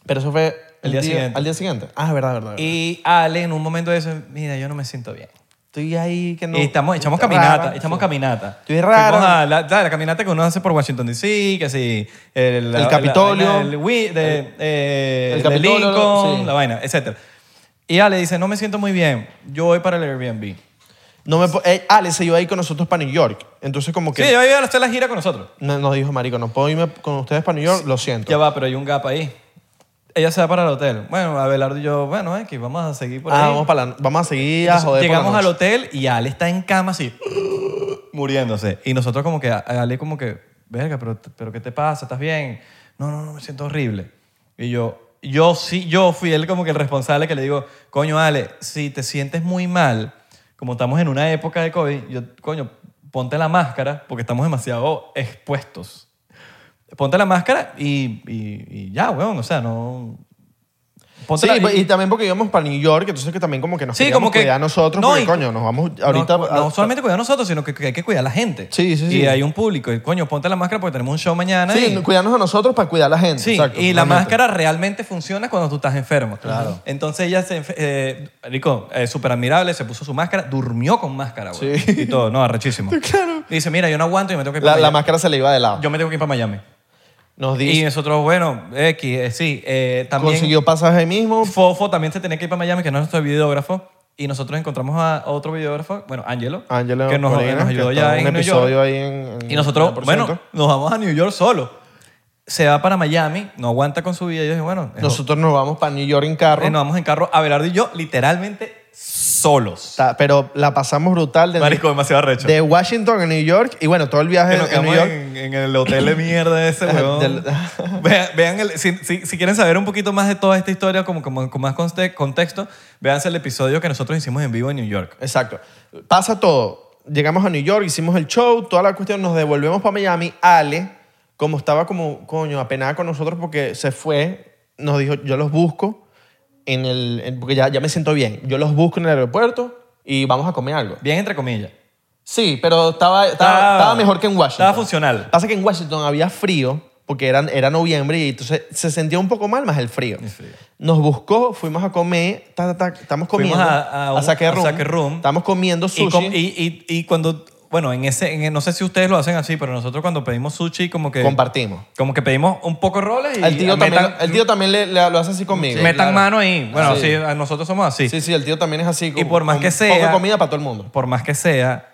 Speaker 3: Pero eso fue
Speaker 2: El día siguiente.
Speaker 3: Al día siguiente. Ah, es verdad, verdad. verdad.
Speaker 2: Y Ale en un momento dice, mira, yo no me siento bien.
Speaker 3: estoy ahí que no.
Speaker 2: y estamos, echamos
Speaker 3: rara,
Speaker 2: caminata, echamos
Speaker 3: sí.
Speaker 2: caminata.
Speaker 3: Estoy raro.
Speaker 2: Fuimos a la, ¿sabes? la caminata que uno hace por Washington D.C., que sí, el, la-
Speaker 3: El
Speaker 2: la-
Speaker 3: Capitolio.
Speaker 2: la- el, Wi- de, eh,
Speaker 3: el
Speaker 2: de
Speaker 3: Capitolio,
Speaker 2: Lincoln,
Speaker 3: sí.
Speaker 2: la vaina, etc. Y Ale dice, no me siento muy bien, yo voy para el Airbnb.
Speaker 3: No me, po- eh, Ale se iba ahí con nosotros para New York. Entonces, como que.
Speaker 2: Sí, yo iba a hacer la gira con nosotros.
Speaker 3: No- Nos dijo, marico, no puedo irme con ustedes para New York, lo siento.
Speaker 2: Ya va, pero hay un gap ahí. Ella se va para el hotel. Bueno, Abelardo y yo, bueno, X, vamos a seguir por
Speaker 3: Ah,
Speaker 2: ahí.
Speaker 3: vamos, para la- vamos a seguir a
Speaker 2: Entonces,
Speaker 3: joder. por la
Speaker 2: llegamos al
Speaker 3: noche.
Speaker 2: hotel y Ale está en cama así, <laughs> muriéndose. Y nosotros como que, a- Ale como que, verga, pero, pero ¿qué te pasa? ¿Estás bien? No, no, no, me siento horrible. Y yo, yo sí, yo fui él como que el responsable que le digo, coño, Ale, si te sientes muy mal, como estamos en una época de COVID, yo, coño, ponte la máscara porque estamos demasiado expuestos. Ponte la máscara y, y- y ya, weón, o sea, no... ponte
Speaker 3: Sí,
Speaker 2: la-
Speaker 3: y, también porque íbamos para New York, entonces que también como que nos
Speaker 2: Sí,
Speaker 3: queríamos
Speaker 2: como que-
Speaker 3: cuidar nosotros,
Speaker 2: No,
Speaker 3: porque
Speaker 2: y-
Speaker 3: coño, nos vamos ahorita...
Speaker 2: No,
Speaker 3: a-
Speaker 2: no solamente cuidar a nosotros, sino que, que hay que cuidar a la gente.
Speaker 3: Sí, sí, sí.
Speaker 2: Y hay un público. Y coño, ponte la máscara porque tenemos un show mañana.
Speaker 3: Sí,
Speaker 2: y,
Speaker 3: cuidarnos a nosotros para cuidar a la gente.
Speaker 2: Sí,
Speaker 3: exacto,
Speaker 2: y la
Speaker 3: realmente.
Speaker 2: máscara realmente funciona cuando tú estás enfermo. Claro. Entonces ella se. enfe- Eh, Rico, súper admirable, se puso su máscara, durmió con máscara, güey. Y todo,
Speaker 3: <laughs>
Speaker 2: no, arrechísimo. claro. Dice, mira, yo no aguanto y me tengo que ir
Speaker 3: La,
Speaker 2: para
Speaker 3: la
Speaker 2: Miami.
Speaker 3: máscara se le iba de lado.
Speaker 2: pues, Yo me tengo que ir para Miami.
Speaker 3: nos
Speaker 2: Y
Speaker 3: dice,
Speaker 2: nosotros, bueno, X, eh, sí, eh, también.
Speaker 3: consiguió pasaje ahí mismo.
Speaker 2: Fofo también se tenía que ir para Miami, que no es nuestro videógrafo. Y nosotros encontramos a otro videógrafo, bueno, Angelo,
Speaker 3: Ángela
Speaker 2: que nos,
Speaker 3: Corina,
Speaker 2: nos ayudó
Speaker 3: que
Speaker 2: ya
Speaker 3: está
Speaker 2: en
Speaker 3: un
Speaker 2: New York.
Speaker 3: episodio ahí en, en
Speaker 2: Y nosotros,
Speaker 3: 1%.
Speaker 2: bueno, nos vamos a New York solo. se va para Miami, no aguanta con su vida. Y yo dije, bueno, es-
Speaker 3: Nosotros nos vamos para New York en carro.
Speaker 2: eh, nos vamos en carro, Abelardo y yo, literalmente solos.
Speaker 3: Ta- Pero la pasamos brutal de,
Speaker 2: Marico, demasiado arrecho.
Speaker 3: de Washington a New York. Y bueno, todo el
Speaker 2: Que
Speaker 3: viaje
Speaker 2: nos
Speaker 3: en New
Speaker 2: quedamos
Speaker 3: York.
Speaker 2: en, en el hotel de mierda ese,
Speaker 3: <laughs>
Speaker 2: weón. <laughs>
Speaker 3: Del-
Speaker 2: vean, vean el- si, si- si quieren saber un poquito más de toda esta historia, como, como- con más conte- contexto, véanse el episodio que nosotros hicimos en vivo en New York.
Speaker 3: Exacto. Pasa todo. Llegamos a New York, hicimos el show, toda la cuestión, nos devolvemos para Miami. Ale, como estaba como, coño, apenada con nosotros porque se fue, nos dijo, yo los busco en el, en- porque ya, ya me siento bien. Yo los busco en el aeropuerto y vamos a comer algo.
Speaker 2: Bien, entre comillas.
Speaker 3: Sí, pero estaba, estaba,
Speaker 2: Estaba-
Speaker 3: estaba mejor que en Washington.
Speaker 2: estaba funcional.
Speaker 3: Pasa que en Washington había frío, porque era, era noviembre y entonces se sentía un poco mal más el frío.
Speaker 2: El frío.
Speaker 3: Nos buscó, fuimos a comer, ta, ta, ta, estamos
Speaker 2: Fuimos
Speaker 3: comiendo.
Speaker 2: a- a un-
Speaker 3: Sake
Speaker 2: a
Speaker 3: Room.
Speaker 2: Sake Room.
Speaker 3: Estamos comiendo sushi.
Speaker 2: Y, com- y- y- y cuando, bueno, en ese, en- no sé si ustedes lo hacen así, pero nosotros cuando pedimos sushi, como que.
Speaker 3: Compartimos.
Speaker 2: Como que pedimos un poco de roles y.
Speaker 3: El tío,
Speaker 2: ah,
Speaker 3: también,
Speaker 2: metan-
Speaker 3: el tío también le, le- lo hace así conmigo.
Speaker 2: metan mano ahí. Bueno,
Speaker 3: Sí.
Speaker 2: sí, a nosotros somos así.
Speaker 3: Sí, sí, el tío también es así.
Speaker 2: Y por más que sea-
Speaker 3: Poco comida para todo el mundo.
Speaker 2: Por más que sea,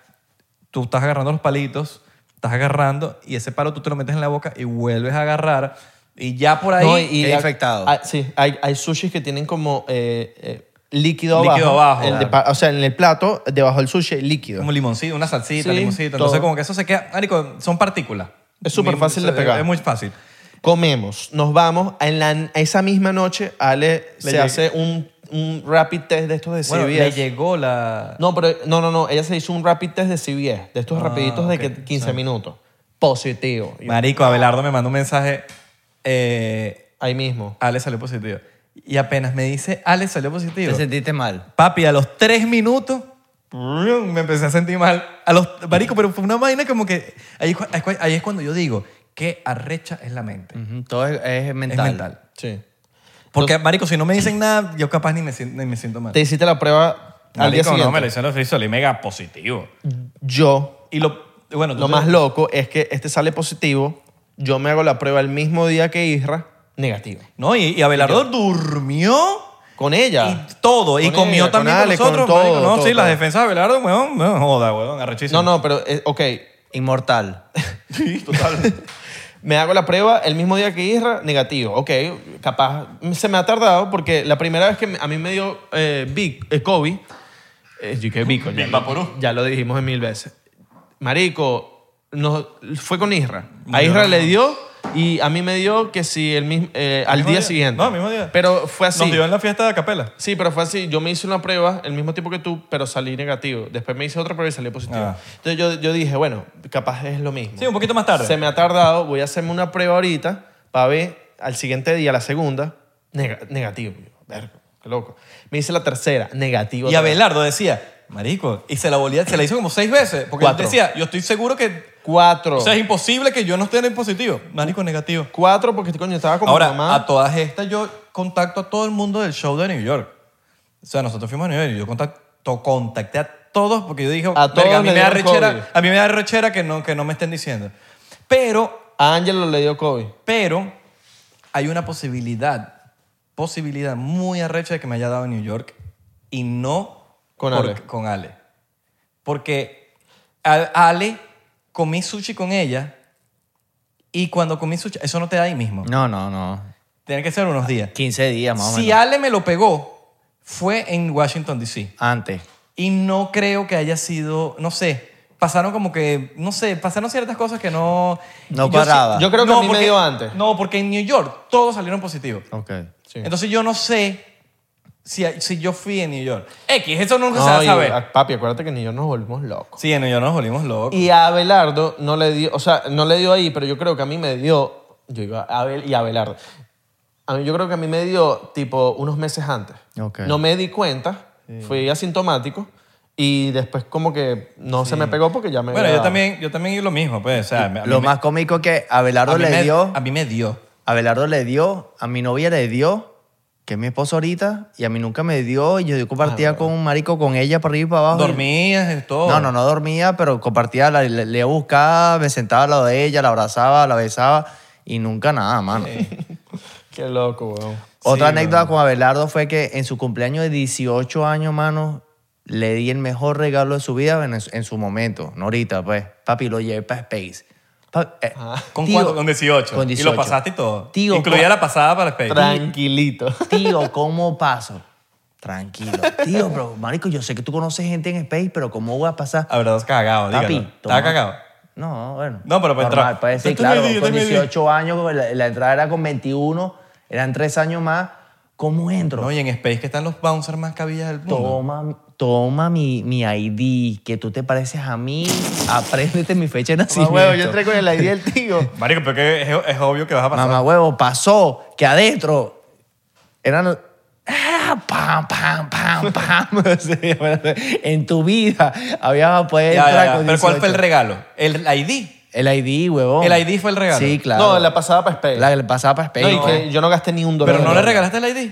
Speaker 2: tú estás agarrando los palitos, estás agarrando y ese palo tú te lo metes en la boca y vuelves a agarrar y ya por ahí.
Speaker 3: No,
Speaker 4: qué infectado.
Speaker 3: ah, sí, hay, hay sushis que tienen como eh, eh, líquido abajo.
Speaker 2: Líquido abajo,
Speaker 3: El de
Speaker 2: claro.
Speaker 3: pa- o sea, en el plato, debajo del sushi, líquido.
Speaker 2: Como limoncito, una salsita,
Speaker 3: Sí,
Speaker 2: limoncito.
Speaker 3: todo.
Speaker 2: Entonces, como que eso se queda. Marico, son partículas.
Speaker 3: Es súper
Speaker 2: Mi-
Speaker 3: fácil de
Speaker 2: es-
Speaker 3: pegar.
Speaker 2: Es muy fácil.
Speaker 3: Comemos, nos vamos. En la, esa misma noche, Ale se
Speaker 2: llega-
Speaker 3: hace un, un rapid test de estos de
Speaker 2: Bueno,
Speaker 3: CVS.
Speaker 2: le llegó la.
Speaker 3: no, pero, no, no, no. Ella se hizo un rapid test de CVS, de estos
Speaker 2: Ah,
Speaker 3: rapiditos
Speaker 2: ok,
Speaker 3: de que 15
Speaker 2: sí.
Speaker 3: minutos. Positivo. Yo-
Speaker 2: Marico, Abelardo me mandó un mensaje. Eh,
Speaker 3: ahí mismo.
Speaker 2: Ale salió positivo. Y apenas me dice, Ale salió positivo.
Speaker 4: Te sentiste mal.
Speaker 2: Papi, a los tres minutos ¡brum! me empecé a sentir mal. A los, marico, pero fue una vaina como que... Ahí, es cu- ahí es cu- ahí es cuando yo digo, qué arrecha es la mente.
Speaker 4: Ujú, Todo es, es mental.
Speaker 2: Es mental.
Speaker 3: Sí.
Speaker 2: Porque, marico, si no me dicen nada, yo capaz ni me siento, ni me siento mal.
Speaker 3: Te hiciste la pura al día
Speaker 2: Marico,
Speaker 3: siguiente.
Speaker 2: no, me lo hicieron, se hizo, salí mega positivo.
Speaker 3: Yo,
Speaker 2: Y lo... Bueno, tú
Speaker 3: lo
Speaker 2: te-
Speaker 3: más loco es que este sale positivo. Yo me hago la prueba el mismo día que Isra, negativo.
Speaker 2: No, y, y Abelardo durmió...
Speaker 3: Con ella.
Speaker 2: Y todo, y
Speaker 3: Con
Speaker 2: comió
Speaker 3: ella, con
Speaker 2: también con,
Speaker 3: Ale, con
Speaker 2: nosotros.
Speaker 3: todo,
Speaker 2: marico. no,
Speaker 3: todo,
Speaker 2: sí,
Speaker 3: todo.
Speaker 2: las defensas de Abelardo, weón, no joda, weón, arrechísimo.
Speaker 3: no, no, pero, eh, ok,
Speaker 2: <laughs>
Speaker 4: Inmortal.
Speaker 3: <laughs> Me hago la prueba el mismo día que Isra, negativo. Ok, capaz se me ha tardado porque la primera vez que me- a mí me dio eh, Vic- eh, COVID, eh, yo que Vico, ya, lo, ya lo dijimos mil veces. Marico, no, fue con Isra. A Isra le dio y a mí me dio que si el mismo, eh, al
Speaker 2: mismo
Speaker 3: día,
Speaker 2: día?
Speaker 3: siguiente.
Speaker 2: No, al mismo día.
Speaker 3: Pero fue así.
Speaker 2: Nos dio en la fiesta de Acapela.
Speaker 3: Sí, pero fue así. Yo me hice una prueba el mismo tiempo que tú, pero salí negativo. Después me hice otra prueba y salí positivo.
Speaker 2: Ah.
Speaker 3: Entonces yo, yo dije, bueno, capaz es lo mismo.
Speaker 2: Sí, un poquito más tarde.
Speaker 3: Se me ha tardado, voy a hacerme una prueba ahorita para ver al siguiente día, la segunda, nega- negativo. Yo, Verga, qué loco. Me hice la tercera, negativo.
Speaker 2: Y
Speaker 3: otra vez.
Speaker 2: Abelardo decía, marico, y se la volvía, se la hizo como seis veces, porque él
Speaker 3: Cuatro.
Speaker 2: decía, yo estoy seguro que,
Speaker 3: Cuatro.
Speaker 2: o sea, es imposible que yo no esté en el positivo, marico negativo.
Speaker 3: Cuatro porque coño, estaba como
Speaker 2: Ahora,
Speaker 3: mamá.
Speaker 2: a todas estas yo contacto a todo el mundo del show de New York. O sea, nosotros fuimos a New York y yo contacto, contacté a todos porque yo dije,
Speaker 3: A todos
Speaker 2: "Verga, a mí
Speaker 3: le
Speaker 2: me da
Speaker 3: dieron COVID.
Speaker 2: rechera, a mí me da rechera que no, que no me estén diciendo. Pero
Speaker 3: A Ángelo le dio COVID.
Speaker 2: pero hay una posibilidad, posibilidad muy arrecha de que me haya dado en New York y no
Speaker 3: Con
Speaker 2: por-
Speaker 3: Ale.
Speaker 2: con Ale. Porque a- Ale, comí sushi con ella y cuando comí sushi, eso no te da ahí mismo.
Speaker 4: No, no, no.
Speaker 2: Tiene que ser unos días.
Speaker 4: 15 días más o
Speaker 2: Si
Speaker 4: menos.
Speaker 2: Ale me lo pegó, fue en Washington, D.C.
Speaker 4: Antes.
Speaker 2: Y no creo que haya sido, no sé, pasaron como que, no sé, pasaron ciertas cosas que no...
Speaker 4: No
Speaker 2: y yo sí-
Speaker 4: paraba.
Speaker 3: Yo creo que a mí me dio antes.
Speaker 2: No, porque en New York todos salieron positivos.
Speaker 4: Ok.
Speaker 3: Sí.
Speaker 2: Entonces yo no sé si, si yo fui en New York. X, eso nunca
Speaker 3: No,
Speaker 2: se va a
Speaker 3: y-
Speaker 2: saber.
Speaker 3: a- papi, acuérdate que ni yo nos volvimos locos.
Speaker 2: Sí, en New York nos volvimos locos.
Speaker 3: Y a Abelardo no le dio, o sea, no le dio ahí, pero yo creo que a mí me dio, yo digo a Abel y a Abelardo. A mí, yo creo que a mí me dio tipo unos meses antes.
Speaker 4: Ok.
Speaker 3: No me di cuenta, fui asintomático y después como que no se me pegó porque ya me
Speaker 2: bueno,
Speaker 3: había
Speaker 2: yo
Speaker 3: dado.
Speaker 2: también, yo también hice lo mismo, pues. O sea, a mí
Speaker 4: Lo
Speaker 2: me-
Speaker 4: más cómico es que
Speaker 2: a
Speaker 4: Abelardo
Speaker 2: mí
Speaker 4: le
Speaker 2: me-
Speaker 4: dio.
Speaker 2: A mí me dio.
Speaker 4: Abelardo le dio, a mi novia le dio, que es mi esposo ahorita, y a mí nunca me dio. Y yo compartía con un marico con ella para arriba y para abajo.
Speaker 2: Dormías y todo.
Speaker 4: No, no, no dormía, pero compartía, la, le, le buscaba, me sentaba al lado de ella, la abrazaba, la besaba y nunca nada, mano.
Speaker 3: Qué loco, weón.
Speaker 4: Otra
Speaker 2: Sí,
Speaker 4: anécdota con Abelardo fue que en su cumpleaños de 18 años, mano, le di el mejor regalo de su vida en, en su momento, no ahorita, pues. Papi, lo llevé para Space. Pa- eh,
Speaker 2: Ah. ¿Con
Speaker 4: tío,
Speaker 2: cuánto? Con 18.
Speaker 4: Con
Speaker 2: Y
Speaker 4: 18.
Speaker 2: lo pasaste y todo.
Speaker 4: Tío,
Speaker 2: Incluía
Speaker 4: con-
Speaker 2: la pasada para el expediente.
Speaker 3: Tranquilito. <laughs>
Speaker 2: <laughs>
Speaker 4: Tío, ¿cómo paso? Tranquilo. Tío, pero, marico, yo sé que tú conoces gente en Space, pero ¿cómo voy a pasar?
Speaker 2: A Ah, verdad, cagado,
Speaker 4: Papi,
Speaker 2: dígalo.
Speaker 4: toma.
Speaker 2: Estaba cagado.
Speaker 4: No, bueno.
Speaker 2: No, pero
Speaker 4: normal,
Speaker 2: para entrar.
Speaker 4: Pues, sí,
Speaker 2: Yo te
Speaker 4: claro,
Speaker 2: medí, yo
Speaker 4: con
Speaker 2: te medí.
Speaker 4: 18 años, la, la entrada era con 21, eran tres años más. ¿Cómo entro?
Speaker 2: No, y en Space que están los bouncers más cabillas del mundo.
Speaker 4: toma, toma mi, mi ID, que tú te pareces a mí, apréndete mi fecha de
Speaker 3: Mamá,
Speaker 4: nacimiento.
Speaker 3: huevo, yo entré con el ID del <laughs> tío.
Speaker 2: Marico, pero que es, es obvio que vas a pasar.
Speaker 4: Mamá huevo, pasó que adentro eran. ¡Ah! ¡Pam, pam,
Speaker 2: <laughs>
Speaker 4: pam, pam! <laughs> Sí, bueno, en tu vida habías podido
Speaker 2: Ya, ya,
Speaker 4: entrar
Speaker 2: ya.
Speaker 4: con
Speaker 2: Pero ¿cuál fue el
Speaker 4: 18.
Speaker 2: regalo? ¿El ID?
Speaker 4: El ID, huevón.
Speaker 2: ¿El ID fue el regalo?
Speaker 4: Sí, claro.
Speaker 3: No, la pasada para Space.
Speaker 4: La que le pasaba para Spain.
Speaker 3: No, y que yo no gasté ni un dólar.
Speaker 2: ¿Pero no le regalaste el ID?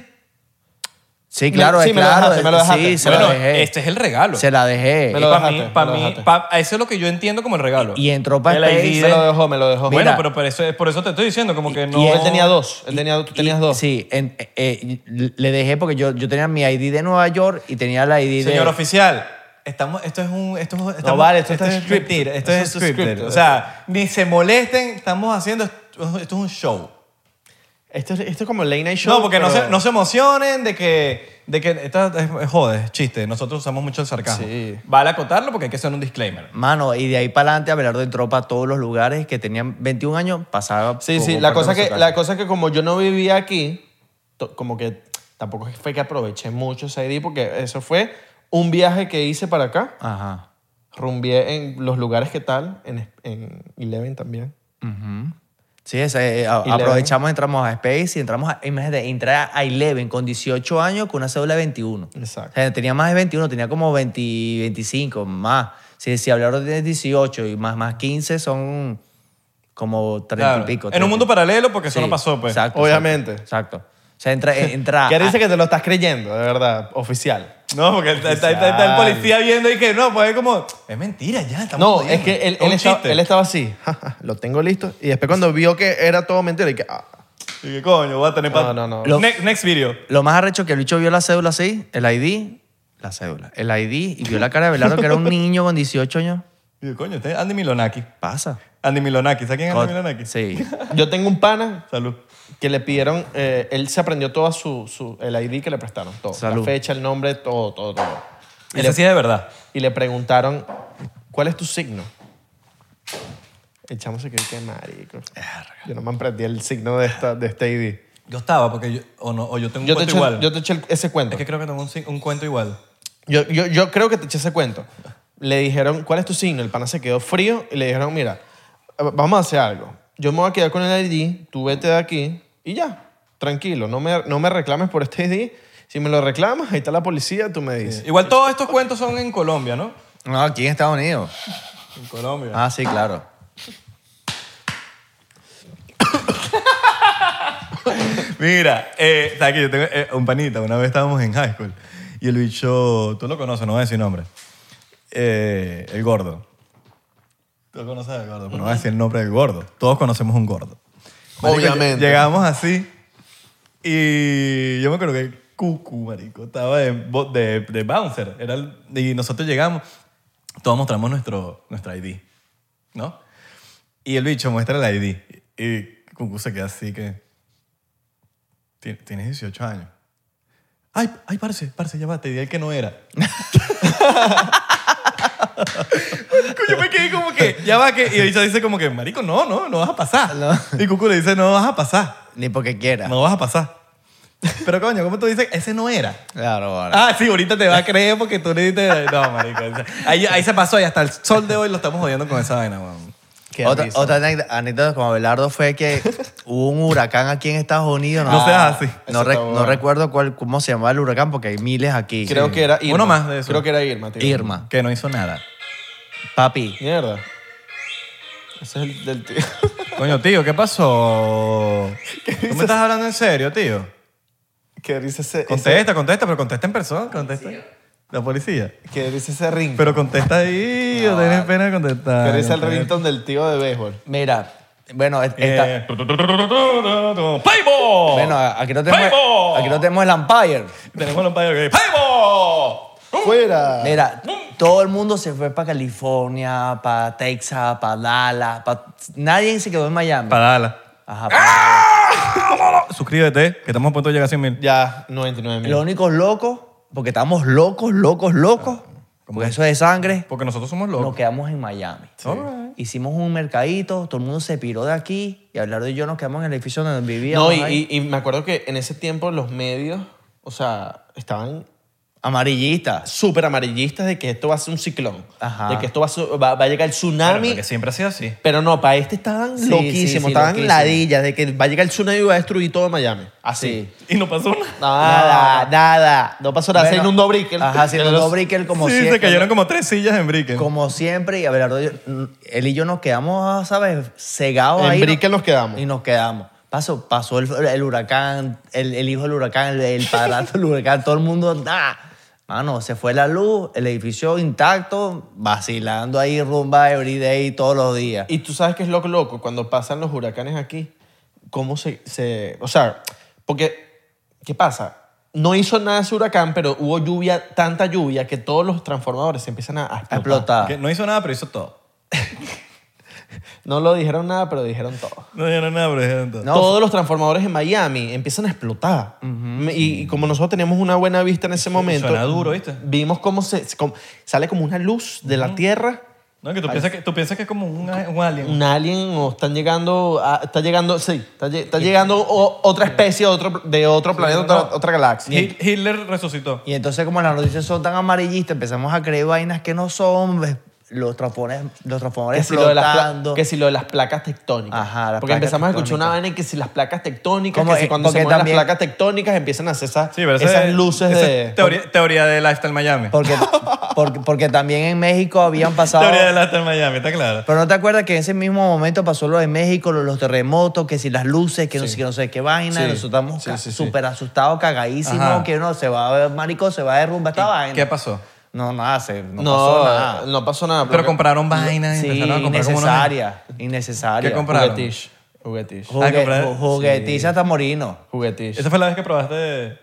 Speaker 4: Sí, claro,
Speaker 3: sí,
Speaker 4: es
Speaker 3: me lo
Speaker 4: claro.
Speaker 3: dejaste, me lo
Speaker 4: es-
Speaker 3: dejaste.
Speaker 4: Sí, se
Speaker 2: bueno,
Speaker 4: la dejé.
Speaker 2: este es el regalo.
Speaker 4: Se la dejé.
Speaker 3: Me lo
Speaker 2: para
Speaker 3: dejaste,
Speaker 2: mí, para
Speaker 3: me lo
Speaker 2: mí,
Speaker 3: dejaste.
Speaker 2: pa- eso es lo que yo entiendo como el regalo.
Speaker 4: Y entró para
Speaker 2: El
Speaker 4: Space.
Speaker 2: ID
Speaker 3: Me lo dejó, me lo dejó.
Speaker 2: bueno,
Speaker 4: mira.
Speaker 2: pero por eso, por eso te estoy diciendo, como que no.
Speaker 4: y
Speaker 3: él tenía dos. Él tenía, tú tenías
Speaker 4: Y-
Speaker 3: dos.
Speaker 4: Sí, en- eh, eh, le dejé porque yo, yo tenía mi ID de Nueva York y tenía la ID de...
Speaker 2: Señor oficial, estamos, esto es un. Esto, es- estamos-
Speaker 3: vale, esto está
Speaker 2: es
Speaker 3: scripted.
Speaker 2: mentira, Esto es
Speaker 3: Esto es
Speaker 2: scripted.
Speaker 3: scripted.
Speaker 2: O sea, ni se molesten, estamos haciendo. Esto es un show.
Speaker 3: Esto, es- esto es como el Late Night Show.
Speaker 2: No, porque no,
Speaker 3: pero-
Speaker 2: se, no se emocionen de que. De que esta es, es joder, es chiste. Nosotros usamos mucho el sarcasmo.
Speaker 3: Sí.
Speaker 2: Vale acotarlo porque hay que hacer un disclaimer.
Speaker 4: Mano, y de ahí para adelante Abelardo entró para todos los lugares que tenían 21 años, pasaba...
Speaker 3: Sí,
Speaker 4: por-
Speaker 3: sí,
Speaker 4: por
Speaker 3: la
Speaker 4: parte
Speaker 3: cosa, que,
Speaker 4: musical.
Speaker 3: la cosa que como yo no vivía aquí, to- como que tampoco fue que aproveché mucho ese ID porque eso fue un viaje que hice para acá.
Speaker 4: Ajá.
Speaker 3: Rumbié en los lugares que tal, en, en Eleven también.
Speaker 4: Sí, ese, eh, a-
Speaker 3: Eleven.
Speaker 4: aprovechamos, entramos a Space y entramos a... Imagínate, entré a Eleven con 18 años con una cédula de 21.
Speaker 3: Exacto.
Speaker 4: O sea, tenía más de 21, tenía como 20, 25, más. Si, si Abelardo tiene 18 y más, más 15 son como 30
Speaker 2: Claro.
Speaker 4: y pico.
Speaker 2: en
Speaker 4: 30.
Speaker 2: un mundo paralelo, porque eso
Speaker 4: Sí,
Speaker 2: no pasó, pues.
Speaker 4: Exacto.
Speaker 3: Obviamente.
Speaker 4: Exacto. exacto. O sea,
Speaker 2: <laughs>
Speaker 4: entra.
Speaker 3: Eh,
Speaker 4: entra
Speaker 3: Que dice que te lo estás creyendo, de verdad, oficial.
Speaker 2: No, porque está, está- está- está el policía viendo y que no, pues es como. Es mentira, ya. Estamos
Speaker 3: No,
Speaker 2: jodiendo.
Speaker 3: es que él,
Speaker 2: Es
Speaker 3: él
Speaker 2: un
Speaker 3: estaba,
Speaker 2: chiste.
Speaker 3: él estaba así. "Ja, ja, lo tengo listo. Y después cuando vio que era todo mentira, y que... ah,
Speaker 2: Y que coño, voy a tener
Speaker 3: No,
Speaker 2: pa-
Speaker 3: no, no.
Speaker 2: Lo- Ne- next video.
Speaker 4: Lo más arrecho que el bicho vio la cédula así, el ID, la cédula, el ID, y vio la cara de Belardo que era un niño con 18 años.
Speaker 2: Y yo, coño, usted es Andy Milonaki.
Speaker 4: Pasa.
Speaker 2: Andy Milonaki, ¿sabes quién es Andy
Speaker 4: Cot-
Speaker 2: Milonaki?
Speaker 4: Sí.
Speaker 3: yo tengo un pana
Speaker 2: Salud.
Speaker 3: que le pidieron, eh, él se aprendió todo su, su- el ID que le prestaron, todo.
Speaker 4: Salud.
Speaker 3: La fecha, el nombre, todo, todo, todo. Y
Speaker 2: Ese
Speaker 3: le,
Speaker 2: sí es de verdad.
Speaker 3: y le preguntaron, ¿cuál es tu signo? El chamo se quedó que marico. Yo no me aprendí el signo de, esta, de este ID.
Speaker 2: Yo estaba, porque yo, o, no, o yo tengo un
Speaker 3: Yo te,
Speaker 2: cuento
Speaker 3: eché,
Speaker 2: igual.
Speaker 3: yo te eché el- ese cuento.
Speaker 2: Es que creo que tengo un, si- un cuento igual.
Speaker 3: Yo, yo, yo creo que te eché ese cuento. Le dijeron, ¿cuál es tu signo? El pana se quedó frío y le dijeron, mira, vamos a hacer algo. Yo me voy a quedar con el ID, tú vete de aquí y ya, tranquilo, no me, no me reclames por este ID. Si me lo reclamas, ahí está la policía, tú me dices.
Speaker 2: Igual todos estos cuentos son en Colombia, ¿no?
Speaker 4: No, aquí en Estados Unidos.
Speaker 2: En Colombia.
Speaker 4: Ah, sí, claro.
Speaker 2: <laughs> Mira, eh, ¿sabes qué? Yo tengo eh, un panita, una vez estábamos en high school y el bicho, tú lo conoces, no voy a decir nombre. Eh, el gordo. Tú lo conoces al gordo, pero no voy a decir el nombre del gordo. Todos conocemos un gordo. Marico,
Speaker 3: Obviamente.
Speaker 2: lle- Llegamos así y yo me acuerdo que Cucu, marico, estaba de, bo- de, de bouncer. Era el- y nosotros llegamos, todos mostramos nuestro, nuestra ID, ¿no? Y el bicho muestra el ID. Y Cucu se queda así que... "Ti- Tienes 18 años. Ay, ay, parce, parce, ya va, te di el que no era. Marico, <laughs> yo me quedé como que, ya va que... Y el bicho dice como que, marico, no, no, no vas a pasar. Y Cucu le dice, no vas a pasar.
Speaker 4: Ni porque quiera.
Speaker 2: No vas a pasar. Pero coño, ¿cómo tú dices? Ese no era.
Speaker 4: Claro, ahora.
Speaker 2: Ah, sí, ahorita te va a creer porque tú le diste... No, marico. o sea, Ahí, ahí se pasó y hasta el sol de hoy lo estamos jodiendo con esa vaina, weón.
Speaker 3: Qué
Speaker 4: Otra,
Speaker 3: risa.
Speaker 4: otra anécdota- anécdota con Abelardo fue
Speaker 2: <laughs>
Speaker 4: que hubo un huracán aquí en Estados Unidos.
Speaker 2: No seas así.
Speaker 4: No,
Speaker 3: Eso
Speaker 4: re-
Speaker 3: está bueno.
Speaker 4: no recuerdo cuál, cómo se llamaba el huracán porque hay miles aquí.
Speaker 3: Creo
Speaker 4: Sí.
Speaker 3: que era Irma.
Speaker 2: Uno más de eso.
Speaker 3: Creo que era Irma. tío.
Speaker 4: Irma.
Speaker 2: Que no hizo nada.
Speaker 4: Papi,
Speaker 3: Mierda. Ese es el del tío. <laughs>
Speaker 2: Coño, tío, ¿qué pasó? ¿Tú me estás hablando en serio, tío?
Speaker 3: ¿Qué dice ese, ese,
Speaker 2: Contesta, contesta, pero contesta en persona. Contesta. La policía.
Speaker 3: que dice ese ring?
Speaker 2: Pero contesta ahí, o tenés pena de contestar.
Speaker 3: Que dice el rington del tío de béisbol.
Speaker 4: mira, bueno, es- esta-
Speaker 2: Eh, oh. ¡Payball!
Speaker 4: Bueno, aquí no tenemos,
Speaker 2: ¡Payball!
Speaker 4: aquí no tenemos el umpire.
Speaker 2: Tenemos los payos que ¡Payball! Ah.
Speaker 11: ¡Fuera!
Speaker 4: Mira, todo el mundo se fue para California, para Texas, para Dallas. pa- Nadie se quedó en Miami.
Speaker 2: Para darla. Oh,
Speaker 4: Ajá,
Speaker 2: Ah.
Speaker 4: pa-
Speaker 2: Suscríbete, que estamos a punto de llegar a 100 mil.
Speaker 3: Ya, 99 mil.
Speaker 4: Los únicos locos, porque estamos locos, locos, locos,
Speaker 2: Ah.
Speaker 4: porque eso es de sangre,
Speaker 2: Porque nosotros somos
Speaker 4: nos
Speaker 2: locos.
Speaker 4: quedamos en Miami.
Speaker 2: Alright.
Speaker 4: Hicimos un mercadito, todo el mundo se piró de aquí y Abelardo y yo nos quedamos en el edificio donde vivíamos.
Speaker 3: No, y,
Speaker 4: ahí.
Speaker 3: y- y me acuerdo que en ese tiempo los medios, o sea, estaban
Speaker 4: Amarillistas.
Speaker 3: súper amarillistas de que esto va a ser un ciclón.
Speaker 4: Ajá.
Speaker 3: De que esto va a, ser- va- va a llegar el tsunami.
Speaker 2: Porque siempre ha sido así.
Speaker 3: Pero no, para este estaban
Speaker 4: Sí, sí,
Speaker 3: loquísimos,
Speaker 4: sí,
Speaker 3: estaban
Speaker 4: loquísimo.
Speaker 3: ladillas de que va a llegar el tsunami y va a destruir todo Miami. Así.
Speaker 2: Y no pasó nada.
Speaker 3: Nada, nada. No pasó nada.
Speaker 4: Bueno,
Speaker 3: se inundó Brickell.
Speaker 4: Ajá, se inundó Brickell como
Speaker 2: sí,
Speaker 4: siempre.
Speaker 2: se cayeron como tres sillas en Bricken.
Speaker 4: Como siempre, y Abelardo, y yo- él y yo nos quedamos, ah, ¿sabes? Cegados
Speaker 3: En
Speaker 4: ahí.
Speaker 3: Brickell nos quedamos.
Speaker 4: Y nos quedamos. Pasó, pasó el, el huracán, el, el hijo del huracán, el, el padrastro del huracán, todo el mundo. ¡ah! Mano, se fue la luz, el edificio intacto, vacilando ahí rumba everyday todos los días.
Speaker 3: Y tú sabes que es loco, loco, cuando pasan los huracanes aquí, cómo se, se- O sea, porque, ¿qué pasa? No hizo nada ese huracán, pero hubo lluvia, tanta lluvia, que todos los transformadores se empiezan a, a explotar.
Speaker 4: Explotada.
Speaker 2: Que no hizo nada, pero hizo todo.
Speaker 3: No lo dijeron nada, pero dijeron todo.
Speaker 2: No dijeron nada, pero dijeron todo.
Speaker 4: No,
Speaker 3: todos los transformadores en Miami empiezan a explotar. y, y como nosotros tenemos una buena vista en ese momento,
Speaker 2: suena duro, ¿viste?
Speaker 3: vimos cómo se, cómo- sale como una luz de la Tierra,
Speaker 2: No, que tú piensas que, tú piensas que es como un, un alien.
Speaker 3: un alien, o están llegando, a- está llegando, sí, está, lle- está llegando o- otra especie otro, de otro planeta, otra, otra galaxia.
Speaker 2: Hit- Hitler resucitó.
Speaker 4: Y entonces, como las noticias son tan amarillistas, empezamos a creer vainas que no son, ves, los transformadores, los
Speaker 3: que
Speaker 4: transformadores
Speaker 3: si, lo de las pla-
Speaker 4: flotando.
Speaker 3: que si lo de las placas tectónicas.
Speaker 4: Ajá, las
Speaker 3: porque
Speaker 4: placas
Speaker 3: empezamos a escuchar
Speaker 4: tectónicas.
Speaker 3: una vaina que si las placas tectónicas,
Speaker 4: Como,
Speaker 3: que si
Speaker 4: eh,
Speaker 3: cuando se
Speaker 4: porque
Speaker 3: mueven
Speaker 4: también-
Speaker 3: las placas tectónicas empiezan a hacer esas,
Speaker 2: Sí, pero esa
Speaker 3: esas
Speaker 2: es-
Speaker 3: luces
Speaker 2: esa
Speaker 3: de...
Speaker 2: es Teoría, teoría de Lifestyle Miami.
Speaker 4: Porque, porque, porque también en México habían pasado.
Speaker 2: Teoría de Lifestyle Miami, está claro.
Speaker 4: Pero no te acuerdas que en ese mismo momento pasó lo de México, lo de los terremotos, que si las luces, que no sé, que no sé qué vaina,
Speaker 3: Sí.
Speaker 4: y nosotros estamos
Speaker 3: Sí,
Speaker 4: ca-
Speaker 3: sí, sí.
Speaker 4: súper asustados, cagadísimos,
Speaker 2: Ajá.
Speaker 4: que no, se va a ver, marico, se va a derrumbar esta vaina.
Speaker 2: ¿Qué pasó?
Speaker 4: No, nada, se, no,
Speaker 3: No,
Speaker 4: pasó nada.
Speaker 3: no pasó nada.
Speaker 2: Pero compraron vainas,
Speaker 4: sí,
Speaker 2: empezaron a comprar como unos-
Speaker 4: innecesaria, innecesaria.
Speaker 2: ¿Qué compra- compraron.
Speaker 3: Juguetish. Juguetish.
Speaker 4: Jugue-
Speaker 2: Ah, compraron.
Speaker 4: ju- juguetiza hasta morino.
Speaker 3: Juguetish.
Speaker 2: Esa fue la vez que probaste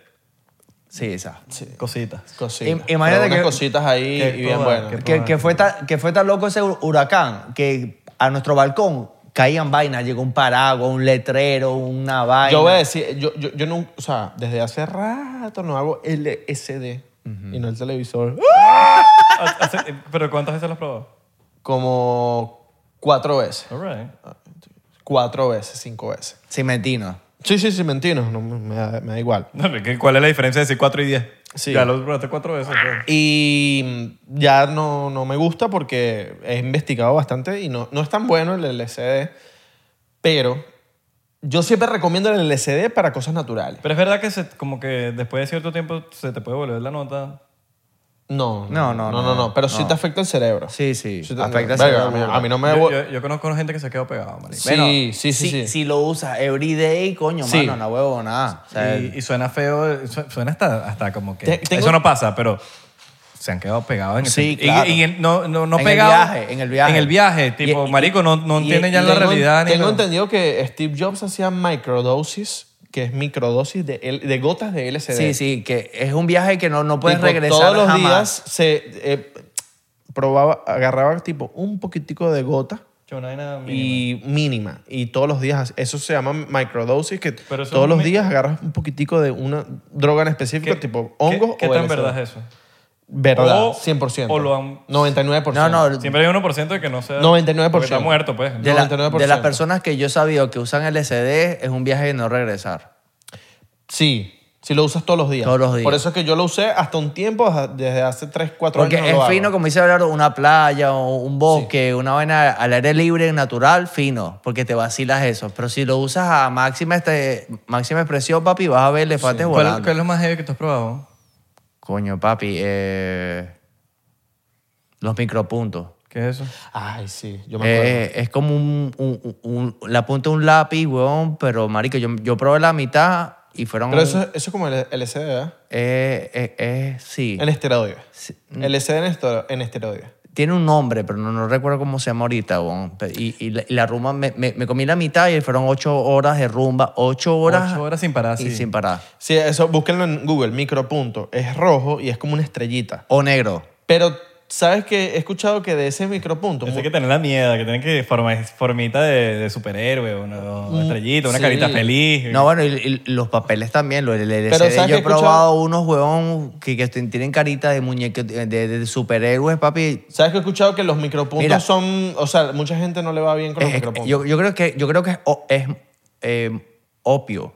Speaker 2: <laughs>
Speaker 4: Sí, esa.
Speaker 2: cositas.
Speaker 3: Cositas.
Speaker 4: Im- imagínate
Speaker 3: Pero unas
Speaker 4: que-
Speaker 3: cositas ahí
Speaker 2: que
Speaker 3: y bien
Speaker 2: toda-
Speaker 3: buenas.
Speaker 2: que-
Speaker 4: Que, que fue tan, que fue tan loco ese hu- huracán que a nuestro balcón caían vainas, llegó un paraguas, un letrero, una vaina.
Speaker 3: Yo voy a decir, yo, yo, yo no, o sea, desde hace rato no hago LSD y no el televisor. ¡Ah!
Speaker 2: Hace- ¿Pero cuántas veces lo has probado?
Speaker 3: Como cuatro veces.
Speaker 2: All right.
Speaker 3: Cuatro veces, cinco veces.
Speaker 4: Cimentino.
Speaker 3: Sí, sí, sí, mentinos. No, me, da, me da igual.
Speaker 2: No, pero ¿qué- ¿Cuál es la diferencia de decir 4 y 10?
Speaker 3: Sí.
Speaker 2: Ya lo probaste cuatro veces. pues.
Speaker 3: Y ya no, no me gusta porque he investigado bastante y no, no es tan bueno el LSD, pero yo siempre recomiendo el LSD para cosas naturales.
Speaker 2: Pero es verdad que se- como que después de cierto tiempo se te puede volver la nota.
Speaker 3: No,
Speaker 4: No, no, no,
Speaker 3: no, no, no, pero sí
Speaker 4: no.
Speaker 3: te afecta el cerebro.
Speaker 4: Sí, sí.
Speaker 3: Sí te-
Speaker 4: Afecta el
Speaker 3: Verga,
Speaker 4: cerebro.
Speaker 3: a mí- A mí no me...
Speaker 2: Yo,
Speaker 3: vo-
Speaker 2: yo- yo conozco gente que se quedó pegada, marico.
Speaker 3: Sí,
Speaker 4: Bueno,
Speaker 3: sí, sí,
Speaker 4: si,
Speaker 3: sí.
Speaker 4: Si lo usas everyday, coño,
Speaker 3: Sí.
Speaker 4: mano, no huevo nada. O sea,
Speaker 2: Y, y suena feo, su- suena hasta, hasta como que...
Speaker 3: Te- tengo-
Speaker 2: Eso no pasa, pero se han quedado pegados en el
Speaker 4: Sí,
Speaker 2: y-
Speaker 4: claro.
Speaker 2: Y, en- no, no, no
Speaker 4: En el
Speaker 2: pegados.
Speaker 4: viaje, en el viaje.
Speaker 2: En el viaje, tipo,
Speaker 3: Y- y-
Speaker 2: marico, no, no entienden ya
Speaker 3: y
Speaker 2: la
Speaker 3: tengo-
Speaker 2: realidad. ni
Speaker 3: Tengo
Speaker 2: lo-
Speaker 3: entendido que Steve Jobs hacía microdosis, que es microdosis de, L- de gotas de LSD.
Speaker 4: sí, sí, que es un viaje que no, no puedes
Speaker 3: Tipo,
Speaker 4: regresar
Speaker 3: Todos los
Speaker 4: jamás.
Speaker 3: días se eh, probaba, agarraba tipo un poquitico de gota
Speaker 2: Yo, una vaina mínima.
Speaker 3: y mínima. Y todos los días, eso se llama microdosis, que
Speaker 2: Pero eso
Speaker 3: todos
Speaker 2: es
Speaker 3: los
Speaker 2: mi-
Speaker 3: días agarras un poquitico de una droga en específico, tipo hongos
Speaker 2: ¿Qué,
Speaker 3: o
Speaker 2: qué tan
Speaker 3: LSD.
Speaker 2: verdad es eso?
Speaker 3: Verdad,
Speaker 2: O-
Speaker 3: 100%.
Speaker 2: o lo han-
Speaker 3: 99%.
Speaker 4: No, no, de,
Speaker 2: Siempre hay 1% de que no sea...
Speaker 3: 99%.
Speaker 2: Porque está muerto, pues.
Speaker 3: De-
Speaker 4: la-
Speaker 3: 99%.
Speaker 4: de las personas que yo he sabido que usan LSD, es un viaje de no regresar.
Speaker 3: Sí, si lo usas todos los días.
Speaker 4: Todos los días.
Speaker 3: Por eso es que yo lo usé hasta un tiempo, hasta- desde hace 3, 4
Speaker 4: Porque
Speaker 3: años. no
Speaker 4: es
Speaker 3: lo hago.
Speaker 4: fino, como dice Abelardo, una playa o un bosque, una vaina al aire libre, natural, fino, porque te vacilas eso. Pero si lo usas a máxima, este, máxima expresión, papi, vas a ver elefantes volando.
Speaker 2: ¿Cuál, cuál es lo más heavy que tú has probado?
Speaker 4: Coño, papi, eh, los micropuntos.
Speaker 2: ¿Qué es eso?
Speaker 3: Ay, sí, yo me acuerdo.
Speaker 4: Eh, es como un, un- un- un- la punta de un lápiz, weón, pero marico, yo, yo probé la mitad y fueron...
Speaker 3: Pero eso, eso es como el LSD, ¿verdad?
Speaker 4: Eh, eh, eh, sí.
Speaker 3: En esteroides.
Speaker 4: Sí.
Speaker 3: LSD en, estero- en esteroides.
Speaker 4: tiene un nombre, pero no, no recuerdo cómo se llama ahorita. weón. Pe- Y, y la, y la rumba, me, me- me comí la mitad y fueron ocho horas de rumba. Ocho horas.
Speaker 2: Ocho horas sin parar,
Speaker 4: Y
Speaker 2: sí.
Speaker 4: sin parar.
Speaker 3: Sí, eso, búsquenlo en Google, micropunto. Es rojo y es como una estrellita.
Speaker 4: O negro.
Speaker 3: Pero, ¿sabes que He escuchado que de ese micropunto...
Speaker 2: Hay que tener la mierda, que tienen que formar formita de, de superhéroe, una, una estrellita, una
Speaker 3: sí.
Speaker 2: carita feliz.
Speaker 4: No, bueno, y, y los papeles también. Los, el
Speaker 3: Pero,
Speaker 4: LSD,
Speaker 3: ¿sabes
Speaker 4: yo
Speaker 3: qué
Speaker 4: he
Speaker 3: he escuchado?
Speaker 4: probado unos huevón que, que ten- tienen carita de muñequito, de, de- de superhéroes, papi.
Speaker 3: ¿Sabes que he escuchado que los micropuntos
Speaker 4: Mira.
Speaker 3: son... O sea, mucha gente no le va bien con los
Speaker 4: Es-
Speaker 3: micropuntos.
Speaker 4: yo, yo creo que, yo creo que es, o- es, eh, opio.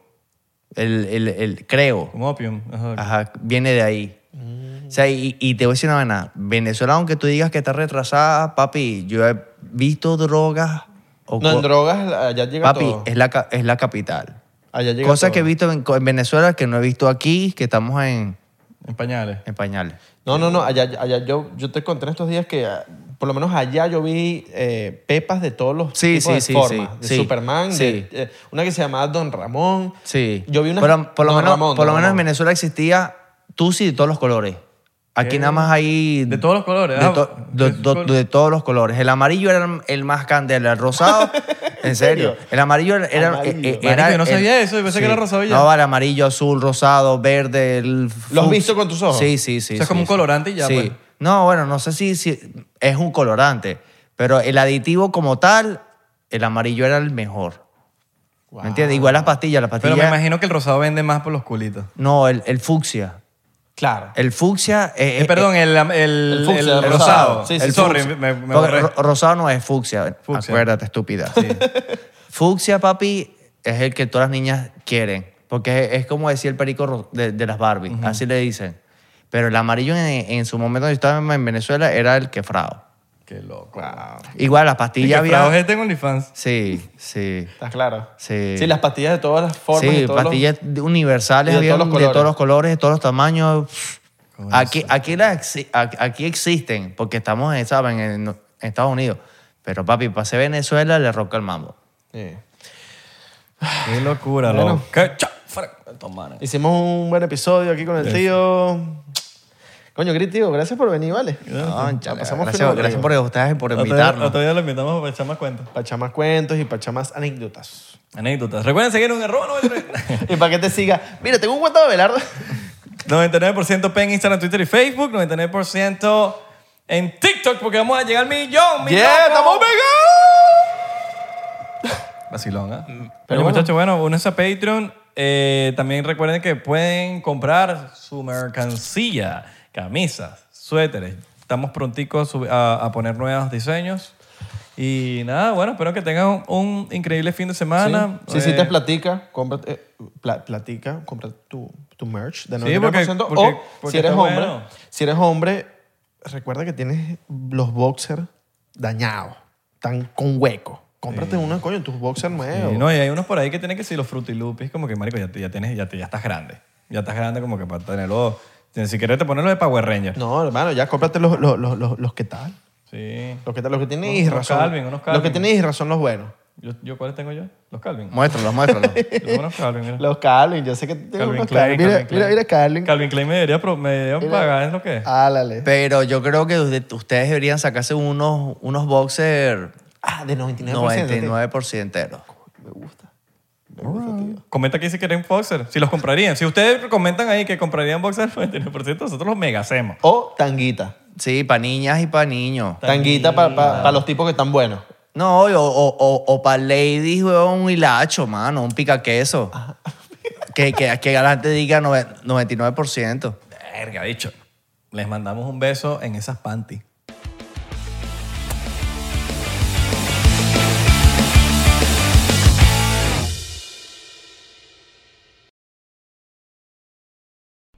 Speaker 4: El, el- el- creo.
Speaker 2: Como opium. Ajá.
Speaker 4: Ajá, viene de ahí.
Speaker 3: Mm.
Speaker 4: O sea, y, y te voy a decir una vaina. Venezuela, aunque tú digas que está retrasada, papi, yo he visto drogas. o
Speaker 3: no, en
Speaker 4: co-
Speaker 3: drogas allá llega
Speaker 4: Papi,
Speaker 3: todo.
Speaker 4: es la, ca- es la capital.
Speaker 3: Allá llega
Speaker 4: Cosas
Speaker 3: todo.
Speaker 4: que he visto en, en Venezuela que no he visto aquí, que estamos en,
Speaker 2: En pañales.
Speaker 4: en pañales.
Speaker 3: No, no, no. Allá, allá yo, yo te conté en estos días que ah, por lo menos allá yo vi eh, pepas de todos los
Speaker 4: Sí,
Speaker 3: tipos
Speaker 4: sí,
Speaker 3: de
Speaker 4: sí,
Speaker 3: formas.
Speaker 4: sí,
Speaker 3: de
Speaker 4: sí.
Speaker 3: Superman,
Speaker 4: Sí.
Speaker 3: de, eh, una que se llamaba Don Ramón.
Speaker 4: Sí.
Speaker 3: Yo vi una...
Speaker 4: Pero, por lo
Speaker 3: Don
Speaker 4: menos,
Speaker 3: Ramón,
Speaker 4: por lo
Speaker 3: Don
Speaker 4: menos en
Speaker 3: Ramón.
Speaker 4: Venezuela existía Tusi de todos los colores. Aquí nada más hay...
Speaker 2: De todos los colores,
Speaker 4: De,
Speaker 2: ah,
Speaker 4: to- de-
Speaker 2: ¿qué
Speaker 4: do-
Speaker 2: color?
Speaker 4: de todos los colores. El amarillo era el- el más candela. El
Speaker 2: <laughs>
Speaker 4: rosado... En serio, el amarillo era... era,
Speaker 3: Amarillo.
Speaker 4: eh, eh, era
Speaker 2: Marico, yo no
Speaker 4: el-
Speaker 2: sabía eso, yo pensé que era rosado y ya.
Speaker 4: No, vale, amarillo, azul, rosado, verde... El
Speaker 3: ¿Lo has
Speaker 4: fuc-
Speaker 3: visto con tus ojos?
Speaker 4: Sí, sí, sí.
Speaker 2: O sea, es
Speaker 4: sí,
Speaker 2: como un
Speaker 4: sí.
Speaker 2: colorante y ya,
Speaker 4: Sí.
Speaker 2: pues.
Speaker 4: No, bueno, no sé si, si es un colorante, pero el aditivo como tal, el amarillo era el mejor. ¿Me entiendes? Igual las pastillas, las pastillas...
Speaker 2: Pero me imagino que el rosado vende más por los culitos.
Speaker 4: No, el, el fucsia.
Speaker 3: Claro.
Speaker 4: El fucsia es...
Speaker 2: Eh, perdón, el, el,
Speaker 3: el
Speaker 2: el,
Speaker 3: fucsia,
Speaker 2: el
Speaker 3: el
Speaker 2: rosado.
Speaker 3: rosado. Sí, sí,
Speaker 2: el
Speaker 3: sí,
Speaker 2: sorry,
Speaker 3: fucsia.
Speaker 2: me,
Speaker 4: porque
Speaker 2: me borré.
Speaker 4: eh, ro- rosado no es fucsia.
Speaker 2: Fucsia.
Speaker 4: Acuérdate, estúpida.
Speaker 2: <laughs>
Speaker 4: Fucsia, papi, es el que todas las niñas quieren. Porque es, es como decía el perico ro- de, de las Barbie. Así le dicen. Pero el amarillo en, en su momento, cuando yo estaba en Venezuela, era el quefrado.
Speaker 2: Qué loco.
Speaker 4: Igual las
Speaker 2: Y
Speaker 4: pastillas
Speaker 2: ya
Speaker 4: había...
Speaker 2: había... gente este en OnlyFans.
Speaker 4: Sí, sí.
Speaker 3: ¿Estás claro?
Speaker 4: Sí.
Speaker 3: Sí, las pastillas de todas las formas. y
Speaker 4: Sí,
Speaker 3: todos los-
Speaker 4: pastillas de- universales
Speaker 3: y de
Speaker 4: había
Speaker 3: todos los
Speaker 4: de todos
Speaker 3: colores.
Speaker 4: los colores, de todos los tamaños. Aquí, aquí, las exi- a- aquí existen, porque estamos en, ¿saben? en, en Estados Unidos. Pero papi, pasé Venezuela, le roca el mambo.
Speaker 3: Sí.
Speaker 2: Qué locura,
Speaker 3: Bueno.
Speaker 2: loco. Qué cha- fuera. Toma, eh.
Speaker 3: Hicimos un buen episodio aquí con el tío. Coño, Gris, tío, gracias por venir, ¿vale?
Speaker 4: Concha,
Speaker 3: la pasamos
Speaker 4: gracias,
Speaker 3: fino,
Speaker 4: gracias
Speaker 3: Rodrigo.
Speaker 4: por ustedes y por
Speaker 2: Otro día-
Speaker 4: invitarnos.
Speaker 2: Otro día lo invitamos para echar más cuentas.
Speaker 3: Para echar más cuentos y para echar más anécdotas.
Speaker 2: Anécdotas. Recuerden seguir en arroba <laughs> 99.
Speaker 3: Y para que te siga. Mira, tengo un cuento de
Speaker 2: <laughs>
Speaker 3: Belardo.
Speaker 2: 99% P en Instagram, Twitter y Facebook. 99% en TikTok porque vamos a llegar al millón. mi
Speaker 3: ¡Yeah!
Speaker 2: loco.
Speaker 3: ¡Estamos pegados!
Speaker 2: Vacilón, ¿ah? Pero
Speaker 3: bueno.
Speaker 2: muchachos, bueno, únanse a Patreon. Eh, también recuerden que pueden comprar su mercancía, camisas, suéteres. Estamos pronticos a sub- a, a poner nuevos diseños. Y nada, bueno, espero que tengan un, un increíble fin de semana.
Speaker 3: Sí, sí,
Speaker 2: Eh,
Speaker 3: te platica, cómprate, eh, pla- platica, compra tu, tu merch de 99%.
Speaker 2: Sí, porque- porque-
Speaker 3: o
Speaker 2: porque
Speaker 3: si eres
Speaker 2: está
Speaker 3: hombre,
Speaker 2: bueno.
Speaker 3: si eres hombre, recuerda que tienes los boxers dañados, están con hueco. Cómprate una, coño, tus boxers nuevos.
Speaker 2: Y, no, y hay unos por ahí que tienen que ser los frutilupis, como que, marico, ya, te- ya, tienes, ya, te- ya estás grande. Ya estás grande como que para tenerlo. Si quieres te pones los de Power Ranger.
Speaker 3: No, hermano, ya cómprate los, los, los, los, los que tal.
Speaker 2: Sí.
Speaker 3: Los que, tal- los que tienen
Speaker 2: Unos-
Speaker 3: Isra
Speaker 2: unos
Speaker 3: son-
Speaker 2: Calvin, unos
Speaker 3: Los que
Speaker 2: Calvin.
Speaker 3: tienen Isra son los buenos.
Speaker 2: Yo, yo, ¿Cuáles tengo yo? Los Calvin.
Speaker 4: Muéstralos,
Speaker 2: <laughs>
Speaker 4: muéstralos.
Speaker 2: Yo tengo unos Calvin, mira.
Speaker 3: Los Calvin, yo sé que tú tienes
Speaker 2: Calvin
Speaker 3: unos
Speaker 2: Klein.
Speaker 3: Calvin. Mira,
Speaker 2: Calvin
Speaker 3: mira,
Speaker 2: Klein.
Speaker 3: mira, Calvin.
Speaker 2: Calvin Klein me debería, pro- me debería pagar, es lo que es.
Speaker 3: Ah, Álale.
Speaker 4: Pero yo creo que usted- ustedes deberían sacarse unos, unos boxers
Speaker 3: Ah, de 99%.
Speaker 4: 99%.
Speaker 3: tío. Me gusta.
Speaker 2: Comenta aquí si quieren boxer, si los comprarían. Si ustedes comentan ahí que comprarían boxer, 99%, nosotros los mega hacemos.
Speaker 3: O tanguita.
Speaker 4: Sí, para niñas y para niños.
Speaker 3: Tanguita para los tipos que están buenos.
Speaker 4: No, o, para ladies, weón, un hilacho, mano, un picaqueso. que, que, que Galante diga nove- 99%.
Speaker 2: Verga, bicho. Les mandamos un beso en esas panties.